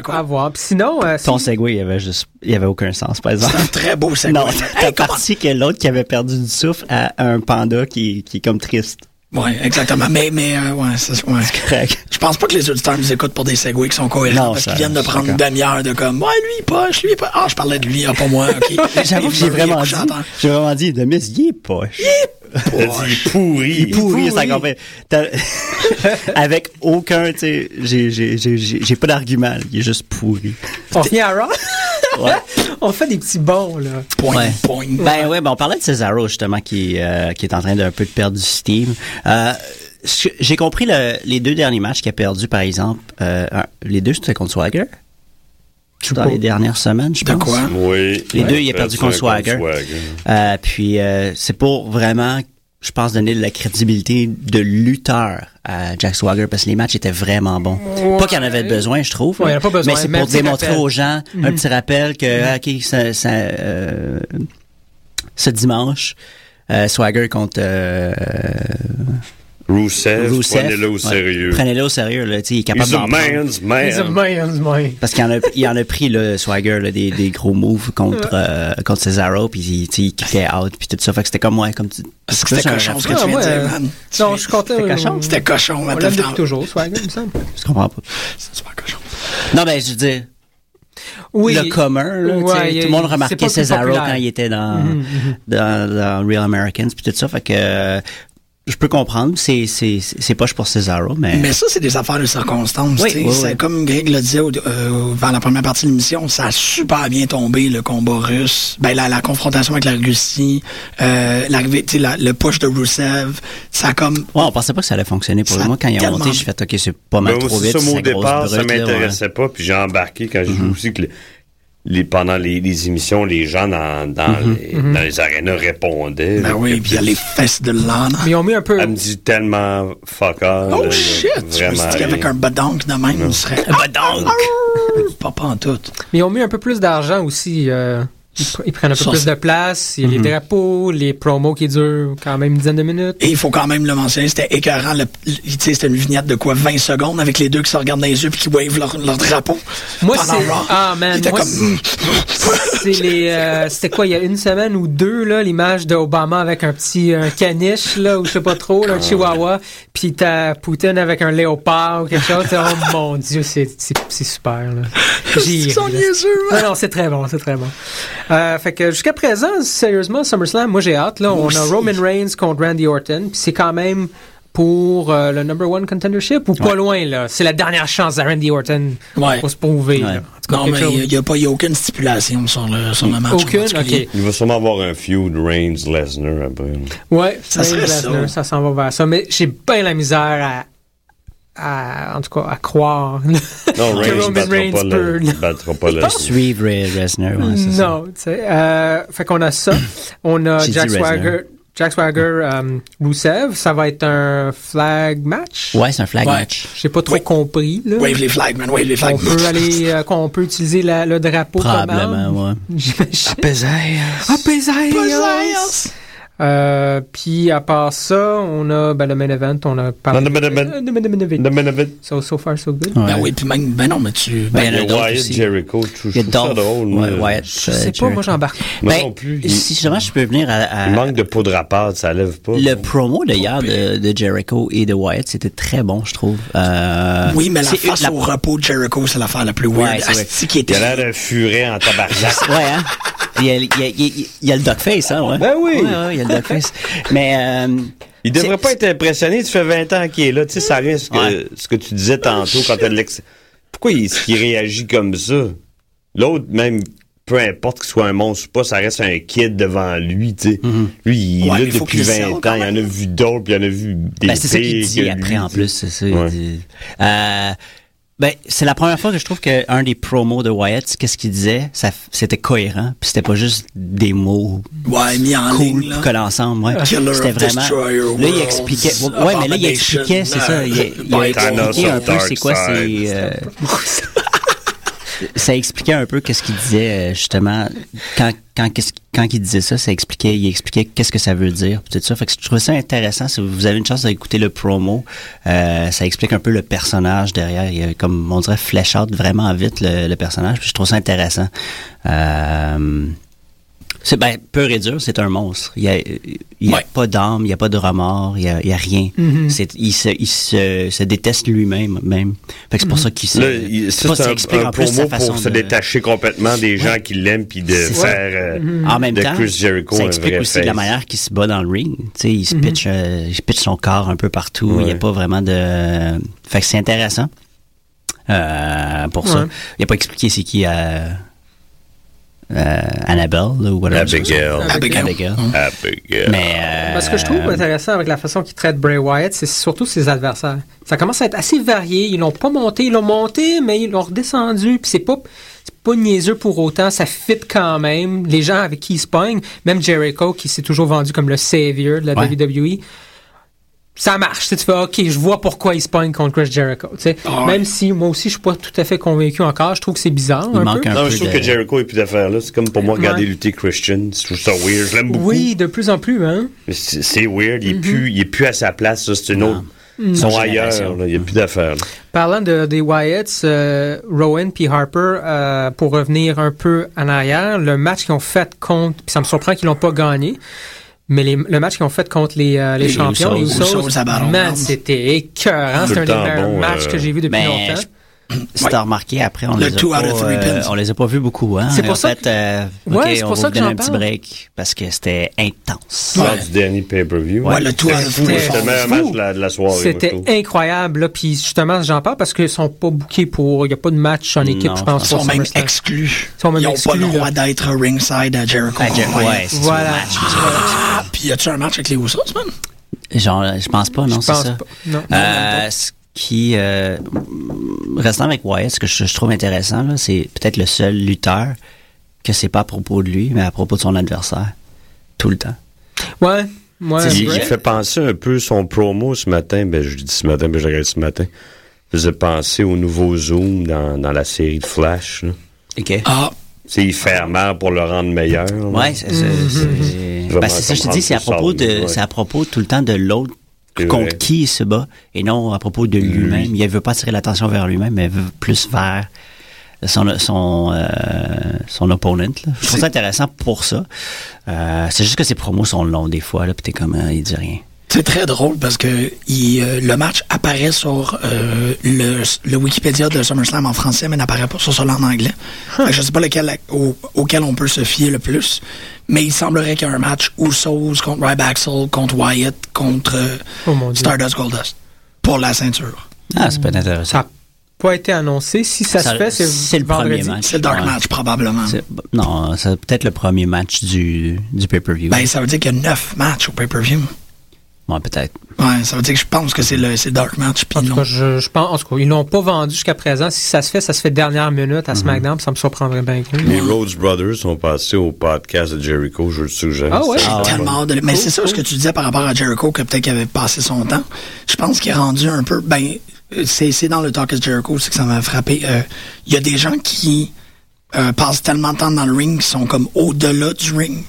[SPEAKER 5] À voir. Puis sinon, euh,
[SPEAKER 6] Ton
[SPEAKER 5] si-
[SPEAKER 6] segway, il y avait juste, il y avait aucun sens, par exemple.
[SPEAKER 4] C'est un très beau segway.
[SPEAKER 6] Non,
[SPEAKER 4] Hey,
[SPEAKER 6] t'as
[SPEAKER 4] comment-
[SPEAKER 6] parti que l'autre qui avait perdu du souffle à un panda qui, qui est comme triste.
[SPEAKER 4] Ouais, exactement. Mais, mais, euh, ouais, c'est ouais.
[SPEAKER 6] Correct.
[SPEAKER 4] Je pense pas que les auditeurs nous écoutent pour des segways qui sont cohérents
[SPEAKER 6] Non,
[SPEAKER 4] parce
[SPEAKER 6] ça-
[SPEAKER 4] qu'ils viennent de
[SPEAKER 6] je suis
[SPEAKER 4] prendre une
[SPEAKER 6] d'accord.
[SPEAKER 4] demi-heure de comme, ouais, lui, il poche, lui, il poche. Ah, je parlais de lui, ah, pas moi, ok.
[SPEAKER 6] J'avoue que j'ai
[SPEAKER 4] Il est
[SPEAKER 6] vraiment dit,
[SPEAKER 4] couché à terre.
[SPEAKER 6] j'ai vraiment dit, Demis, il est poche.
[SPEAKER 7] T'as dit pourri.
[SPEAKER 6] Il est pourri, sa campagne. T'as- Avec aucun, tu sais, j'ai- j'ai- j'ai j'ai- j'ai pas d'argument, là. il est juste pourri.
[SPEAKER 5] on finit à Raw.
[SPEAKER 6] Ouais.
[SPEAKER 5] on fait des petits bons, là.
[SPEAKER 4] Point,
[SPEAKER 6] Ouais.
[SPEAKER 4] point.
[SPEAKER 6] Ben ouais, ben on parlait de Cesaro justement qui euh, qui est en train d'un peu de perdre du steam. Euh, ce- j'ai compris le- les deux derniers matchs qu'il a perdu par exemple. euh, un- les deux c'était contre Swagger. Dans les dernières semaines, je
[SPEAKER 4] De
[SPEAKER 6] pense.
[SPEAKER 4] quoi?
[SPEAKER 7] Oui.
[SPEAKER 6] Ah. Les
[SPEAKER 7] Ouais,
[SPEAKER 6] deux, il a perdu contre
[SPEAKER 7] un
[SPEAKER 6] Swagger. Euh, puis euh, c'est pour vraiment, je pense, donner de la crédibilité de lutteur à Jack Swagger parce que les matchs étaient vraiment bons. Pas qu'il en avait besoin, je trouve.
[SPEAKER 5] Ouais, il en a pas besoin,
[SPEAKER 6] mais c'est
[SPEAKER 5] mais
[SPEAKER 6] pour
[SPEAKER 5] un petit
[SPEAKER 6] démontrer
[SPEAKER 5] rappel. Mm.
[SPEAKER 6] aux gens un petit rappel que ah, ok, ça- ça, euh, ce dimanche. euh, Swagger contre euh,
[SPEAKER 7] Rousseff,
[SPEAKER 6] Rousseff.
[SPEAKER 7] Euh, prenez-le au
[SPEAKER 6] Ouais.
[SPEAKER 7] sérieux.
[SPEAKER 6] Prenez-le au sérieux, là, tu sais, il est capable
[SPEAKER 7] He's a
[SPEAKER 6] d'en prendre.
[SPEAKER 7] man's man.
[SPEAKER 5] He's a man's man.
[SPEAKER 6] Parce qu'il en a, il en a pris le Swagger là, des, des gros moves contre euh, contre Cesaro, puis il, tu sais, il kickait out, puis tout ça. Fait que c'était comme moi, comme tu.
[SPEAKER 4] Parce que
[SPEAKER 6] juste
[SPEAKER 4] c'était
[SPEAKER 6] un
[SPEAKER 4] cochon ce que
[SPEAKER 5] Ah,
[SPEAKER 4] tu viens de
[SPEAKER 5] ouais.
[SPEAKER 4] dire, man. Tu-
[SPEAKER 5] Non, je suis content.
[SPEAKER 6] C'était cochon.
[SPEAKER 5] On-
[SPEAKER 4] C'était cochon,
[SPEAKER 5] On
[SPEAKER 4] man.
[SPEAKER 5] l'aime depuis toujours, Swagger, il me semble.
[SPEAKER 6] Je comprends pas.
[SPEAKER 4] C'est pas cochon.
[SPEAKER 6] Non, ben, je veux dire,
[SPEAKER 5] Oui.
[SPEAKER 6] le commun, là, tu
[SPEAKER 5] Ouais,
[SPEAKER 6] sais,
[SPEAKER 5] il-
[SPEAKER 6] tout le monde
[SPEAKER 5] c'est pas
[SPEAKER 6] remarquait
[SPEAKER 5] plus
[SPEAKER 6] Cesaro
[SPEAKER 5] populaire.
[SPEAKER 6] quand il était dans,
[SPEAKER 5] Mhm,
[SPEAKER 6] dans, dans Real Americans, puis tout ça. Fait que euh, je peux comprendre, c'est, c'est, c'est poche pour Cesaro, mais.
[SPEAKER 4] Mais ça, c'est des affaires de circonstances.
[SPEAKER 6] Oui,
[SPEAKER 4] tu sais.
[SPEAKER 6] oui,
[SPEAKER 4] C'est
[SPEAKER 6] oui.
[SPEAKER 4] Comme Greg le disait au- euh, vers la première partie de l'émission, ça a super bien tombé, le combat russe. Ben, la, la confrontation avec la Russie, euh, l'arrivée, tu sais, la- le push de Rusev, ça a comme...
[SPEAKER 6] Ouais, on pensait pas que ça allait fonctionner pour
[SPEAKER 4] Ça
[SPEAKER 6] moi. Quand il a
[SPEAKER 4] tellement-
[SPEAKER 6] monté, j'ai fait, OK, c'est pas mal
[SPEAKER 7] Ben,
[SPEAKER 6] trop
[SPEAKER 7] c'est
[SPEAKER 6] vite.
[SPEAKER 7] ça, moi,
[SPEAKER 6] c'est
[SPEAKER 7] au
[SPEAKER 6] grosse
[SPEAKER 7] départ, ça
[SPEAKER 6] brute, là, ouais. Mhm.
[SPEAKER 7] m'intéressait pas. Puis j'ai embarqué quand j'ai vu aussi que le- les, pendant les, les émissions, les gens dans, dans,
[SPEAKER 6] Mhm.
[SPEAKER 7] les, dans les arénas répondaient.
[SPEAKER 4] Ben
[SPEAKER 7] Là,
[SPEAKER 4] oui,
[SPEAKER 7] que-
[SPEAKER 4] puis il y a les fesses de l'âne.
[SPEAKER 5] Mais ils ont mis un peu.
[SPEAKER 7] Elle me dit tellement fuck all.
[SPEAKER 4] Oh
[SPEAKER 7] Oh, là,
[SPEAKER 4] shit! Je me
[SPEAKER 7] Vraiment.
[SPEAKER 4] suis dit qu'avec un badonk de même, on serait... Un badonk! Pas pas en tout.
[SPEAKER 5] Mais ils ont mis un peu plus d'argent aussi. euh, ils, pr- ils prennent un peu
[SPEAKER 4] Ça,
[SPEAKER 5] plus
[SPEAKER 4] c'est- Mhm.
[SPEAKER 5] de place. Il y a les drapeaux, les promos qui durent quand même une dizaine de minutes.
[SPEAKER 4] Et il faut quand même le mentionner, c'était écœurant. Le, le- tu sais, c'était une vignette de quoi, 20 secondes, avec les deux qui se regardent dans les yeux puis qui wavent leur, leur drapeau.
[SPEAKER 5] Moi,
[SPEAKER 4] pendant
[SPEAKER 5] c'est-
[SPEAKER 4] Raw.
[SPEAKER 5] ah, man,
[SPEAKER 4] Il était
[SPEAKER 5] moi,
[SPEAKER 4] comme,
[SPEAKER 5] c'est-
[SPEAKER 4] Hum,
[SPEAKER 5] C'est les. euh, C'était quoi, il y a une semaine ou deux, là, l'image d'Obama avec un petit un caniche, là, ou je sais pas trop,
[SPEAKER 4] Ah,
[SPEAKER 5] là, un chihuahua. Puis t'as Poutine avec un léopard ou quelque chose. Oh mon dieu, c'est c'est- c'est super, là. J'y
[SPEAKER 4] Ils sont
[SPEAKER 5] ris, là.
[SPEAKER 4] niaiseux, man.
[SPEAKER 5] Non, non, c'est très bon, c'est très bon. Euh, fait que jusqu'à présent, sérieusement, SummerSlam, moi j'ai hâte. Là, on
[SPEAKER 4] aussi.
[SPEAKER 5] a Roman Reigns contre Randy Orton, puis c'est quand même pour euh, le number one contendership ou pas loin là. C'est la dernière chance à Randy Orton
[SPEAKER 4] Ouais.
[SPEAKER 5] pour se prouver.
[SPEAKER 6] Ouais.
[SPEAKER 5] là. En tout cas,
[SPEAKER 4] Non,
[SPEAKER 5] quelque
[SPEAKER 4] mais
[SPEAKER 5] chose.
[SPEAKER 4] il n'y a, pas- il y a aucune stipulation sur le, sur le match. en
[SPEAKER 5] aucune.
[SPEAKER 4] particulier.
[SPEAKER 5] Ok.
[SPEAKER 7] Il va sûrement avoir un feud Reigns-Lesnar après.
[SPEAKER 5] Ouais.
[SPEAKER 4] Ça serait
[SPEAKER 5] Reigns,
[SPEAKER 4] ça.
[SPEAKER 5] Lesnar, s'en va vers ça, mais j'ai bien la misère à, à- en tout cas, à croire
[SPEAKER 7] Non,
[SPEAKER 5] que
[SPEAKER 7] Reigns
[SPEAKER 5] Roman Reigns
[SPEAKER 7] battra pas
[SPEAKER 5] peut.
[SPEAKER 7] le-
[SPEAKER 5] là.
[SPEAKER 7] battra pas
[SPEAKER 6] Pas
[SPEAKER 7] Lesnar.
[SPEAKER 6] suivre Ray Resner, ouais, c'est ça.
[SPEAKER 5] non, tu sais. euh, fait qu'on a ça. On a
[SPEAKER 6] J'ai
[SPEAKER 5] Jack
[SPEAKER 6] dit Lesnar.
[SPEAKER 5] Swagger, Jack Swagger, euh, Rusev. Ça va être un flag match.
[SPEAKER 6] Ouais, c'est un flag
[SPEAKER 4] Ouais.
[SPEAKER 6] match.
[SPEAKER 5] J'ai pas trop
[SPEAKER 4] Oui.
[SPEAKER 5] compris. Là.
[SPEAKER 4] Wave les flags, man. Wave les flags.
[SPEAKER 5] qu'on peut aller, euh, qu'on peut utiliser la- le drapeau. comme arme.
[SPEAKER 6] Probablement, ouais.
[SPEAKER 4] Ben
[SPEAKER 5] J'imagine. Ah, Pesaias. Euh, puis à part ça, on a ben, le main event, on a parlé.
[SPEAKER 7] Le main event.
[SPEAKER 5] Euh, le main event.
[SPEAKER 7] The Man of It.
[SPEAKER 5] So, so far, so
[SPEAKER 6] Ah,
[SPEAKER 5] good.
[SPEAKER 4] Ben oui, puis même, ben non, mais tu.
[SPEAKER 6] Ben,
[SPEAKER 4] Ben,
[SPEAKER 6] il y en a
[SPEAKER 7] Il y a
[SPEAKER 6] d'autres
[SPEAKER 7] Wyatt
[SPEAKER 6] aussi.
[SPEAKER 7] Jericho, je
[SPEAKER 6] Il y a
[SPEAKER 7] trouve ça
[SPEAKER 6] Dolph,
[SPEAKER 7] drôle.
[SPEAKER 6] ouais,
[SPEAKER 7] mais
[SPEAKER 6] Wyatt,
[SPEAKER 5] Je
[SPEAKER 6] euh,
[SPEAKER 5] sais pas, moi
[SPEAKER 6] Jericho.
[SPEAKER 5] j'embarque.
[SPEAKER 7] Moi
[SPEAKER 6] Ben,
[SPEAKER 7] non plus. Il,
[SPEAKER 6] Si jamais je peux venir à, à-
[SPEAKER 7] il manque de poudre à pâte, ça lève pas.
[SPEAKER 6] le promo de hier de, de Jericho et de Wyatt, c'était très bon, je trouve. Euh,
[SPEAKER 4] oui, mais la
[SPEAKER 6] c'est-
[SPEAKER 4] face
[SPEAKER 6] la-
[SPEAKER 4] au repos de Jericho, c'est l'affaire la plus weird.
[SPEAKER 6] Ouais, c'est vrai.
[SPEAKER 4] Asti qui
[SPEAKER 7] Il
[SPEAKER 4] était.
[SPEAKER 7] a l'air d'un furet en tabarnak.
[SPEAKER 6] Ouais, hein? Il y, a, il, y a, il y a- il y a le duckface, hein, ouais.
[SPEAKER 7] Ben oui.
[SPEAKER 6] Ouais, ouais, il y a le duckface. Mais, euh,
[SPEAKER 7] Il devrait
[SPEAKER 6] C'est-
[SPEAKER 7] pas être impressionné, tu fais 20 ans qu'il est là. Tu sais, ça revient à ce que,
[SPEAKER 6] Ouais.
[SPEAKER 7] ce que tu disais tantôt quand t'as de l'ex. Pourquoi il, il réagit comme ça? L'autre, même, peu importe qu'il soit un monstre ou pas, ça reste un kid devant lui, tu sais.
[SPEAKER 6] Mm-hmm.
[SPEAKER 7] Lui, il est
[SPEAKER 4] Ouais,
[SPEAKER 7] là
[SPEAKER 4] il faut
[SPEAKER 7] depuis
[SPEAKER 4] qu'il
[SPEAKER 7] 20
[SPEAKER 4] sorte
[SPEAKER 7] ans.
[SPEAKER 4] quand
[SPEAKER 7] Il en a
[SPEAKER 4] même.
[SPEAKER 7] vu d'autres, puis il en a vu des
[SPEAKER 6] ben, c'est ça qu'il
[SPEAKER 7] pires
[SPEAKER 6] dit
[SPEAKER 7] que
[SPEAKER 6] après,
[SPEAKER 7] lui,
[SPEAKER 6] en
[SPEAKER 7] tu
[SPEAKER 6] plus. C'est ça, il
[SPEAKER 7] Ouais.
[SPEAKER 6] dit. Euh, ben, c'est la première fois que je trouve qu'un des promos de Wyatt, qu'est-ce qu'il disait, ça, f- c'était cohérent, puis c'était pas juste des mots
[SPEAKER 4] Ouais, mis en
[SPEAKER 6] cool
[SPEAKER 4] ligne, là.
[SPEAKER 6] collés ensemble, ouais.
[SPEAKER 4] Killer
[SPEAKER 6] C'était
[SPEAKER 4] of
[SPEAKER 6] vraiment.
[SPEAKER 4] Destroyer
[SPEAKER 6] Là, il
[SPEAKER 4] Worlds,
[SPEAKER 6] expliquait. Ouais, mais là, il expliquait, c'est ça. Il, il a
[SPEAKER 4] Abomination,
[SPEAKER 6] expliqué
[SPEAKER 7] Thanos
[SPEAKER 6] un
[SPEAKER 7] of
[SPEAKER 6] peu c'est quoi
[SPEAKER 7] Darkseid.
[SPEAKER 6] c'est. euh, ça expliquait un peu qu'est-ce qu'il disait euh, justement quand quand qu'est-ce- quand il disait ça, ça expliquait il expliquait qu'est-ce que ça veut dire puis tout ça. Fait que je trouvais ça intéressant. Si vous avez une chance d'écouter le promo, euh, ça explique un peu le personnage derrière. Il y a comme on dirait flash out vraiment vite le, le personnage. Puis je trouve ça intéressant. Euh, c'est ben, pur et dur, c'est un monstre. Il n'y a, il y a
[SPEAKER 4] Ouais.
[SPEAKER 6] pas d'âme, il n'y a pas de remords, il n'y a, il y a rien. C'est- Il, se, il se, se déteste lui-même. Même. Fait que c'est pour ça qu'il se.
[SPEAKER 7] Là, il-
[SPEAKER 6] pas-
[SPEAKER 7] ça, c'est
[SPEAKER 6] ça
[SPEAKER 7] un,
[SPEAKER 6] explique
[SPEAKER 7] un
[SPEAKER 6] en plus sa
[SPEAKER 7] promo
[SPEAKER 6] façon
[SPEAKER 7] pour se
[SPEAKER 6] de-
[SPEAKER 7] détacher complètement des gens qui l'aiment, puis de
[SPEAKER 6] C'est ça. Mm-hmm.
[SPEAKER 7] faire euh,
[SPEAKER 6] En même
[SPEAKER 7] de
[SPEAKER 6] temps,
[SPEAKER 7] Chris Jericho
[SPEAKER 6] ça
[SPEAKER 7] un
[SPEAKER 6] explique
[SPEAKER 7] vrai
[SPEAKER 6] aussi de la
[SPEAKER 7] face.
[SPEAKER 6] manière qu'il se bat dans le ring. Tu sais, il, se pitch, euh, il se pitch son corps un peu partout. Il n'y a pas vraiment de. Fait que c'est intéressant euh, pour ça.
[SPEAKER 5] Ouais.
[SPEAKER 6] Il n'a pas expliqué c'est qui euh, euh, Annabelle là, ou whatever.
[SPEAKER 7] Abigail. Mm-hmm.
[SPEAKER 4] Abigail.
[SPEAKER 6] Abigail.
[SPEAKER 7] Abigail.
[SPEAKER 6] Mais, euh,
[SPEAKER 5] Parce que je trouve intéressant avec la façon qu'ils traitent Bray Wyatt, c'est surtout ses adversaires. Ça commence à être assez varié. Ils l'ont pas monté, ils l'ont monté, mais ils l'ont redescendu. Puis c'est pas, c'est pas niaiseux pour autant. Ça fit quand même. Les gens avec qui ils se pognent, même Jericho qui s'est toujours vendu comme le savior de la
[SPEAKER 6] Ouais.
[SPEAKER 5] WWE. Ça marche, tu, sais, tu fais OK, je vois pourquoi ils se pognent contre Chris Jericho. tu sais.
[SPEAKER 4] Ah ouais.
[SPEAKER 5] Même si moi aussi je suis pas tout à fait convaincu encore, je trouve que c'est bizarre.
[SPEAKER 6] Il
[SPEAKER 5] un
[SPEAKER 6] manque
[SPEAKER 5] peu.
[SPEAKER 6] un
[SPEAKER 7] Non,
[SPEAKER 6] peu
[SPEAKER 7] mais je trouve
[SPEAKER 6] de-
[SPEAKER 7] que Jericho est plus d'affaires là. C'est comme pour moi regarder
[SPEAKER 5] Ouais.
[SPEAKER 7] lutter Christian. Je trouve ça weird. Je l'aime beaucoup.
[SPEAKER 5] Oui, Mm-hmm. de plus en plus, hein.
[SPEAKER 7] Mais C'est c'est weird. Il est plus, il est plus à sa place. ça, C'est une autre. Ils sont
[SPEAKER 6] Son
[SPEAKER 7] ailleurs.
[SPEAKER 6] génération.
[SPEAKER 7] là, Il n'y a plus d'affaires. là.
[SPEAKER 5] Parlant de, des Wyatts, euh, Rowan puis Harper, euh, pour revenir un peu en arrière, le match qu'ils ont fait contre, puis ça me surprend qu'ils l'ont pas gagné, mais les- le match qu'ils ont fait contre les, euh, les
[SPEAKER 4] Les
[SPEAKER 5] champions, les
[SPEAKER 4] Usos.
[SPEAKER 5] Usos,
[SPEAKER 4] Usos à Battle
[SPEAKER 5] man,
[SPEAKER 4] Royale.
[SPEAKER 5] c'était écœurant.
[SPEAKER 7] Tout
[SPEAKER 5] C'était un
[SPEAKER 7] le
[SPEAKER 5] des
[SPEAKER 7] temps
[SPEAKER 5] meilleurs
[SPEAKER 7] bon,
[SPEAKER 5] matchs que
[SPEAKER 7] euh,
[SPEAKER 5] j'ai vu depuis
[SPEAKER 6] mais
[SPEAKER 5] longtemps.
[SPEAKER 6] Si t'as remarqué après, on
[SPEAKER 4] Le
[SPEAKER 6] les a
[SPEAKER 4] two
[SPEAKER 6] pas,
[SPEAKER 4] out of three
[SPEAKER 6] euh,
[SPEAKER 4] pins.
[SPEAKER 6] on les a pas vus beaucoup. Hein?
[SPEAKER 5] C'est pour
[SPEAKER 6] En
[SPEAKER 5] ça
[SPEAKER 6] fait,
[SPEAKER 5] que-
[SPEAKER 6] euh,
[SPEAKER 5] Ouais,
[SPEAKER 6] ok,
[SPEAKER 5] c'est
[SPEAKER 6] on
[SPEAKER 5] pour
[SPEAKER 6] va
[SPEAKER 5] ça
[SPEAKER 6] vous donner
[SPEAKER 5] que j'en
[SPEAKER 6] un petit
[SPEAKER 5] parle.
[SPEAKER 6] break parce que c'était intense.
[SPEAKER 7] Lors du dernier pay-per-view.
[SPEAKER 4] Ouais, le tour à
[SPEAKER 7] C'était fou,
[SPEAKER 4] la
[SPEAKER 7] C'était
[SPEAKER 4] fin.
[SPEAKER 7] le meilleur
[SPEAKER 5] Fou.
[SPEAKER 7] match de la, de la soirée. moi, je
[SPEAKER 5] C'était
[SPEAKER 7] trouve.
[SPEAKER 5] incroyable, là, puis justement, j'en parle parce qu'ils sont pas bookés pour, il n'y a pas de match en équipe,
[SPEAKER 6] Non,
[SPEAKER 5] je pense,
[SPEAKER 4] Ils
[SPEAKER 5] pour
[SPEAKER 4] sont même
[SPEAKER 5] SummerSlam.
[SPEAKER 4] exclus.
[SPEAKER 5] Ils sont même
[SPEAKER 4] Ils ont pas
[SPEAKER 5] exclus,
[SPEAKER 4] le
[SPEAKER 5] là.
[SPEAKER 4] droit d'être ringside à Jericho.
[SPEAKER 6] Ah, Jer-
[SPEAKER 4] Ouais.
[SPEAKER 6] ouais, c'est
[SPEAKER 5] Voilà.
[SPEAKER 6] son match, c'est son match.
[SPEAKER 4] Ah, puis y a-tu un match avec les Usos, man?
[SPEAKER 6] Genre, je pense pas, non,
[SPEAKER 5] Je
[SPEAKER 6] c'est
[SPEAKER 5] pense
[SPEAKER 6] ça.
[SPEAKER 5] pas. Non.
[SPEAKER 6] Euh, ce qui, euh, restant avec Wyatt, ce que je, je trouve intéressant, là, c'est peut-être le seul lutteur que c'est pas à propos de lui, mais à propos de son adversaire. Tout le temps.
[SPEAKER 5] Ouais, ouais.
[SPEAKER 7] Il, il
[SPEAKER 5] Brett.
[SPEAKER 7] fait penser un peu son promo ce matin. Ben, je dis ce matin, ben, je regarde ce matin. Faisait penser au nouveau Zoom dans, dans la série de Flash. là.
[SPEAKER 6] OK.
[SPEAKER 4] Ah,
[SPEAKER 7] Tu sais, il fait mal pour le rendre meilleur. là.
[SPEAKER 6] Ouais, c'est c'est- c'est-
[SPEAKER 7] Vraiment
[SPEAKER 6] ben, c'est ça, je te dis, c'est à
[SPEAKER 7] comprendre
[SPEAKER 6] propos
[SPEAKER 7] tout ça,
[SPEAKER 6] de,
[SPEAKER 7] ouais.
[SPEAKER 6] c'est à propos tout le temps de l'autre
[SPEAKER 7] C'est vrai.
[SPEAKER 6] contre qui il se bat et non à propos de lui-même. Il veut pas attirer l'attention vers lui-même, mais veut plus vers son son euh, son opponent. là. Je trouve ça intéressant pour ça. Euh, c'est juste que ses promos sont longs des fois là, puis t'es comme euh, il dit rien.
[SPEAKER 4] C'est très drôle parce que il, euh, le match apparaît sur euh, le, le Wikipédia de SummerSlam en français, mais n'apparaît pas sur celui en anglais. Fait que Je ne sais pas lequel au- auquel on peut se fier le plus, mais il semblerait qu'il y a un match Usos contre Rybacksel, contre Wyatt, contre euh,
[SPEAKER 5] Oh mon Dieu.
[SPEAKER 4] Stardust Goldust pour la ceinture.
[SPEAKER 6] Ah, c'est pas intéressant.
[SPEAKER 5] Ça n'a pas été annoncé. Si ça, se fait, c'est,
[SPEAKER 6] le
[SPEAKER 5] vendredi.
[SPEAKER 6] premier match.
[SPEAKER 4] C'est le Dark
[SPEAKER 6] Ouais.
[SPEAKER 4] Match probablement.
[SPEAKER 6] C'est- Non, c'est peut-être le premier match du, du pay-per-view.
[SPEAKER 4] Ben, ça veut dire qu'il y a neuf matchs au pay-per-view.
[SPEAKER 6] Ouais, peut-être.
[SPEAKER 4] Ouais, ça veut dire que je pense que c'est le, c'est le Dark Match. puis
[SPEAKER 5] En
[SPEAKER 4] ils
[SPEAKER 5] tout
[SPEAKER 4] l'ont-
[SPEAKER 5] cas, je, je pense, en tout cas, ils l'ont pas vendu jusqu'à présent. Si ça se fait, ça se fait dernière minute à SmackDown, puis ça me surprendrait bien que.
[SPEAKER 7] Les Rhodes Brothers sont passés au podcast de Jericho, je le suggère.
[SPEAKER 5] Ah ouais?
[SPEAKER 7] C'est
[SPEAKER 6] Ah ouais.
[SPEAKER 4] tellement
[SPEAKER 7] vraiment-
[SPEAKER 4] de- Mais c'est ça ce que tu disais par rapport à Jericho, que peut-être qu'il avait passé son temps. Je pense qu'il est rendu un peu. Ben, euh, c'est c'est dans le talk de Jericho, c'est que ça m'a frappé. Euh, Il y a des gens qui euh, passent tellement de temps dans le ring qui sont comme au-delà du ring.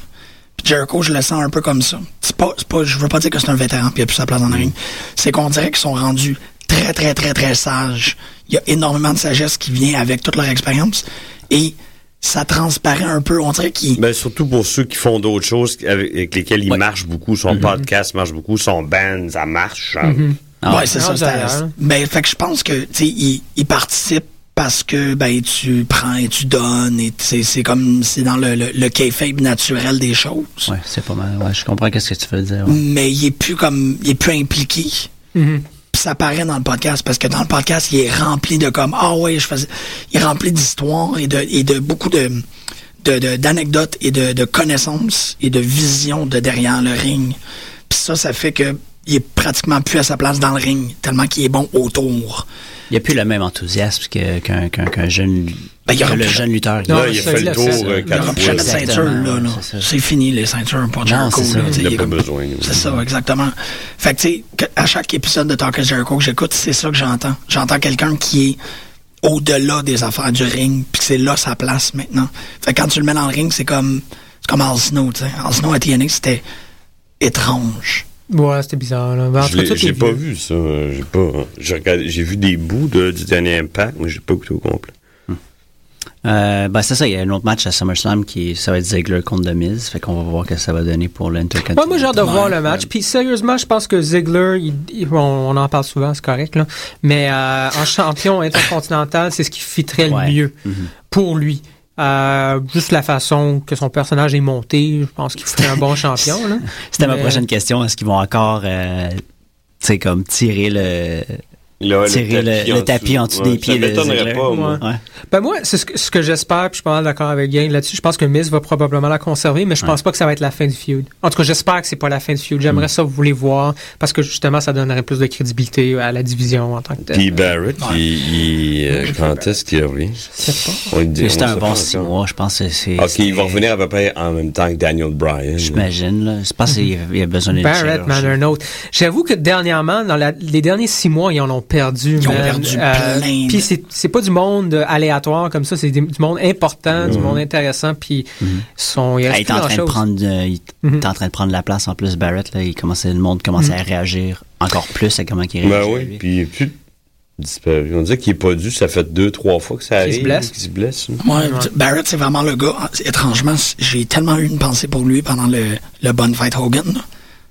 [SPEAKER 4] Puis Jericho, je le sens un peu comme ça. C'est pas, c'est pas, je veux pas dire que c'est un vétéran puis il a plus sa place dans le
[SPEAKER 6] Mm.
[SPEAKER 4] ring. C'est qu'on dirait qu'ils sont rendus très, très, très, très sages. Il y a énormément de sagesse qui vient avec toute leur expérience. Et ça transparaît un peu. On dirait qu'ils...
[SPEAKER 7] Ben, surtout pour ceux qui font d'autres choses avec, avec lesquelles ils marchent beaucoup. Son
[SPEAKER 6] Mm-hmm.
[SPEAKER 7] podcast marche beaucoup, son band, ça marche. hein.
[SPEAKER 6] Ah
[SPEAKER 4] ouais, ben, c'est
[SPEAKER 5] non,
[SPEAKER 4] ça. c'est-
[SPEAKER 5] d'ailleurs.
[SPEAKER 4] Ben, fait que je pense que, tu sais, il, il participe parce que, ben, tu prends et tu donnes et c'est c'est comme, c'est dans le, le, le kayfabe naturel des choses.
[SPEAKER 6] Ouais, c'est pas mal. Ouais, je comprends qu'est-ce que tu veux dire. ouais.
[SPEAKER 4] Mais il est plus comme, il est plus impliqué. Puis Ça paraît dans le podcast parce que dans le podcast, il est rempli de comme, ah ouais, je faisais, il est rempli d'histoires et de, et de beaucoup de, de- de- d'anecdotes et de, de connaissances et de visions de derrière le ring. Puis ça, ça fait que il est pratiquement plus à sa place dans le ring, tellement qu'il est bon autour.
[SPEAKER 6] Il n'y a plus le même enthousiasme que- qu'un qu'un- qu'un jeune,
[SPEAKER 4] Ben, il y
[SPEAKER 6] que
[SPEAKER 4] aura
[SPEAKER 6] le
[SPEAKER 4] plus-
[SPEAKER 6] jeune lutteur.
[SPEAKER 5] Non,
[SPEAKER 7] là, il a
[SPEAKER 5] ça,
[SPEAKER 7] fait
[SPEAKER 5] il
[SPEAKER 7] le
[SPEAKER 5] l'a
[SPEAKER 7] tour
[SPEAKER 5] fait, ça.
[SPEAKER 7] euh,
[SPEAKER 4] Il n'y aura
[SPEAKER 7] quatre
[SPEAKER 4] plus
[SPEAKER 7] fois.
[SPEAKER 4] jamais de ceinture, là. là.
[SPEAKER 6] Exactement, c'est ça.
[SPEAKER 4] C'est fini, les ceintures pour Jericho.
[SPEAKER 6] c'est ça.
[SPEAKER 4] là, tu sais,
[SPEAKER 7] Il
[SPEAKER 4] il
[SPEAKER 7] n'y
[SPEAKER 4] est
[SPEAKER 7] a pas
[SPEAKER 4] comme-
[SPEAKER 7] besoin. oui.
[SPEAKER 4] C'est ça, exactement. Fait que, tu sais, que- à chaque épisode de Talk is Jericho que j'écoute, c'est ça que j'entends. J'entends quelqu'un qui est au-delà des affaires du ring, puis que c'est là sa place maintenant. Fait que quand tu le mets dans le ring, c'est comme, c'est comme Al Snow, tu sais. Al Snow à TNA, c'était étrange.
[SPEAKER 5] Ouais, c'était bizarre. Là. Ben, en
[SPEAKER 7] Je
[SPEAKER 5] tout cas,
[SPEAKER 7] l'ai-
[SPEAKER 5] tout est
[SPEAKER 7] J'ai pas
[SPEAKER 5] vieux.
[SPEAKER 7] vu ça. euh, J'ai pas. J'ai regardé- j'ai vu des bouts de- du dernier impact, mais j'ai pas écouté au complet.
[SPEAKER 6] Euh, ben, c'est ça, il y a un autre match à SummerSlam qui ça va être Ziggler contre The Miz. Fait qu'on va voir ce que ça va donner pour l'Intercontinental.
[SPEAKER 5] Ouais, moi, j'ai hâte de voir le match. Puis, sérieusement, je pense que Ziggler, il- il- on, on en parle souvent, c'est correct, là. Mais euh, en champion intercontinental, c'est ce qui fitterait
[SPEAKER 6] Ouais.
[SPEAKER 5] le mieux pour lui. Euh, juste la façon que son personnage est monté, je pense qu'il ferait un bon champion, là.
[SPEAKER 6] C'était ma
[SPEAKER 5] Mais-
[SPEAKER 6] prochaine question. Est-ce qu'ils vont encore, euh, tu sais, comme tirer le.
[SPEAKER 7] Là,
[SPEAKER 6] Tirer le- le tapis en dessous des pieds de
[SPEAKER 7] Ça m'étonnerait
[SPEAKER 6] Ziggler.
[SPEAKER 7] pas, moi.
[SPEAKER 6] Ouais.
[SPEAKER 5] Ben moi, c'est ce que, ce que j'espère, puis je suis pas mal d'accord avec Gain là-dessus. Je pense que Miz va probablement la conserver, mais je pense pas que ça va être la fin du feud. En tout cas, j'espère que c'est pas la fin du feud. J'aimerais
[SPEAKER 4] Mm.
[SPEAKER 5] ça vous les voir, parce que justement, ça donnerait plus de crédibilité à la division en tant que telle.
[SPEAKER 7] Puis Barrett, il, il, euh, quand est-ce qu'il revient?
[SPEAKER 5] Je sais pas.
[SPEAKER 7] On le dit-
[SPEAKER 6] Mais
[SPEAKER 7] on
[SPEAKER 6] C'était un
[SPEAKER 7] sait
[SPEAKER 6] bon
[SPEAKER 7] pas
[SPEAKER 6] six
[SPEAKER 7] encore.
[SPEAKER 6] mois, je pense. que c'est-
[SPEAKER 7] Ok,
[SPEAKER 6] c'est-
[SPEAKER 7] il va revenir à peu près en même temps que Daniel Bryan. là.
[SPEAKER 6] J'imagine, là. Je pense qu'il y a- il y a besoin d'une
[SPEAKER 5] Mm-hmm. Barrett,
[SPEAKER 6] chirurgie.
[SPEAKER 5] man, un autre. J'avoue que dernièrement, dans la- les derniers six mois, ils en ont perdu.
[SPEAKER 4] Ils ont
[SPEAKER 5] man. Euh,
[SPEAKER 4] perdu plein de-
[SPEAKER 5] Puis c'est- c'est pas du monde euh, aléatoire comme ça, c'est des- du monde important,
[SPEAKER 4] Mm.
[SPEAKER 5] du monde intéressant, puis ils sont, ils
[SPEAKER 6] Ah, il
[SPEAKER 5] restent
[SPEAKER 6] est
[SPEAKER 5] plus
[SPEAKER 6] en
[SPEAKER 5] dans
[SPEAKER 6] train de
[SPEAKER 5] chose.
[SPEAKER 6] prendre, euh, il est
[SPEAKER 4] Mm-hmm.
[SPEAKER 6] en train de prendre la place en plus. Barrett, là, il commençait, le monde commençait à réagir encore plus à comment il réagit.
[SPEAKER 7] Ben oui, puis il est plus disparu. On dirait qu'il est pas dû, ça fait deux, trois fois que ça
[SPEAKER 5] Qu'il
[SPEAKER 7] arrive.
[SPEAKER 5] se blesse.
[SPEAKER 7] Qu'il se blesse. hein. là.
[SPEAKER 4] Moi, tu- Barrett, c'est vraiment le gars. Ah, Étrangement, c- j'ai tellement eu une pensée pour lui pendant le, le Bonne Fight Hogan. là.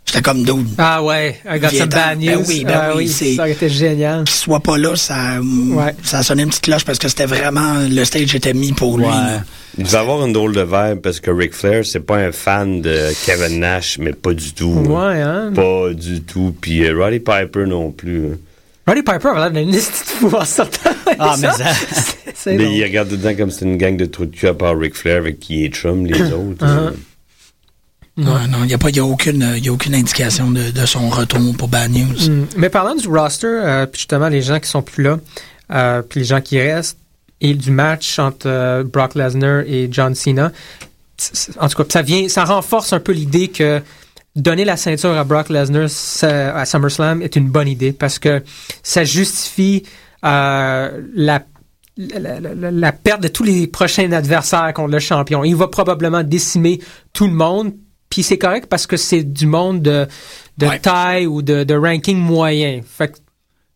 [SPEAKER 4] J'étais comme dude.
[SPEAKER 5] Ah ouais, I got
[SPEAKER 4] Vietnam.
[SPEAKER 5] some bad news.
[SPEAKER 4] Ben oui, ben
[SPEAKER 5] Ah
[SPEAKER 4] oui, c'est-
[SPEAKER 5] ça aurait été génial.
[SPEAKER 4] qu'il soit pas là, ça,
[SPEAKER 5] Ouais.
[SPEAKER 4] ça sonnait une petite cloche parce que c'était vraiment le stage était mis pour lui. là.
[SPEAKER 7] Il va avoir une drôle de vibe parce que Ric Flair, c'est pas un fan de Kevin Nash, mais pas du tout. là.
[SPEAKER 5] Ouais, hein.
[SPEAKER 7] Pas du tout. Puis euh, Roddy Piper non plus. hein. là.
[SPEAKER 5] Roddy Piper avait l'air d'une liste de fou en sortant.
[SPEAKER 6] Ah, mais ça-
[SPEAKER 5] c'est- c'est
[SPEAKER 7] Mais
[SPEAKER 5] drôle.
[SPEAKER 7] il regarde dedans comme c'est une gang de trous de cul à part Ric Flair avec qui il est chum, les
[SPEAKER 5] Uh-huh.
[SPEAKER 7] autres. hein. là.
[SPEAKER 4] Ouais, non, il n'y a pas, y a aucune, euh, y a aucune indication de, de son retour pour Bad News.
[SPEAKER 5] Mm. Mais parlant du roster, euh, puis justement les gens qui sont plus là, euh, puis les gens qui restent, et du match entre euh, Brock Lesnar et John Cena, c- c- en tout cas, ça vient, ça renforce un peu l'idée que donner la ceinture à Brock Lesnar ça- à SummerSlam est une bonne idée parce que ça justifie euh, la la, la- la- la perte de tous les prochains adversaires contre le champion. Il va probablement décimer tout le monde. Puis c'est correct parce que c'est du monde de, de
[SPEAKER 4] Ouais.
[SPEAKER 5] taille ou de, de ranking moyen. Fait que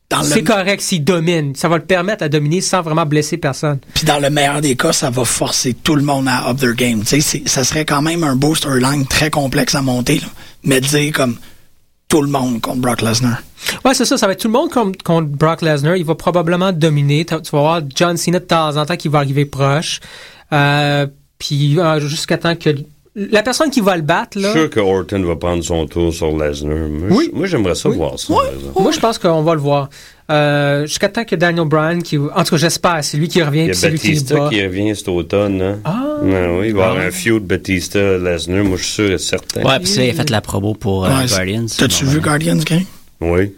[SPEAKER 4] Dans
[SPEAKER 5] c'est
[SPEAKER 4] le,
[SPEAKER 5] correct s'il domine. Ça va le permettre à dominer sans vraiment blesser personne.
[SPEAKER 4] puis dans le meilleur des cas, ça va forcer tout le monde à up their game. Tu sais, c'est- ça serait quand même un beau storyline très complexe à monter, là. mais dire comme tout le monde contre Brock Lesnar.
[SPEAKER 5] Ouais, c'est ça. Ça va être tout le monde contre, contre Brock Lesnar. Il va probablement dominer. T'as- Tu vas voir John Cena de temps en temps qui va arriver proche. Euh, puis euh, jusqu'à temps que la personne qui va le battre,
[SPEAKER 7] Je
[SPEAKER 5] là.
[SPEAKER 7] suis sûr que Orton va prendre son tour sur Lesnar. Moi,
[SPEAKER 5] Oui.
[SPEAKER 7] j- moi, j'aimerais ça voir ça. par exemple.
[SPEAKER 5] Moi, je pense qu'on va le voir. Euh, Jusqu'à temps que Daniel Bryan, qui, en tout cas, j'espère, c'est lui qui revient,
[SPEAKER 7] Il y
[SPEAKER 5] puis
[SPEAKER 7] a
[SPEAKER 5] c'est lui qui le
[SPEAKER 7] Batista
[SPEAKER 5] bat.
[SPEAKER 7] qui revient cet automne. Hein?
[SPEAKER 5] Ah.
[SPEAKER 7] Ouais, oui, il va y avoir un feud Batista-Lesnar, moi je suis sûr et certain.
[SPEAKER 6] Ouais, puis ça, il a fait la promo pour euh,
[SPEAKER 4] Ouais, c'est-
[SPEAKER 6] Guardians.
[SPEAKER 4] T'as-tu vu Guardians, Gary?
[SPEAKER 7] Oui.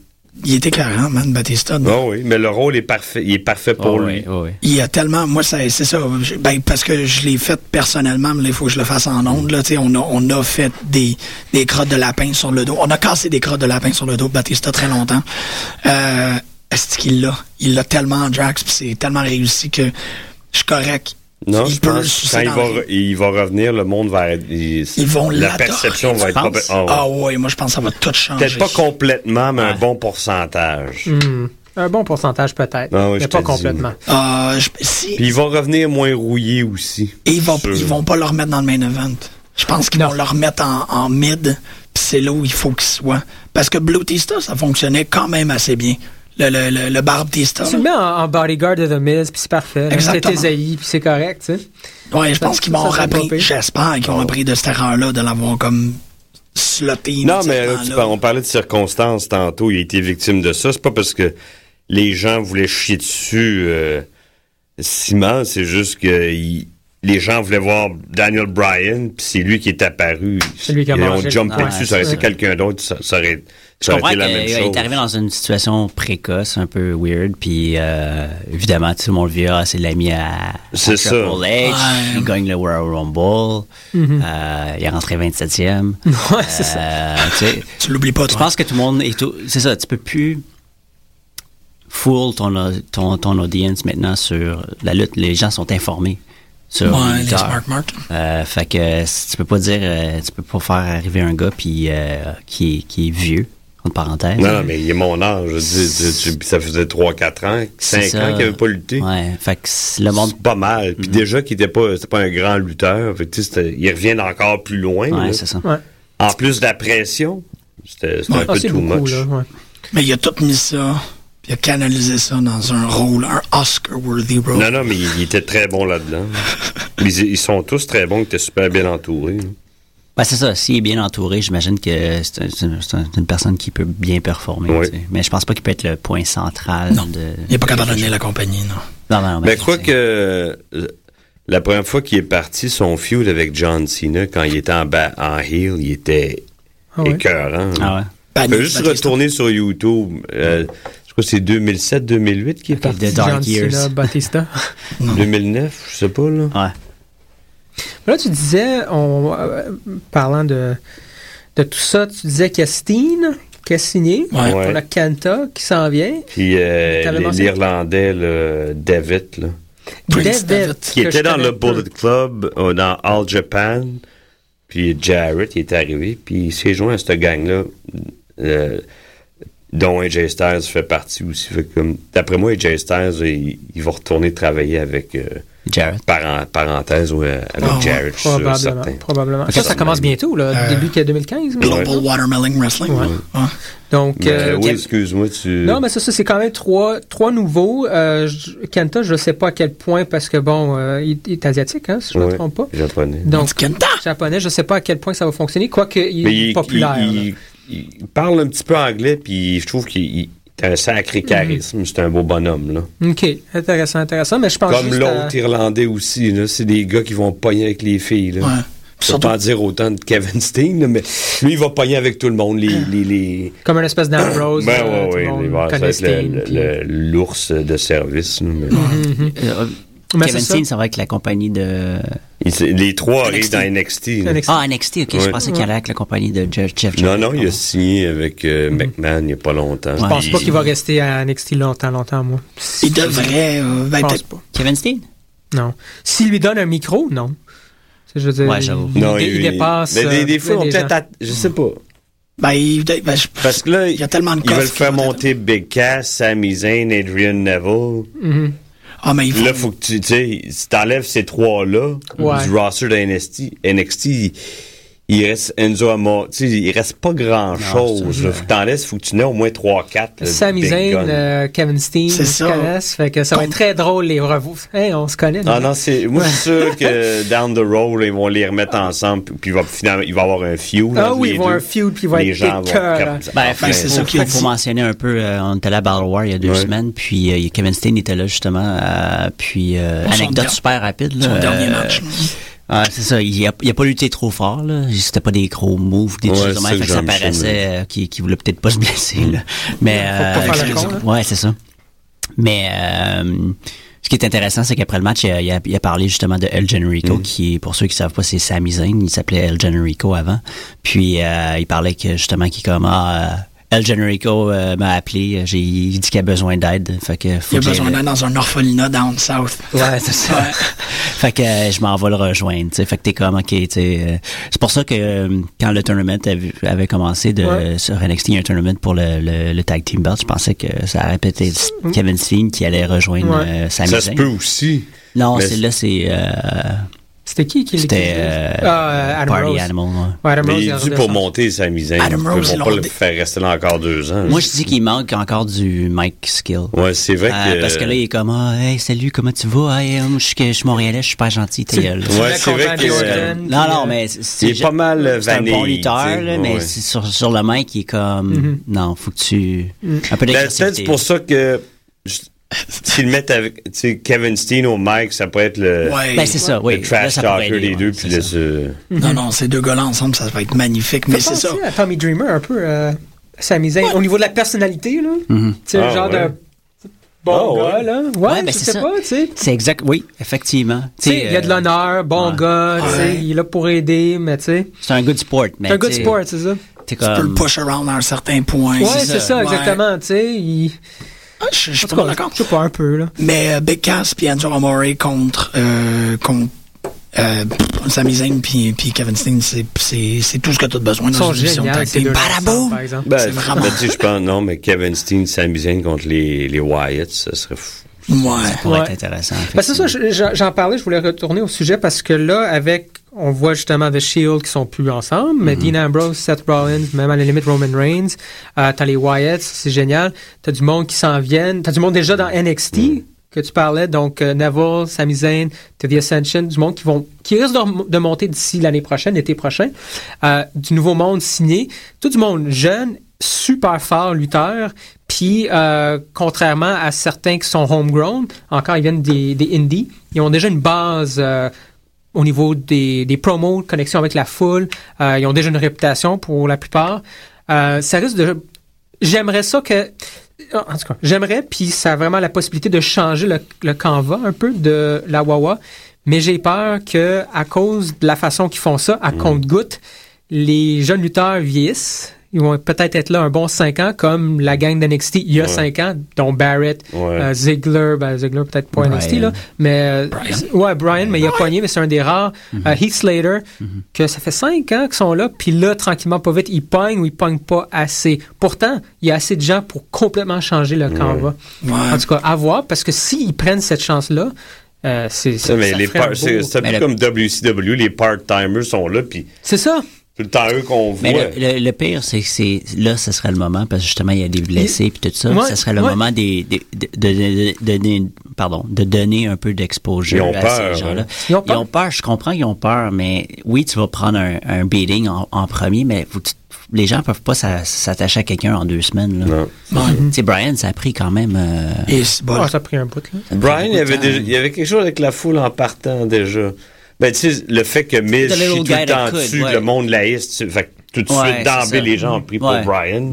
[SPEAKER 4] Il était éclairant, man, Batista.
[SPEAKER 7] Ah oui, mais le rôle est parfait, il est parfait pour
[SPEAKER 5] Ah
[SPEAKER 7] lui.
[SPEAKER 4] Il y a tellement, moi ça- c'est ça, je- ben, parce que je l'ai fait personnellement, mais il faut que je le fasse en ondes. Là, tu sais, on, a, on a fait des, des crottes de lapin sur le dos. On a cassé des crottes de lapin sur le dos de Batista très longtemps. Euh, Est-ce qu'il l'a? Il l'a tellement en drax, puis c'est tellement réussi que je suis correct.
[SPEAKER 7] Non,
[SPEAKER 4] Il
[SPEAKER 7] je
[SPEAKER 4] peut
[SPEAKER 7] pense
[SPEAKER 4] le-
[SPEAKER 7] que quand
[SPEAKER 4] c'est
[SPEAKER 7] il
[SPEAKER 4] dans-
[SPEAKER 7] va, il va revenir, le monde va être. il-
[SPEAKER 4] Ils vont
[SPEAKER 7] La
[SPEAKER 4] l'adorer,
[SPEAKER 7] perception
[SPEAKER 4] tu
[SPEAKER 7] va être.
[SPEAKER 6] penses?
[SPEAKER 7] compl- ah ouais.
[SPEAKER 4] Ah oui, moi je pense que ça va tout changer.
[SPEAKER 7] Peut-être pas complètement, mais un
[SPEAKER 6] Ouais.
[SPEAKER 7] bon pourcentage.
[SPEAKER 4] Mm.
[SPEAKER 5] Hmm. Un bon pourcentage peut-être,
[SPEAKER 7] Ah oui, je
[SPEAKER 5] mais
[SPEAKER 7] te
[SPEAKER 5] pas
[SPEAKER 7] dis.
[SPEAKER 5] complètement.
[SPEAKER 4] Ah, je- si,
[SPEAKER 7] Puis il va revenir moins rouillé aussi.
[SPEAKER 4] ils, vont,
[SPEAKER 7] Sûr.
[SPEAKER 4] ils vont pas le remettre dans le main event. Je pense qu'ils
[SPEAKER 5] Non.
[SPEAKER 4] vont le remettre en, en mid, puis c'est là où il faut qu'il soit. Parce que Blue Tista, ça fonctionnait quand même assez bien. Le, le, le, le Barb Tista.
[SPEAKER 5] Tu le mets en, en bodyguard de The Miz, puis c'est parfait. là. C'est
[SPEAKER 4] Exactement.
[SPEAKER 5] Esaïe, puis c'est correct, tu sais.
[SPEAKER 4] Ouais, je pense qu'ils
[SPEAKER 5] Ça,
[SPEAKER 4] m'ont
[SPEAKER 5] ça serait
[SPEAKER 4] rappris.
[SPEAKER 5] pas pire.
[SPEAKER 4] J'espère qu'ils ont
[SPEAKER 7] Ah.
[SPEAKER 4] appris de cette erreur-là, de l'avoir comme sloté.
[SPEAKER 7] Non, mais là,
[SPEAKER 4] inutilement,
[SPEAKER 7] tu
[SPEAKER 4] là.
[SPEAKER 7] par- on parlait de circonstances tantôt. Il a été victime de ça. C'est pas parce que les gens voulaient chier dessus euh, Simon, c'est juste que il- les gens voulaient voir Daniel Bryan, puis c'est lui qui est apparu.
[SPEAKER 5] C'est lui qui a
[SPEAKER 7] Ils ont
[SPEAKER 5] mangé le- Ah,
[SPEAKER 7] jumpé
[SPEAKER 6] Ouais,
[SPEAKER 7] dessus, ça aurait
[SPEAKER 5] c'est
[SPEAKER 7] été
[SPEAKER 5] ça.
[SPEAKER 7] quelqu'un d'autre, ça, ça aurait,
[SPEAKER 6] Je
[SPEAKER 7] ça aurait
[SPEAKER 6] comprends
[SPEAKER 7] été la même
[SPEAKER 6] qu'il
[SPEAKER 7] chose.
[SPEAKER 6] est arrivé dans une situation précoce, un peu weird, puis euh, évidemment, tout le monde le vit, ah, c'est l'ami à, à
[SPEAKER 7] C'est
[SPEAKER 6] Triple
[SPEAKER 7] ça.
[SPEAKER 6] H, il gagne le World Rumble,
[SPEAKER 4] Mm-hmm.
[SPEAKER 6] euh, il est rentré 27e.
[SPEAKER 5] Ouais,
[SPEAKER 7] Ah.
[SPEAKER 5] c'est ça.
[SPEAKER 6] Euh, tu sais,
[SPEAKER 4] Tu l'oublies pas,
[SPEAKER 6] je
[SPEAKER 4] toi.
[SPEAKER 6] pense que tout le monde est au- C'est ça, tu peux plus fool ton, au- ton, ton audience maintenant sur la lutte. Les gens sont informés sur
[SPEAKER 4] Ouais,
[SPEAKER 6] les
[SPEAKER 4] les
[SPEAKER 6] lutteurs.
[SPEAKER 4] Smart Mark.
[SPEAKER 6] Euh, fait que si tu peux pas dire, euh, tu peux pas faire arriver un gars puis euh, qui, est- qui est vieux, entre parenthèses.
[SPEAKER 7] Non, non, mais il est mon âge. Je dis, tu- tu- puis ça faisait 3-4 ans, 5
[SPEAKER 6] C'est ça.
[SPEAKER 7] ans qu'il n'avait pas lutté.
[SPEAKER 6] Ouais, fait que c- le monde. Mhm.
[SPEAKER 7] C'est pas mal. Puis déjà qu'il était pas, c'était pas un grand lutteur. Fait que, tu sais, c'était- il revient encore plus loin. là.
[SPEAKER 6] Ouais, c'est ça.
[SPEAKER 5] Ouais.
[SPEAKER 7] En plus de la pression, c'était c'était un
[SPEAKER 5] Ah,
[SPEAKER 7] peu
[SPEAKER 5] c'est
[SPEAKER 7] too
[SPEAKER 5] beaucoup,
[SPEAKER 7] much.
[SPEAKER 5] là. ouais.
[SPEAKER 4] Mais il a tout mis ça, puis il a canalisé ça dans un rôle, un Oscar-worthy rôle.
[SPEAKER 7] Non, non, mais il, il était très bon là-dedans. ils, ils sont tous très bons, ils étaient super bien entourés. là.
[SPEAKER 6] Ouais, Ben, c'est ça. S'il est bien entouré, j'imagine que c'est un- c'est un- c'est un- c'est une personne qui peut bien performer.
[SPEAKER 7] Oui.
[SPEAKER 6] tu sais. Mais je pense pas qu'il peut être le point central
[SPEAKER 4] Non.
[SPEAKER 6] de.
[SPEAKER 4] Il n'est pas capable de donner la compagnie, non.
[SPEAKER 6] Non, non, non,
[SPEAKER 7] Mais quoi
[SPEAKER 6] c'est-
[SPEAKER 7] Ben, que euh, la première fois qu'il est parti, son feud avec John Cena, quand il était en, bas, en heel, il était
[SPEAKER 5] Ah ouais.
[SPEAKER 7] écœurant. là.
[SPEAKER 6] Ah ouais.
[SPEAKER 4] Ben,
[SPEAKER 7] Faut
[SPEAKER 4] nous,
[SPEAKER 7] Euh, juste
[SPEAKER 4] Baptiste,
[SPEAKER 7] retourner sur YouTube. euh, je crois que c'est 2007-2008 qui est
[SPEAKER 6] Avec
[SPEAKER 7] parti.
[SPEAKER 6] The Dark
[SPEAKER 5] John Cena,
[SPEAKER 6] Years.
[SPEAKER 5] Batista.
[SPEAKER 7] 2009, je sais pas, là.
[SPEAKER 6] Ouais.
[SPEAKER 5] Là, tu disais, en parlant de, de tout ça, tu disais qu'il y a Steen qui a signé.
[SPEAKER 4] Ouais.
[SPEAKER 7] Ouais.
[SPEAKER 5] On a Kanta qui s'en vient.
[SPEAKER 7] Puis euh,
[SPEAKER 5] T'avais
[SPEAKER 7] les-
[SPEAKER 5] mentionné-
[SPEAKER 7] l'Irlandais, là, David, là,
[SPEAKER 4] Prince David.
[SPEAKER 5] Devitt,
[SPEAKER 7] qui
[SPEAKER 5] que
[SPEAKER 7] était
[SPEAKER 5] je
[SPEAKER 7] dans
[SPEAKER 5] connais
[SPEAKER 7] le
[SPEAKER 5] peu.
[SPEAKER 7] Bullet Club, euh, dans All Japan. Puis Jarrett, il est arrivé, puis il s'est joint à cette gang-là, euh, dont AJ Styles fait partie aussi. Fait que, comme, D'après moi, AJ Styles, euh, il, il va retourner travailler avec, euh,
[SPEAKER 6] Jarrett.
[SPEAKER 7] paran- parenthèse, ouais, avec
[SPEAKER 4] Ah ouais,
[SPEAKER 7] Jarrett, je suis sûr, certain.
[SPEAKER 5] Probablement. probablement. Ça, ça euh,
[SPEAKER 7] Certains.
[SPEAKER 5] commence bientôt, là, début que 2015. mais-
[SPEAKER 4] Global Watermelon Wrestling.
[SPEAKER 5] Ouais.
[SPEAKER 4] Ouais.
[SPEAKER 5] Donc,
[SPEAKER 7] Mais,
[SPEAKER 5] euh,
[SPEAKER 7] Ben oui, excuse-moi, tu...
[SPEAKER 5] Non, mais ça, ça c'est quand même trois, trois nouveaux. Euh, je- Kenta, je ne sais pas à quel point, parce que bon, euh, il, il est asiatique, hein, si je ne me
[SPEAKER 7] Ouais,
[SPEAKER 5] trompe pas.
[SPEAKER 7] japonais.
[SPEAKER 5] Donc,
[SPEAKER 4] Dit Kenta!
[SPEAKER 5] japonais, je ne sais pas à quel point ça va fonctionner, quoique il
[SPEAKER 7] Mais
[SPEAKER 5] est populaire. là.
[SPEAKER 7] il- il- il parle un petit peu anglais, puis je trouve qu'il il- il a un sacré
[SPEAKER 5] Mhm.
[SPEAKER 7] charisme. C'est un beau bonhomme, là.
[SPEAKER 5] OK, intéressant, intéressant, mais je pense
[SPEAKER 7] Comme
[SPEAKER 5] Ah, juste euh, à-
[SPEAKER 7] l'autre Irlandais aussi, là. C'est des gars qui vont pogner avec les filles, là.
[SPEAKER 4] Ouais.
[SPEAKER 7] Je peux
[SPEAKER 4] Surtout-
[SPEAKER 7] pas en dire autant de Kevin Steen, là, mais lui, il va pogner avec tout le monde. Les,
[SPEAKER 4] Ah.
[SPEAKER 7] les, les...
[SPEAKER 5] Comme un espèce d'Ambrose.
[SPEAKER 7] Ben,
[SPEAKER 5] euh,
[SPEAKER 7] ouais,
[SPEAKER 5] tout le
[SPEAKER 7] ouais,
[SPEAKER 5] monde
[SPEAKER 7] il va- ça va
[SPEAKER 5] connaît
[SPEAKER 7] être le-
[SPEAKER 5] Sting,
[SPEAKER 7] le-
[SPEAKER 5] puis- Mhm.
[SPEAKER 7] le- l'ours de service. là, mais-
[SPEAKER 6] Euh,
[SPEAKER 5] Mais
[SPEAKER 6] Kevin
[SPEAKER 5] c'est ça.
[SPEAKER 6] Steen, ça va être la compagnie de.
[SPEAKER 7] Il- c'est- les trois arrivent
[SPEAKER 4] NXT.
[SPEAKER 7] dans NXT. là.
[SPEAKER 5] NXT.
[SPEAKER 6] Ah, NXT, ok. Je
[SPEAKER 7] Ouais.
[SPEAKER 6] pensais qu'il allait avec la compagnie de Je- Jeff
[SPEAKER 7] Non,
[SPEAKER 6] Jarrett.
[SPEAKER 7] non, il a signé avec euh, McMahon il n'y a pas longtemps.
[SPEAKER 6] Je
[SPEAKER 5] Mm-hmm. Je pense
[SPEAKER 7] Puis-
[SPEAKER 5] pas qu'il va rester à NXT longtemps, longtemps, moi. Si-
[SPEAKER 4] Il devrait. euh, ben,
[SPEAKER 5] Je pense
[SPEAKER 4] peut-être-
[SPEAKER 5] pas.
[SPEAKER 6] Kevin Steen?
[SPEAKER 5] Non. S'il lui donne un micro, non. Je veux dire,
[SPEAKER 6] Ouais, j'avoue.
[SPEAKER 5] il,
[SPEAKER 7] Non,
[SPEAKER 5] il, il dépasse.
[SPEAKER 7] Mais des,
[SPEAKER 5] euh,
[SPEAKER 7] des fois, on
[SPEAKER 5] les gens.
[SPEAKER 7] peut-être. att- Je sais pas.
[SPEAKER 4] ben, il- ben, je-
[SPEAKER 7] Parce que là,
[SPEAKER 4] Il y a tellement de
[SPEAKER 7] ils
[SPEAKER 4] coffres
[SPEAKER 7] veulent
[SPEAKER 4] qui
[SPEAKER 7] faire
[SPEAKER 4] vont
[SPEAKER 7] monter Big Cass, Sami Zayn, Adrian Neville.
[SPEAKER 5] Mm-hmm.
[SPEAKER 4] Ah, mais il faut.
[SPEAKER 7] Là, faut que tu, tu sais, si t'enlèves ces trois-là
[SPEAKER 5] Ouais.
[SPEAKER 7] du roster de NXT, NXT, il, il reste Enzo Amor, tu sais, il reste pas grand-chose. là. Faut que t'en laisses, faut que tu n'aies au moins trois, quatre. là,
[SPEAKER 5] Sami
[SPEAKER 7] big
[SPEAKER 5] Zayn,
[SPEAKER 7] guns.
[SPEAKER 5] euh, Kevin Steen,
[SPEAKER 4] C'est
[SPEAKER 5] ils se
[SPEAKER 4] ça.
[SPEAKER 5] connaissent. Fait que ça va être très drôle les revoir. Hey, on se connaît. nous.
[SPEAKER 7] Ah non, c'est, moi, je suis sûr que down the road, ils vont les remettre ensemble, puis- puis il va, finalement, il va y avoir un feud.
[SPEAKER 5] Ah
[SPEAKER 7] entre
[SPEAKER 5] oui,
[SPEAKER 7] les
[SPEAKER 5] ils vont
[SPEAKER 7] deux.
[SPEAKER 5] un feud, puis il va
[SPEAKER 7] Les
[SPEAKER 5] être
[SPEAKER 7] gens vont Ah,
[SPEAKER 5] écœurant.
[SPEAKER 7] cap-
[SPEAKER 6] Ben,
[SPEAKER 7] enfin,
[SPEAKER 6] faut-
[SPEAKER 4] c'est ça
[SPEAKER 6] faut-
[SPEAKER 4] qu'il a
[SPEAKER 6] faut
[SPEAKER 4] dit.
[SPEAKER 6] mentionner un peu, euh, on était allé à Battle War il y a deux
[SPEAKER 7] Ouais.
[SPEAKER 6] semaines, puis euh, Kevin Steen était là justement, euh, puis euh,
[SPEAKER 4] Pour son
[SPEAKER 6] anecdote
[SPEAKER 4] dernier-
[SPEAKER 6] super rapide. Là,
[SPEAKER 4] Son dernier
[SPEAKER 6] euh,
[SPEAKER 4] match.
[SPEAKER 6] ah, c'est ça, il a, il a pas lutté trop fort, là. c'était pas des gros moves, des
[SPEAKER 7] Ouais,
[SPEAKER 6] choses de
[SPEAKER 7] c'est
[SPEAKER 6] même,
[SPEAKER 7] ça que
[SPEAKER 6] fait que ça
[SPEAKER 7] j'aime ça,
[SPEAKER 6] paraissait euh, qu'il qu'il voulait peut-être pas se blesser. Là.
[SPEAKER 7] Mm.
[SPEAKER 6] Mais,
[SPEAKER 5] Faut pas faire le
[SPEAKER 6] euh,
[SPEAKER 5] con, là.
[SPEAKER 6] ouais, c'est ça. Mais euh, ce qui est intéressant, c'est qu'après le match, il a, il a- il a parlé justement de El
[SPEAKER 7] Mm.
[SPEAKER 6] Generico, qui, pour ceux qui savent pas, c'est Sami Zayn. Il s'appelait El Generico avant. Puis euh, il parlait que justement qu'il comme ah, euh, El Generico euh, m'a appelé. J'ai il dit qu'il a besoin d'aide. Fait que faut
[SPEAKER 4] Il a
[SPEAKER 6] que j'aille
[SPEAKER 4] besoin
[SPEAKER 6] le-
[SPEAKER 4] d'aller dans un orphelinat down south.
[SPEAKER 6] Ouais, c'est ça. fait que euh, je m'en vais le rejoindre, tu sais. Fait que t'es comme, OK, tu sais. euh, c'est pour ça que euh, quand le tournament avait, avait commencé de, sur NXT, il y a un tournament pour le, le, le Tag Team Belt, je pensais que ça répétait Kevin Steen qui allait rejoindre
[SPEAKER 5] Ouais.
[SPEAKER 6] euh, Sami
[SPEAKER 7] Ça se
[SPEAKER 6] Zayn.
[SPEAKER 7] peut aussi.
[SPEAKER 6] Non,
[SPEAKER 7] mais-
[SPEAKER 6] c'est là, c'est... euh,
[SPEAKER 5] C'était qui qui
[SPEAKER 6] C'était
[SPEAKER 5] qui-
[SPEAKER 6] euh,
[SPEAKER 5] Ah, euh, Adam
[SPEAKER 6] Party
[SPEAKER 5] Rose.
[SPEAKER 6] Animal, ouais.
[SPEAKER 5] Ouais, Adam
[SPEAKER 7] Mais
[SPEAKER 5] Rose,
[SPEAKER 7] il
[SPEAKER 5] a
[SPEAKER 7] est dû
[SPEAKER 5] redescendu.
[SPEAKER 7] pour monter sa misère.
[SPEAKER 4] Adam
[SPEAKER 7] Ils ne
[SPEAKER 4] Rose, ils
[SPEAKER 7] vont
[SPEAKER 4] l'ont
[SPEAKER 7] pas le
[SPEAKER 4] dé-
[SPEAKER 7] faire rester là encore deux ans.
[SPEAKER 6] Moi, je dis qu'il manque encore du Mike Skill.
[SPEAKER 7] Ouais, c'est vrai
[SPEAKER 6] Ah,
[SPEAKER 7] que.
[SPEAKER 6] parce que là, il est comme, ah, hey, salut, comment tu vas? Hey, hum, je suis que- je suis montréalais, je suis pas gentil, ta gueule.
[SPEAKER 7] Ouais,
[SPEAKER 5] Tu
[SPEAKER 7] c'est
[SPEAKER 5] l'as
[SPEAKER 7] vrai
[SPEAKER 5] contre
[SPEAKER 7] que,
[SPEAKER 5] Randy
[SPEAKER 7] euh,
[SPEAKER 5] Orton,
[SPEAKER 6] Non,
[SPEAKER 5] puis,
[SPEAKER 6] non,
[SPEAKER 5] euh,
[SPEAKER 6] mais
[SPEAKER 7] il est pas mal
[SPEAKER 6] C'est un bon
[SPEAKER 7] vanille,
[SPEAKER 6] lutteur,
[SPEAKER 7] tu sais,
[SPEAKER 6] là,
[SPEAKER 7] ouais,
[SPEAKER 6] mais
[SPEAKER 7] ouais.
[SPEAKER 6] c'est sur, sur le main qui est comme.
[SPEAKER 5] Mhm.
[SPEAKER 6] Non, faut que tu. Un peu
[SPEAKER 7] Ben,
[SPEAKER 6] d'agressivité.
[SPEAKER 7] peut-être c'est pour ça que. je- S'ils le mettent avec. Tu sais, Kevin Steen au mic, ça pourrait être le.
[SPEAKER 4] Ouais.
[SPEAKER 6] Ben, c'est ça, oui.
[SPEAKER 7] le
[SPEAKER 6] Là,
[SPEAKER 7] trash
[SPEAKER 6] ça pourrait
[SPEAKER 7] talker
[SPEAKER 6] aider,
[SPEAKER 7] des
[SPEAKER 6] ouais,
[SPEAKER 7] deux,
[SPEAKER 6] c'est
[SPEAKER 7] puis le.
[SPEAKER 6] ça.
[SPEAKER 7] se-
[SPEAKER 4] Non, non, ces deux gars-là ensemble, ça va être magnifique, mais c'est
[SPEAKER 5] Pensez
[SPEAKER 4] ça.
[SPEAKER 5] à Tommy Dreamer, un peu, euh, Sami Zayn, au niveau de la personnalité, là.
[SPEAKER 6] Mm-hmm.
[SPEAKER 5] Tu sais, le
[SPEAKER 7] Ah,
[SPEAKER 5] genre
[SPEAKER 7] ouais.
[SPEAKER 5] de bon
[SPEAKER 7] Ah,
[SPEAKER 5] gars,
[SPEAKER 7] ouais.
[SPEAKER 5] là. Ouais,
[SPEAKER 6] Ouais, ben,
[SPEAKER 5] je
[SPEAKER 6] c'est
[SPEAKER 5] sais
[SPEAKER 6] ça.
[SPEAKER 5] pas, tu sais. Tu
[SPEAKER 6] C'est exact, oui, effectivement. Tu
[SPEAKER 5] sais,
[SPEAKER 6] sais,
[SPEAKER 5] il y a de
[SPEAKER 6] euh,
[SPEAKER 5] l'honneur, bon
[SPEAKER 6] ouais.
[SPEAKER 5] gars, tu sais,
[SPEAKER 4] Ouais.
[SPEAKER 5] il est là pour aider, mais tu sais.
[SPEAKER 6] C'est un good sport, mais.
[SPEAKER 5] C'est un good
[SPEAKER 6] Ben, tu sais,
[SPEAKER 5] sport, c'est ça.
[SPEAKER 4] Tu
[SPEAKER 6] t'es
[SPEAKER 4] peux
[SPEAKER 7] Euh.
[SPEAKER 6] comme-
[SPEAKER 4] le push around à un certain point.
[SPEAKER 5] Ouais, c'est ça,
[SPEAKER 4] Ouais.
[SPEAKER 5] exactement, tu sais. il-
[SPEAKER 4] Ah, je je suis
[SPEAKER 5] En tout
[SPEAKER 4] pas
[SPEAKER 5] cas,
[SPEAKER 4] d'accord.
[SPEAKER 5] Je sais pas, un peu, là.
[SPEAKER 4] Mais euh, Big Cass puis Angelo Amore contre, euh, contre euh, Sami Zayn puis, puis Kevin Steen, c'est- c'est c'est tout ce que tu as besoin
[SPEAKER 5] Ils
[SPEAKER 4] dans
[SPEAKER 5] sont
[SPEAKER 4] une émission
[SPEAKER 5] géniaux,
[SPEAKER 4] tag
[SPEAKER 5] ces
[SPEAKER 4] team.
[SPEAKER 5] deux-là,
[SPEAKER 4] Badaboum!
[SPEAKER 5] par exemple.
[SPEAKER 7] Ben,
[SPEAKER 4] C'est vraiment-
[SPEAKER 7] ben, tu sais, je pense, non, mais Kevin Steen, Sami Zayn contre les, les Wyatt, ça serait fou.
[SPEAKER 4] Ouais.
[SPEAKER 6] pourrait
[SPEAKER 5] Ouais.
[SPEAKER 6] être intéressant.
[SPEAKER 5] Ben, c'est ça, je- je- j'en parlais, je voulais retourner au sujet parce que là, avec, on voit justement The Shield qui sont plus ensemble, mais Dean Ambrose, Seth Rollins, même à la limite Roman Reigns, euh, t'as les Wyatt, c'est génial, t'as du monde qui s'en viennent, t'as du monde déjà dans NXT que tu parlais, donc euh, Neville, Sami Zayn, t'as The Ascension, du monde qui vont, qui risque de, rem- de monter d'ici l'année prochaine, l'été prochain, euh, du nouveau monde signé, tout du monde jeune, super fort lutteur, puis, euh, contrairement à certains qui sont homegrown, encore, ils viennent des, des indies. Ils ont déjà une base euh, au niveau des, des promos, de connexion avec la foule. Euh, ils ont déjà une réputation pour la plupart. Euh, ça risque de... J'aimerais ça que... euh, En tout cas, j'aimerais, puis ça a vraiment la possibilité de changer le, le canevas un peu de la Wawa. Mais j'ai peur que, à cause de la façon qu'ils font ça, à compte-goutte, les jeunes lutteurs vieillissent. Ils vont peut-être être là un bon 5 ans, comme la gang d'NXT il y a 5 ans, dont Barrett,
[SPEAKER 7] Ouais.
[SPEAKER 5] euh, Ziggler, ben, Ziggler peut-être pas NXT, là,
[SPEAKER 6] Bryan.
[SPEAKER 5] mais, Brian. ouais, Brian, mais il a poigné, mais c'est un des rares. Euh, Heath Slater, que ça fait 5 ans qu'ils sont là, puis là, tranquillement, pas vite, ils pognent ou ils pognent pas assez. Pourtant, il y a assez de gens pour complètement changer le canevas. En tout cas, à voir, parce que s'ils prennent cette chance-là, euh, c'est
[SPEAKER 7] Ça,
[SPEAKER 5] ça.
[SPEAKER 7] mais
[SPEAKER 5] ça
[SPEAKER 7] les
[SPEAKER 5] ferait un
[SPEAKER 7] par-
[SPEAKER 5] beau-
[SPEAKER 7] c'est c'est un
[SPEAKER 6] Mais
[SPEAKER 7] peu
[SPEAKER 6] le-
[SPEAKER 7] comme WCW, les part-timers sont là, puis
[SPEAKER 5] C'est ça.
[SPEAKER 7] tout le temps eux qu'on voit.
[SPEAKER 6] Mais le, le- le pire, c'est que c'est là, ce serait le moment parce que justement, il y a des blessés puis tout ça.
[SPEAKER 5] Ouais,
[SPEAKER 6] ce serait le
[SPEAKER 5] ouais.
[SPEAKER 6] moment des, des- de, de- de- de donner, pardon, de donner un peu d'exposure
[SPEAKER 7] Ils ont
[SPEAKER 6] à
[SPEAKER 7] peur,
[SPEAKER 6] ces gens-là.
[SPEAKER 7] hein.
[SPEAKER 5] Ils ont peur.
[SPEAKER 6] Je comprends qu'ils ont peur, mais oui, tu vas prendre un, un beating en, en premier, mais vous- tu- les gens peuvent pas s'a- s'attacher à quelqu'un en deux semaines. Là.
[SPEAKER 7] Non.
[SPEAKER 6] Tu sais, Brian, ça a pris quand même. euh,
[SPEAKER 4] Et c'est bon.
[SPEAKER 5] Ah, ça a pris un bout, là.
[SPEAKER 6] ça a pris
[SPEAKER 7] Brian, il y,
[SPEAKER 6] beaucoup de
[SPEAKER 7] avait
[SPEAKER 6] temps. hein.
[SPEAKER 7] déjà- il y avait quelque chose avec la foule en partant déjà. Ben, tu sais, le fait que Miz
[SPEAKER 6] The
[SPEAKER 7] chie
[SPEAKER 6] little
[SPEAKER 7] tout
[SPEAKER 6] guy that
[SPEAKER 7] le temps
[SPEAKER 6] could,
[SPEAKER 7] dessus,
[SPEAKER 6] ouais.
[SPEAKER 7] le monde laïste, tu- fait que tout de
[SPEAKER 6] Ouais,
[SPEAKER 7] suite,
[SPEAKER 6] c'est
[SPEAKER 7] d'emblée,
[SPEAKER 6] ça.
[SPEAKER 7] les gens ont pris pour
[SPEAKER 6] Ouais. Mm-hmm.
[SPEAKER 7] Brian.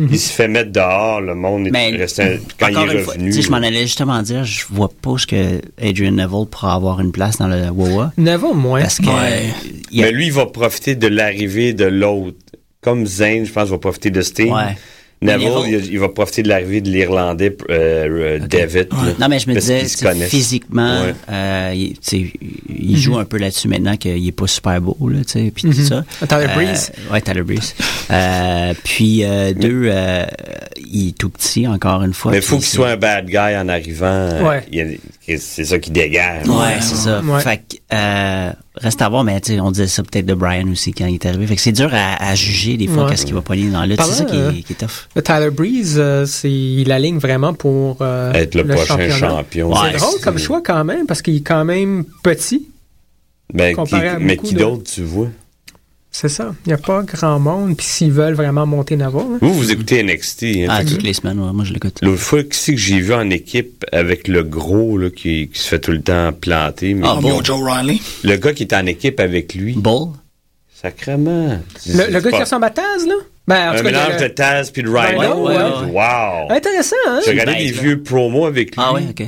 [SPEAKER 7] Il se fait mettre dehors, le monde
[SPEAKER 6] Mais
[SPEAKER 7] est resté, quand il
[SPEAKER 6] encore
[SPEAKER 7] est
[SPEAKER 6] une fois, tu
[SPEAKER 7] revenu.
[SPEAKER 6] sais, je m'en allais justement dire, je vois pas ce que Adrian Neville pourra avoir une place dans le WOA.
[SPEAKER 5] Neuf moins.
[SPEAKER 6] Parce que
[SPEAKER 4] Ouais.
[SPEAKER 6] il y a-
[SPEAKER 7] Mais lui, il va profiter de l'arrivée de l'autre. Comme Zane, je pense, va profiter de Sting.
[SPEAKER 6] Ouais.
[SPEAKER 7] Neville,
[SPEAKER 6] Neville-
[SPEAKER 7] il, a- il va profiter de l'arrivée de l'Irlandais, euh, euh, David. là,
[SPEAKER 6] Non, mais je me
[SPEAKER 7] parce
[SPEAKER 6] disais,
[SPEAKER 7] qu'ils se
[SPEAKER 6] tu sais,
[SPEAKER 7] connaissent.
[SPEAKER 6] physiquement,
[SPEAKER 7] Ouais.
[SPEAKER 6] euh, il, tu sais, il joue
[SPEAKER 5] Mhm.
[SPEAKER 6] un peu là-dessus maintenant qu'il est pas super beau, là, tu sais, puis tout ça.
[SPEAKER 5] Ah, Tyler
[SPEAKER 6] Euh,
[SPEAKER 5] Breeze.
[SPEAKER 6] Ouais, Tyler Breeze. Euh, puis, euh, deux, euh, il est tout petit, encore une fois.
[SPEAKER 7] Mais il faut
[SPEAKER 6] puis
[SPEAKER 7] qu'il
[SPEAKER 6] c'est-
[SPEAKER 7] soit un bad guy en arrivant. euh,
[SPEAKER 5] Ouais.
[SPEAKER 7] il y a- C'est ça qui dégage.
[SPEAKER 6] Ouais, c'est ça.
[SPEAKER 5] Ouais.
[SPEAKER 6] Fait que, euh, reste à voir, mais tu sais, on disait ça peut-être de Brian aussi quand il est arrivé. Fait que c'est dur à, à juger des fois
[SPEAKER 5] Ouais.
[SPEAKER 6] qu'est-ce qu'il va pogner dans le C'est
[SPEAKER 5] Parlant,
[SPEAKER 6] ça qui
[SPEAKER 5] euh,
[SPEAKER 6] est, qui est tough.
[SPEAKER 5] Le Tyler Breeze, euh, c'est, il aligne vraiment pour euh,
[SPEAKER 7] Être le, prochain
[SPEAKER 5] championnat.
[SPEAKER 7] champion.
[SPEAKER 6] Ouais.
[SPEAKER 5] C'est drôle comme choix quand même, parce qu'il est quand même petit.
[SPEAKER 7] Ben, qui-
[SPEAKER 5] comparé à
[SPEAKER 7] mais
[SPEAKER 5] beaucoup
[SPEAKER 7] qui
[SPEAKER 5] de-
[SPEAKER 7] d'autre, tu vois?
[SPEAKER 5] C'est ça. Il n'y a pas grand monde. Puis s'ils veulent vraiment monter Nava, hein.
[SPEAKER 7] Vous, vous écoutez NXT. hein,
[SPEAKER 6] Ah,
[SPEAKER 7] fait que
[SPEAKER 6] toutes les semaines, ouais, moi je l'écoute.
[SPEAKER 7] L'autre fois, qui c'est que j'ai vu en équipe avec le gros là, qui, qui se fait tout le temps planter? Mais
[SPEAKER 6] Ah,
[SPEAKER 4] Oh,
[SPEAKER 6] bon.
[SPEAKER 4] yo, Joe Riley.
[SPEAKER 7] Le gars qui est en équipe avec lui,
[SPEAKER 6] Bull?
[SPEAKER 7] sacrément.
[SPEAKER 5] le, le gars qui ressemble à Taz, là? Ben, en
[SPEAKER 7] Un
[SPEAKER 5] tout cas,
[SPEAKER 7] mélange
[SPEAKER 5] le-
[SPEAKER 7] de Taz puis de Rhino. hein.
[SPEAKER 5] Rhino, ouais,
[SPEAKER 6] ouais.
[SPEAKER 7] Wow!
[SPEAKER 5] Intéressant, hein?
[SPEAKER 7] J'ai regardé
[SPEAKER 6] bête,
[SPEAKER 7] des
[SPEAKER 6] là.
[SPEAKER 7] vieux promos avec lui.
[SPEAKER 6] Ah ouais, ok.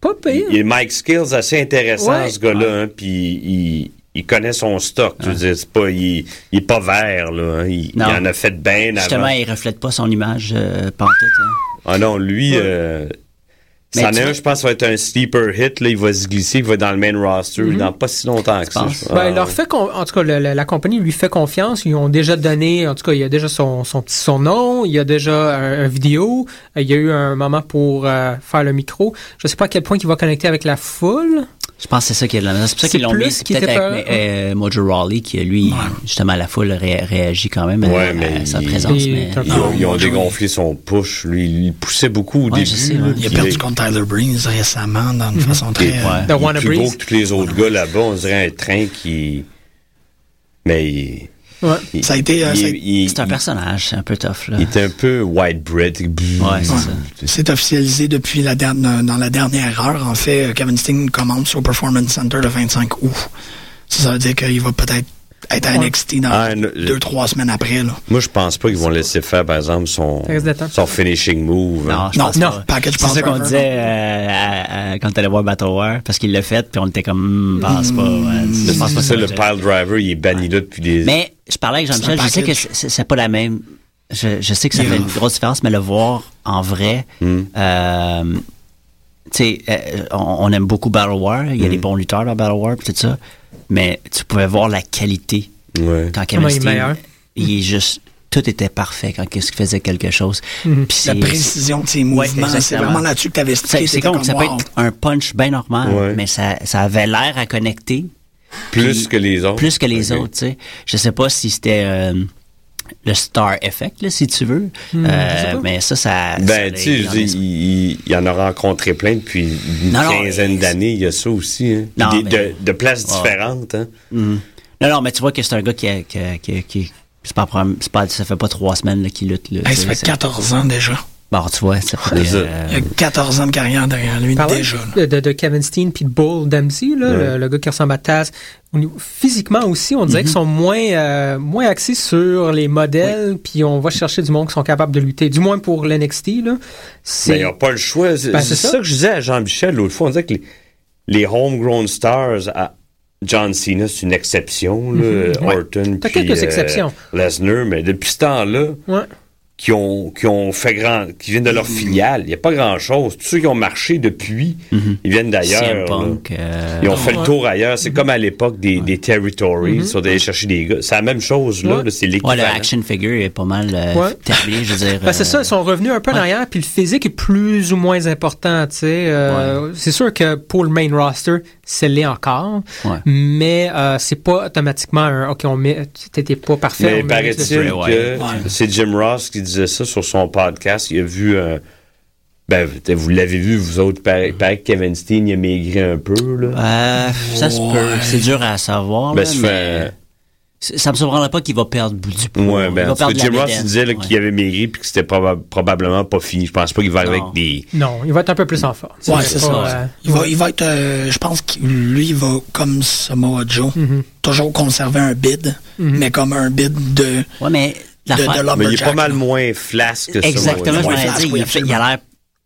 [SPEAKER 5] Pas pire.
[SPEAKER 7] Il est Mike Skills assez intéressant,
[SPEAKER 5] Ouais.
[SPEAKER 7] ce gars-là. hein, puis il, il connaît son stock. Tu veux dire, c'est pas, il, il est pas vert, là. hein. Il, il
[SPEAKER 6] Non.
[SPEAKER 7] en a fait bien
[SPEAKER 6] Justement,
[SPEAKER 7] avant.
[SPEAKER 6] il reflète pas son image euh, pantoute. hein.
[SPEAKER 7] Ah non, lui, euh,
[SPEAKER 6] Mais
[SPEAKER 7] c'en
[SPEAKER 6] tu
[SPEAKER 7] est
[SPEAKER 6] vois-
[SPEAKER 7] un, je pense, va être un sleeper hit. Là, il va se glisser, il va être dans le main roster dans pas si longtemps que ça.
[SPEAKER 6] penses?
[SPEAKER 7] je pense.
[SPEAKER 5] Mm-hmm. Ben, il leur fait con- en tout cas, le- le- la compagnie lui fait confiance. Ils ont déjà donné, en tout cas, il y a déjà son, son petit surnom, il y a déjà un, un vidéo, euh, il y a eu un moment pour euh, faire le micro. Je sais pas à quel point il va connecter avec la foule.
[SPEAKER 6] Je pense que c'est ça qui est là. C'est pour ça
[SPEAKER 5] C'est
[SPEAKER 6] qu'ils l'ont
[SPEAKER 5] plus
[SPEAKER 6] mis. C'est
[SPEAKER 5] qu'il
[SPEAKER 6] peut-être
[SPEAKER 5] était
[SPEAKER 6] avec
[SPEAKER 5] peur.
[SPEAKER 6] euh, Mojo Rawley qui, lui, justement, la foule ré- réagit quand même à-
[SPEAKER 7] Ouais,
[SPEAKER 6] à,
[SPEAKER 7] mais
[SPEAKER 6] sa
[SPEAKER 7] il-
[SPEAKER 6] présence.
[SPEAKER 5] il-
[SPEAKER 6] mais-
[SPEAKER 5] t'as-
[SPEAKER 7] Ah, Ils ont, ils ont dégonflé son push. Lui, il poussait beaucoup au
[SPEAKER 6] Ouais, je
[SPEAKER 7] début.
[SPEAKER 6] sais,
[SPEAKER 7] là,
[SPEAKER 6] ouais.
[SPEAKER 7] puis
[SPEAKER 4] Il a perdu contre Tyler Breeze récemment dans une façon
[SPEAKER 7] il est-
[SPEAKER 4] très. euh,
[SPEAKER 6] Mhm. Ouais.
[SPEAKER 5] The
[SPEAKER 7] Ah, il est
[SPEAKER 5] Wanna
[SPEAKER 7] plus gros
[SPEAKER 5] Breeze.
[SPEAKER 7] que tous les autres gars là-bas. On dirait un train qui. Mais il.
[SPEAKER 5] Ouais.
[SPEAKER 7] il-
[SPEAKER 4] Ça a été, euh,
[SPEAKER 7] il-
[SPEAKER 4] ça a-
[SPEAKER 7] il-
[SPEAKER 6] C'est un
[SPEAKER 7] il-
[SPEAKER 6] personnage, c'est un peu tough. Là.
[SPEAKER 7] Il était un peu white bread.
[SPEAKER 6] Ouais, c'est ça.
[SPEAKER 4] euh, C'est officialisé depuis la dernière, dans la dernière heure. En fait, euh, Kevin Steen commence au Performance Center le 25 août. Ça, ça veut dire qu'il va peut-être être à NXT dans
[SPEAKER 7] Ah,
[SPEAKER 6] euh,
[SPEAKER 7] non,
[SPEAKER 4] deux, trois semaines après. Là.
[SPEAKER 7] Moi, je pense pas qu'ils vont laisser faire, par exemple, son,
[SPEAKER 5] Ça reste d'attendre.
[SPEAKER 7] son finishing move. hein.
[SPEAKER 6] Non, je
[SPEAKER 4] Non,
[SPEAKER 6] pense
[SPEAKER 4] non,
[SPEAKER 6] pas.
[SPEAKER 4] package
[SPEAKER 6] C'est
[SPEAKER 4] power.
[SPEAKER 6] ça qu'on disait euh, à- à- quand t'allais voir Battle War, parce qu'il l'a fait, puis on était comme, hmm, pense pas. ouais,
[SPEAKER 7] C'est
[SPEAKER 6] je pense pas
[SPEAKER 7] ça, le
[SPEAKER 6] je-
[SPEAKER 7] pile driver, il est banni là depuis des.
[SPEAKER 6] Mais je parlais avec Jean-Michel,
[SPEAKER 4] C'est un
[SPEAKER 6] je sais que
[SPEAKER 4] package.
[SPEAKER 6] c'est c'est pas la même. Je, je sais que ça
[SPEAKER 4] Il est
[SPEAKER 6] fait une
[SPEAKER 4] rough.
[SPEAKER 6] grosse différence, mais le voir en vrai, euh, tu sais, euh, on, on aime beaucoup Battle War, il y a des bons lutteurs dans Battle War, puis tout ça, mais tu pouvais voir la qualité
[SPEAKER 7] Ouais.
[SPEAKER 6] quand Kevin
[SPEAKER 5] Ah, il est
[SPEAKER 6] Steen,
[SPEAKER 5] meilleur.
[SPEAKER 6] il est juste, tout était parfait quand il faisait quelque chose.
[SPEAKER 5] Hmm.
[SPEAKER 6] Puis
[SPEAKER 4] La
[SPEAKER 6] c'est-
[SPEAKER 4] précision de ses
[SPEAKER 6] Ouais,
[SPEAKER 4] mouvements, c'est
[SPEAKER 6] exactement.
[SPEAKER 4] vraiment là-dessus que tu avais
[SPEAKER 6] c'est- C'est con, ça peut être un punch bien normal,
[SPEAKER 7] Ouais.
[SPEAKER 6] mais ça, ça avait l'air à connecter,
[SPEAKER 7] Plus
[SPEAKER 6] Puis-
[SPEAKER 7] que les autres.
[SPEAKER 6] plus que les
[SPEAKER 7] Ok.
[SPEAKER 6] autres, tu sais. Je sais pas si c'était euh, le star effect, là, si tu veux. Euh,
[SPEAKER 5] Hmm, je sais pas.
[SPEAKER 6] mais ça, ça. ça,
[SPEAKER 7] Ben, tu sais,
[SPEAKER 6] il
[SPEAKER 7] je
[SPEAKER 6] en
[SPEAKER 7] dis,
[SPEAKER 6] est-
[SPEAKER 7] il, il- il en a rencontré plein depuis une
[SPEAKER 6] Non, non,
[SPEAKER 7] quinzaine
[SPEAKER 6] mais-
[SPEAKER 7] d'années, il y a ça aussi. Hein.
[SPEAKER 6] Non,
[SPEAKER 7] Des-
[SPEAKER 6] mais-
[SPEAKER 7] de, de places
[SPEAKER 6] Ouais.
[SPEAKER 7] différentes. Hein.
[SPEAKER 6] Non, non, mais tu vois que c'est un gars qui. a- qui, a- qui, qui- c'est pas, un problème- c'est pas, ça fait pas trois semaines là, qu'il lutte. Là, tu
[SPEAKER 4] ça
[SPEAKER 6] sais,
[SPEAKER 4] fait
[SPEAKER 6] c'est-
[SPEAKER 4] 14 ans déjà.
[SPEAKER 6] Bon, tu vois, ça fait.
[SPEAKER 7] C'est ça.
[SPEAKER 6] euh,
[SPEAKER 4] Il a 14 ans de carrière derrière lui
[SPEAKER 5] Parlant
[SPEAKER 4] déjà. là.
[SPEAKER 5] de, de- de Kevin Steen puis de Bull Dempsey, là, le, le gars qui ressemble à Taz, au niveau- physiquement aussi, on
[SPEAKER 6] Mhm.
[SPEAKER 5] dirait qu'ils sont moins, euh, moins axés sur les modèles, puis on va chercher du monde qui sont capables de lutter, du moins pour l'NXT. là. C'est-
[SPEAKER 7] Mais ils n'ont pas le choix. C'est
[SPEAKER 5] Ben,
[SPEAKER 7] c'est
[SPEAKER 5] c'est
[SPEAKER 7] ça.
[SPEAKER 5] ça.
[SPEAKER 7] que je disais à Jean-Michel l'autre fois. On disait que les, les homegrown stars à John Cena, c'est une exception. Là, Orton,
[SPEAKER 5] Mm-hmm. T'as
[SPEAKER 7] puis,
[SPEAKER 5] quelques
[SPEAKER 7] euh,
[SPEAKER 5] exceptions.
[SPEAKER 7] Lesnar, mais depuis ce temps-là,
[SPEAKER 5] Ouais.
[SPEAKER 7] qui ont, qui ont fait grand, qui viennent de leur
[SPEAKER 5] Mm-hmm.
[SPEAKER 7] filiale. Il n'y a pas grand-chose. Tous ceux qui ont marché depuis,
[SPEAKER 5] Mm-hmm.
[SPEAKER 7] ils viennent
[SPEAKER 6] CM
[SPEAKER 7] d'ailleurs.
[SPEAKER 6] Punk.
[SPEAKER 7] là.
[SPEAKER 6] euh,
[SPEAKER 7] Ils ont fait le tour ailleurs. C'est comme à l'époque des, des territories. Ils sont allés chercher des gars. C'est la même chose, là.
[SPEAKER 5] Mm-hmm. Ouais.
[SPEAKER 7] là, c'est
[SPEAKER 6] ouais, le
[SPEAKER 7] l'équivalent.
[SPEAKER 6] action figure est pas mal euh,
[SPEAKER 5] Ouais.
[SPEAKER 6] terminé, je veux dire.
[SPEAKER 5] Ben, c'est ça,
[SPEAKER 6] euh,
[SPEAKER 5] ils sont revenus un peu en
[SPEAKER 6] ouais.
[SPEAKER 5] arrière, puis le physique est plus ou moins important, tu sais. Euh, C'est sûr que pour le main roster, c'est l'est encore,
[SPEAKER 6] Ouais.
[SPEAKER 5] mais euh, c'est pas automatiquement un « OK, on met... T'étais pas parfait. on
[SPEAKER 7] Mais
[SPEAKER 5] met-
[SPEAKER 7] paraît-il
[SPEAKER 6] Bray
[SPEAKER 7] que
[SPEAKER 6] Wyatt.
[SPEAKER 7] c'est Jim Ross qui disait ça sur son podcast. Il a vu un. Ben, vous l'avez vu, vous autres, pareil, pareil que Kevin Steen, il a maigri un peu, là.
[SPEAKER 6] Euh, ça se peut. C'est dur à savoir.
[SPEAKER 7] Ben,
[SPEAKER 6] là,
[SPEAKER 7] ça
[SPEAKER 6] mais
[SPEAKER 7] fait-
[SPEAKER 6] c- ça me surprendrait pas qu'il va perdre du poids.
[SPEAKER 7] Ouais,
[SPEAKER 6] il
[SPEAKER 7] ben,
[SPEAKER 6] va
[SPEAKER 7] en tout cas,
[SPEAKER 6] perdre de la
[SPEAKER 7] Jim Ross il
[SPEAKER 6] bédaine.
[SPEAKER 7] disait là,
[SPEAKER 6] Ouais.
[SPEAKER 7] qu'il avait maigri puis que c'était proba- probablement pas fini. Je pense pas qu'il va arriver
[SPEAKER 6] Non.
[SPEAKER 7] avec des.
[SPEAKER 5] Non, il va être un peu plus en forme.
[SPEAKER 4] Ouais,
[SPEAKER 5] C'est
[SPEAKER 4] c'est
[SPEAKER 5] pas,
[SPEAKER 4] ça.
[SPEAKER 5] euh,
[SPEAKER 4] Il va, il va être, euh, je pense que lui il va comme Samoa Joe, toujours conserver un bid, mais comme un bid de,
[SPEAKER 6] Ouais, mais
[SPEAKER 4] de,
[SPEAKER 6] l'affaire-
[SPEAKER 4] de
[SPEAKER 7] Mais il est
[SPEAKER 4] lumberjack,
[SPEAKER 7] pas mal
[SPEAKER 4] là.
[SPEAKER 7] moins flasque que ça.
[SPEAKER 6] Exactement,
[SPEAKER 7] Ah, ouais.
[SPEAKER 6] je
[SPEAKER 4] Ouais,
[SPEAKER 6] m'en ai
[SPEAKER 4] flasque,
[SPEAKER 6] dit.
[SPEAKER 4] oui,
[SPEAKER 6] Il fait- Il a l'air.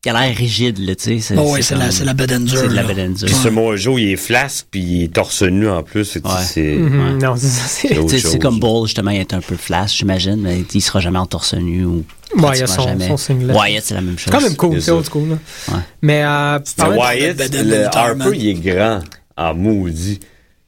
[SPEAKER 6] Il a l'air rigide, là, tu sais. c'est-
[SPEAKER 4] Ouais, ouais, c'est la-
[SPEAKER 6] comme-
[SPEAKER 4] c'est la bedaine dure,
[SPEAKER 6] C'est de la
[SPEAKER 4] là.
[SPEAKER 6] bedaine dure.
[SPEAKER 7] Puis ce Mojo, il est flasque, puis il est torse nu en plus. Fait que
[SPEAKER 6] Ouais.
[SPEAKER 7] C'est
[SPEAKER 5] hum, Non, c'est ça. c'est-
[SPEAKER 7] autre
[SPEAKER 6] Tu sais, C'est
[SPEAKER 7] chose.
[SPEAKER 6] comme Ball, justement, il est un peu flash, j'imagine, mais il sera jamais en torse nu ou.
[SPEAKER 5] Ouais, il a
[SPEAKER 6] pratiquement
[SPEAKER 5] son-
[SPEAKER 6] jamais.
[SPEAKER 5] son singlet.
[SPEAKER 6] Wyatt, c'est la même
[SPEAKER 5] C'est
[SPEAKER 6] chose.
[SPEAKER 5] quand même cool,
[SPEAKER 7] c'est
[SPEAKER 5] c'est
[SPEAKER 7] ça.
[SPEAKER 5] old school. Là.
[SPEAKER 6] Ouais.
[SPEAKER 5] Mais euh,
[SPEAKER 7] Mais
[SPEAKER 5] parlant-
[SPEAKER 7] Wyatt,
[SPEAKER 4] de- de- de-
[SPEAKER 7] le
[SPEAKER 4] de-
[SPEAKER 7] Harper,
[SPEAKER 4] de-
[SPEAKER 7] il est grand en maudit.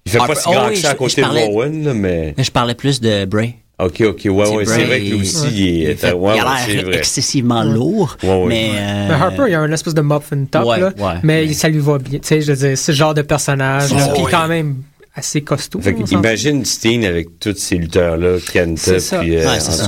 [SPEAKER 7] Il fait pas
[SPEAKER 6] Harper-
[SPEAKER 7] si grand
[SPEAKER 6] oh,
[SPEAKER 7] que
[SPEAKER 6] oui,
[SPEAKER 7] ça à
[SPEAKER 6] je-
[SPEAKER 7] côté
[SPEAKER 6] je parlais-
[SPEAKER 7] de Rowan, là, mais.
[SPEAKER 6] Je parlais plus de Bray.
[SPEAKER 7] Ok, ok, ouais, ouais, c'est
[SPEAKER 6] Bray,
[SPEAKER 7] vrai que lui aussi, il est. euh,
[SPEAKER 6] fait-
[SPEAKER 7] ouais,
[SPEAKER 6] il
[SPEAKER 7] ouais,
[SPEAKER 6] a
[SPEAKER 7] c'est
[SPEAKER 6] l'air
[SPEAKER 7] vrai.
[SPEAKER 6] excessivement lourd,
[SPEAKER 7] Ouais, ouais.
[SPEAKER 6] mais.
[SPEAKER 5] mais
[SPEAKER 6] euh,
[SPEAKER 5] Harper, il a un espèce de muffin top,
[SPEAKER 6] Ouais,
[SPEAKER 5] là,
[SPEAKER 6] ouais,
[SPEAKER 5] mais
[SPEAKER 6] ouais.
[SPEAKER 5] ça lui va bien. Tu sais, je veux dire, c'est le genre de personnage,
[SPEAKER 4] Ouais,
[SPEAKER 5] là, puis
[SPEAKER 4] ouais.
[SPEAKER 5] quand même assez costaud.
[SPEAKER 7] Fait
[SPEAKER 5] là, on
[SPEAKER 7] que
[SPEAKER 5] s'entend.
[SPEAKER 7] imagine Steen avec tous ces lutteurs-là, Kenta,
[SPEAKER 5] C'est ça.
[SPEAKER 7] puis. euh,
[SPEAKER 6] Ouais, c'est
[SPEAKER 7] en
[SPEAKER 6] ça.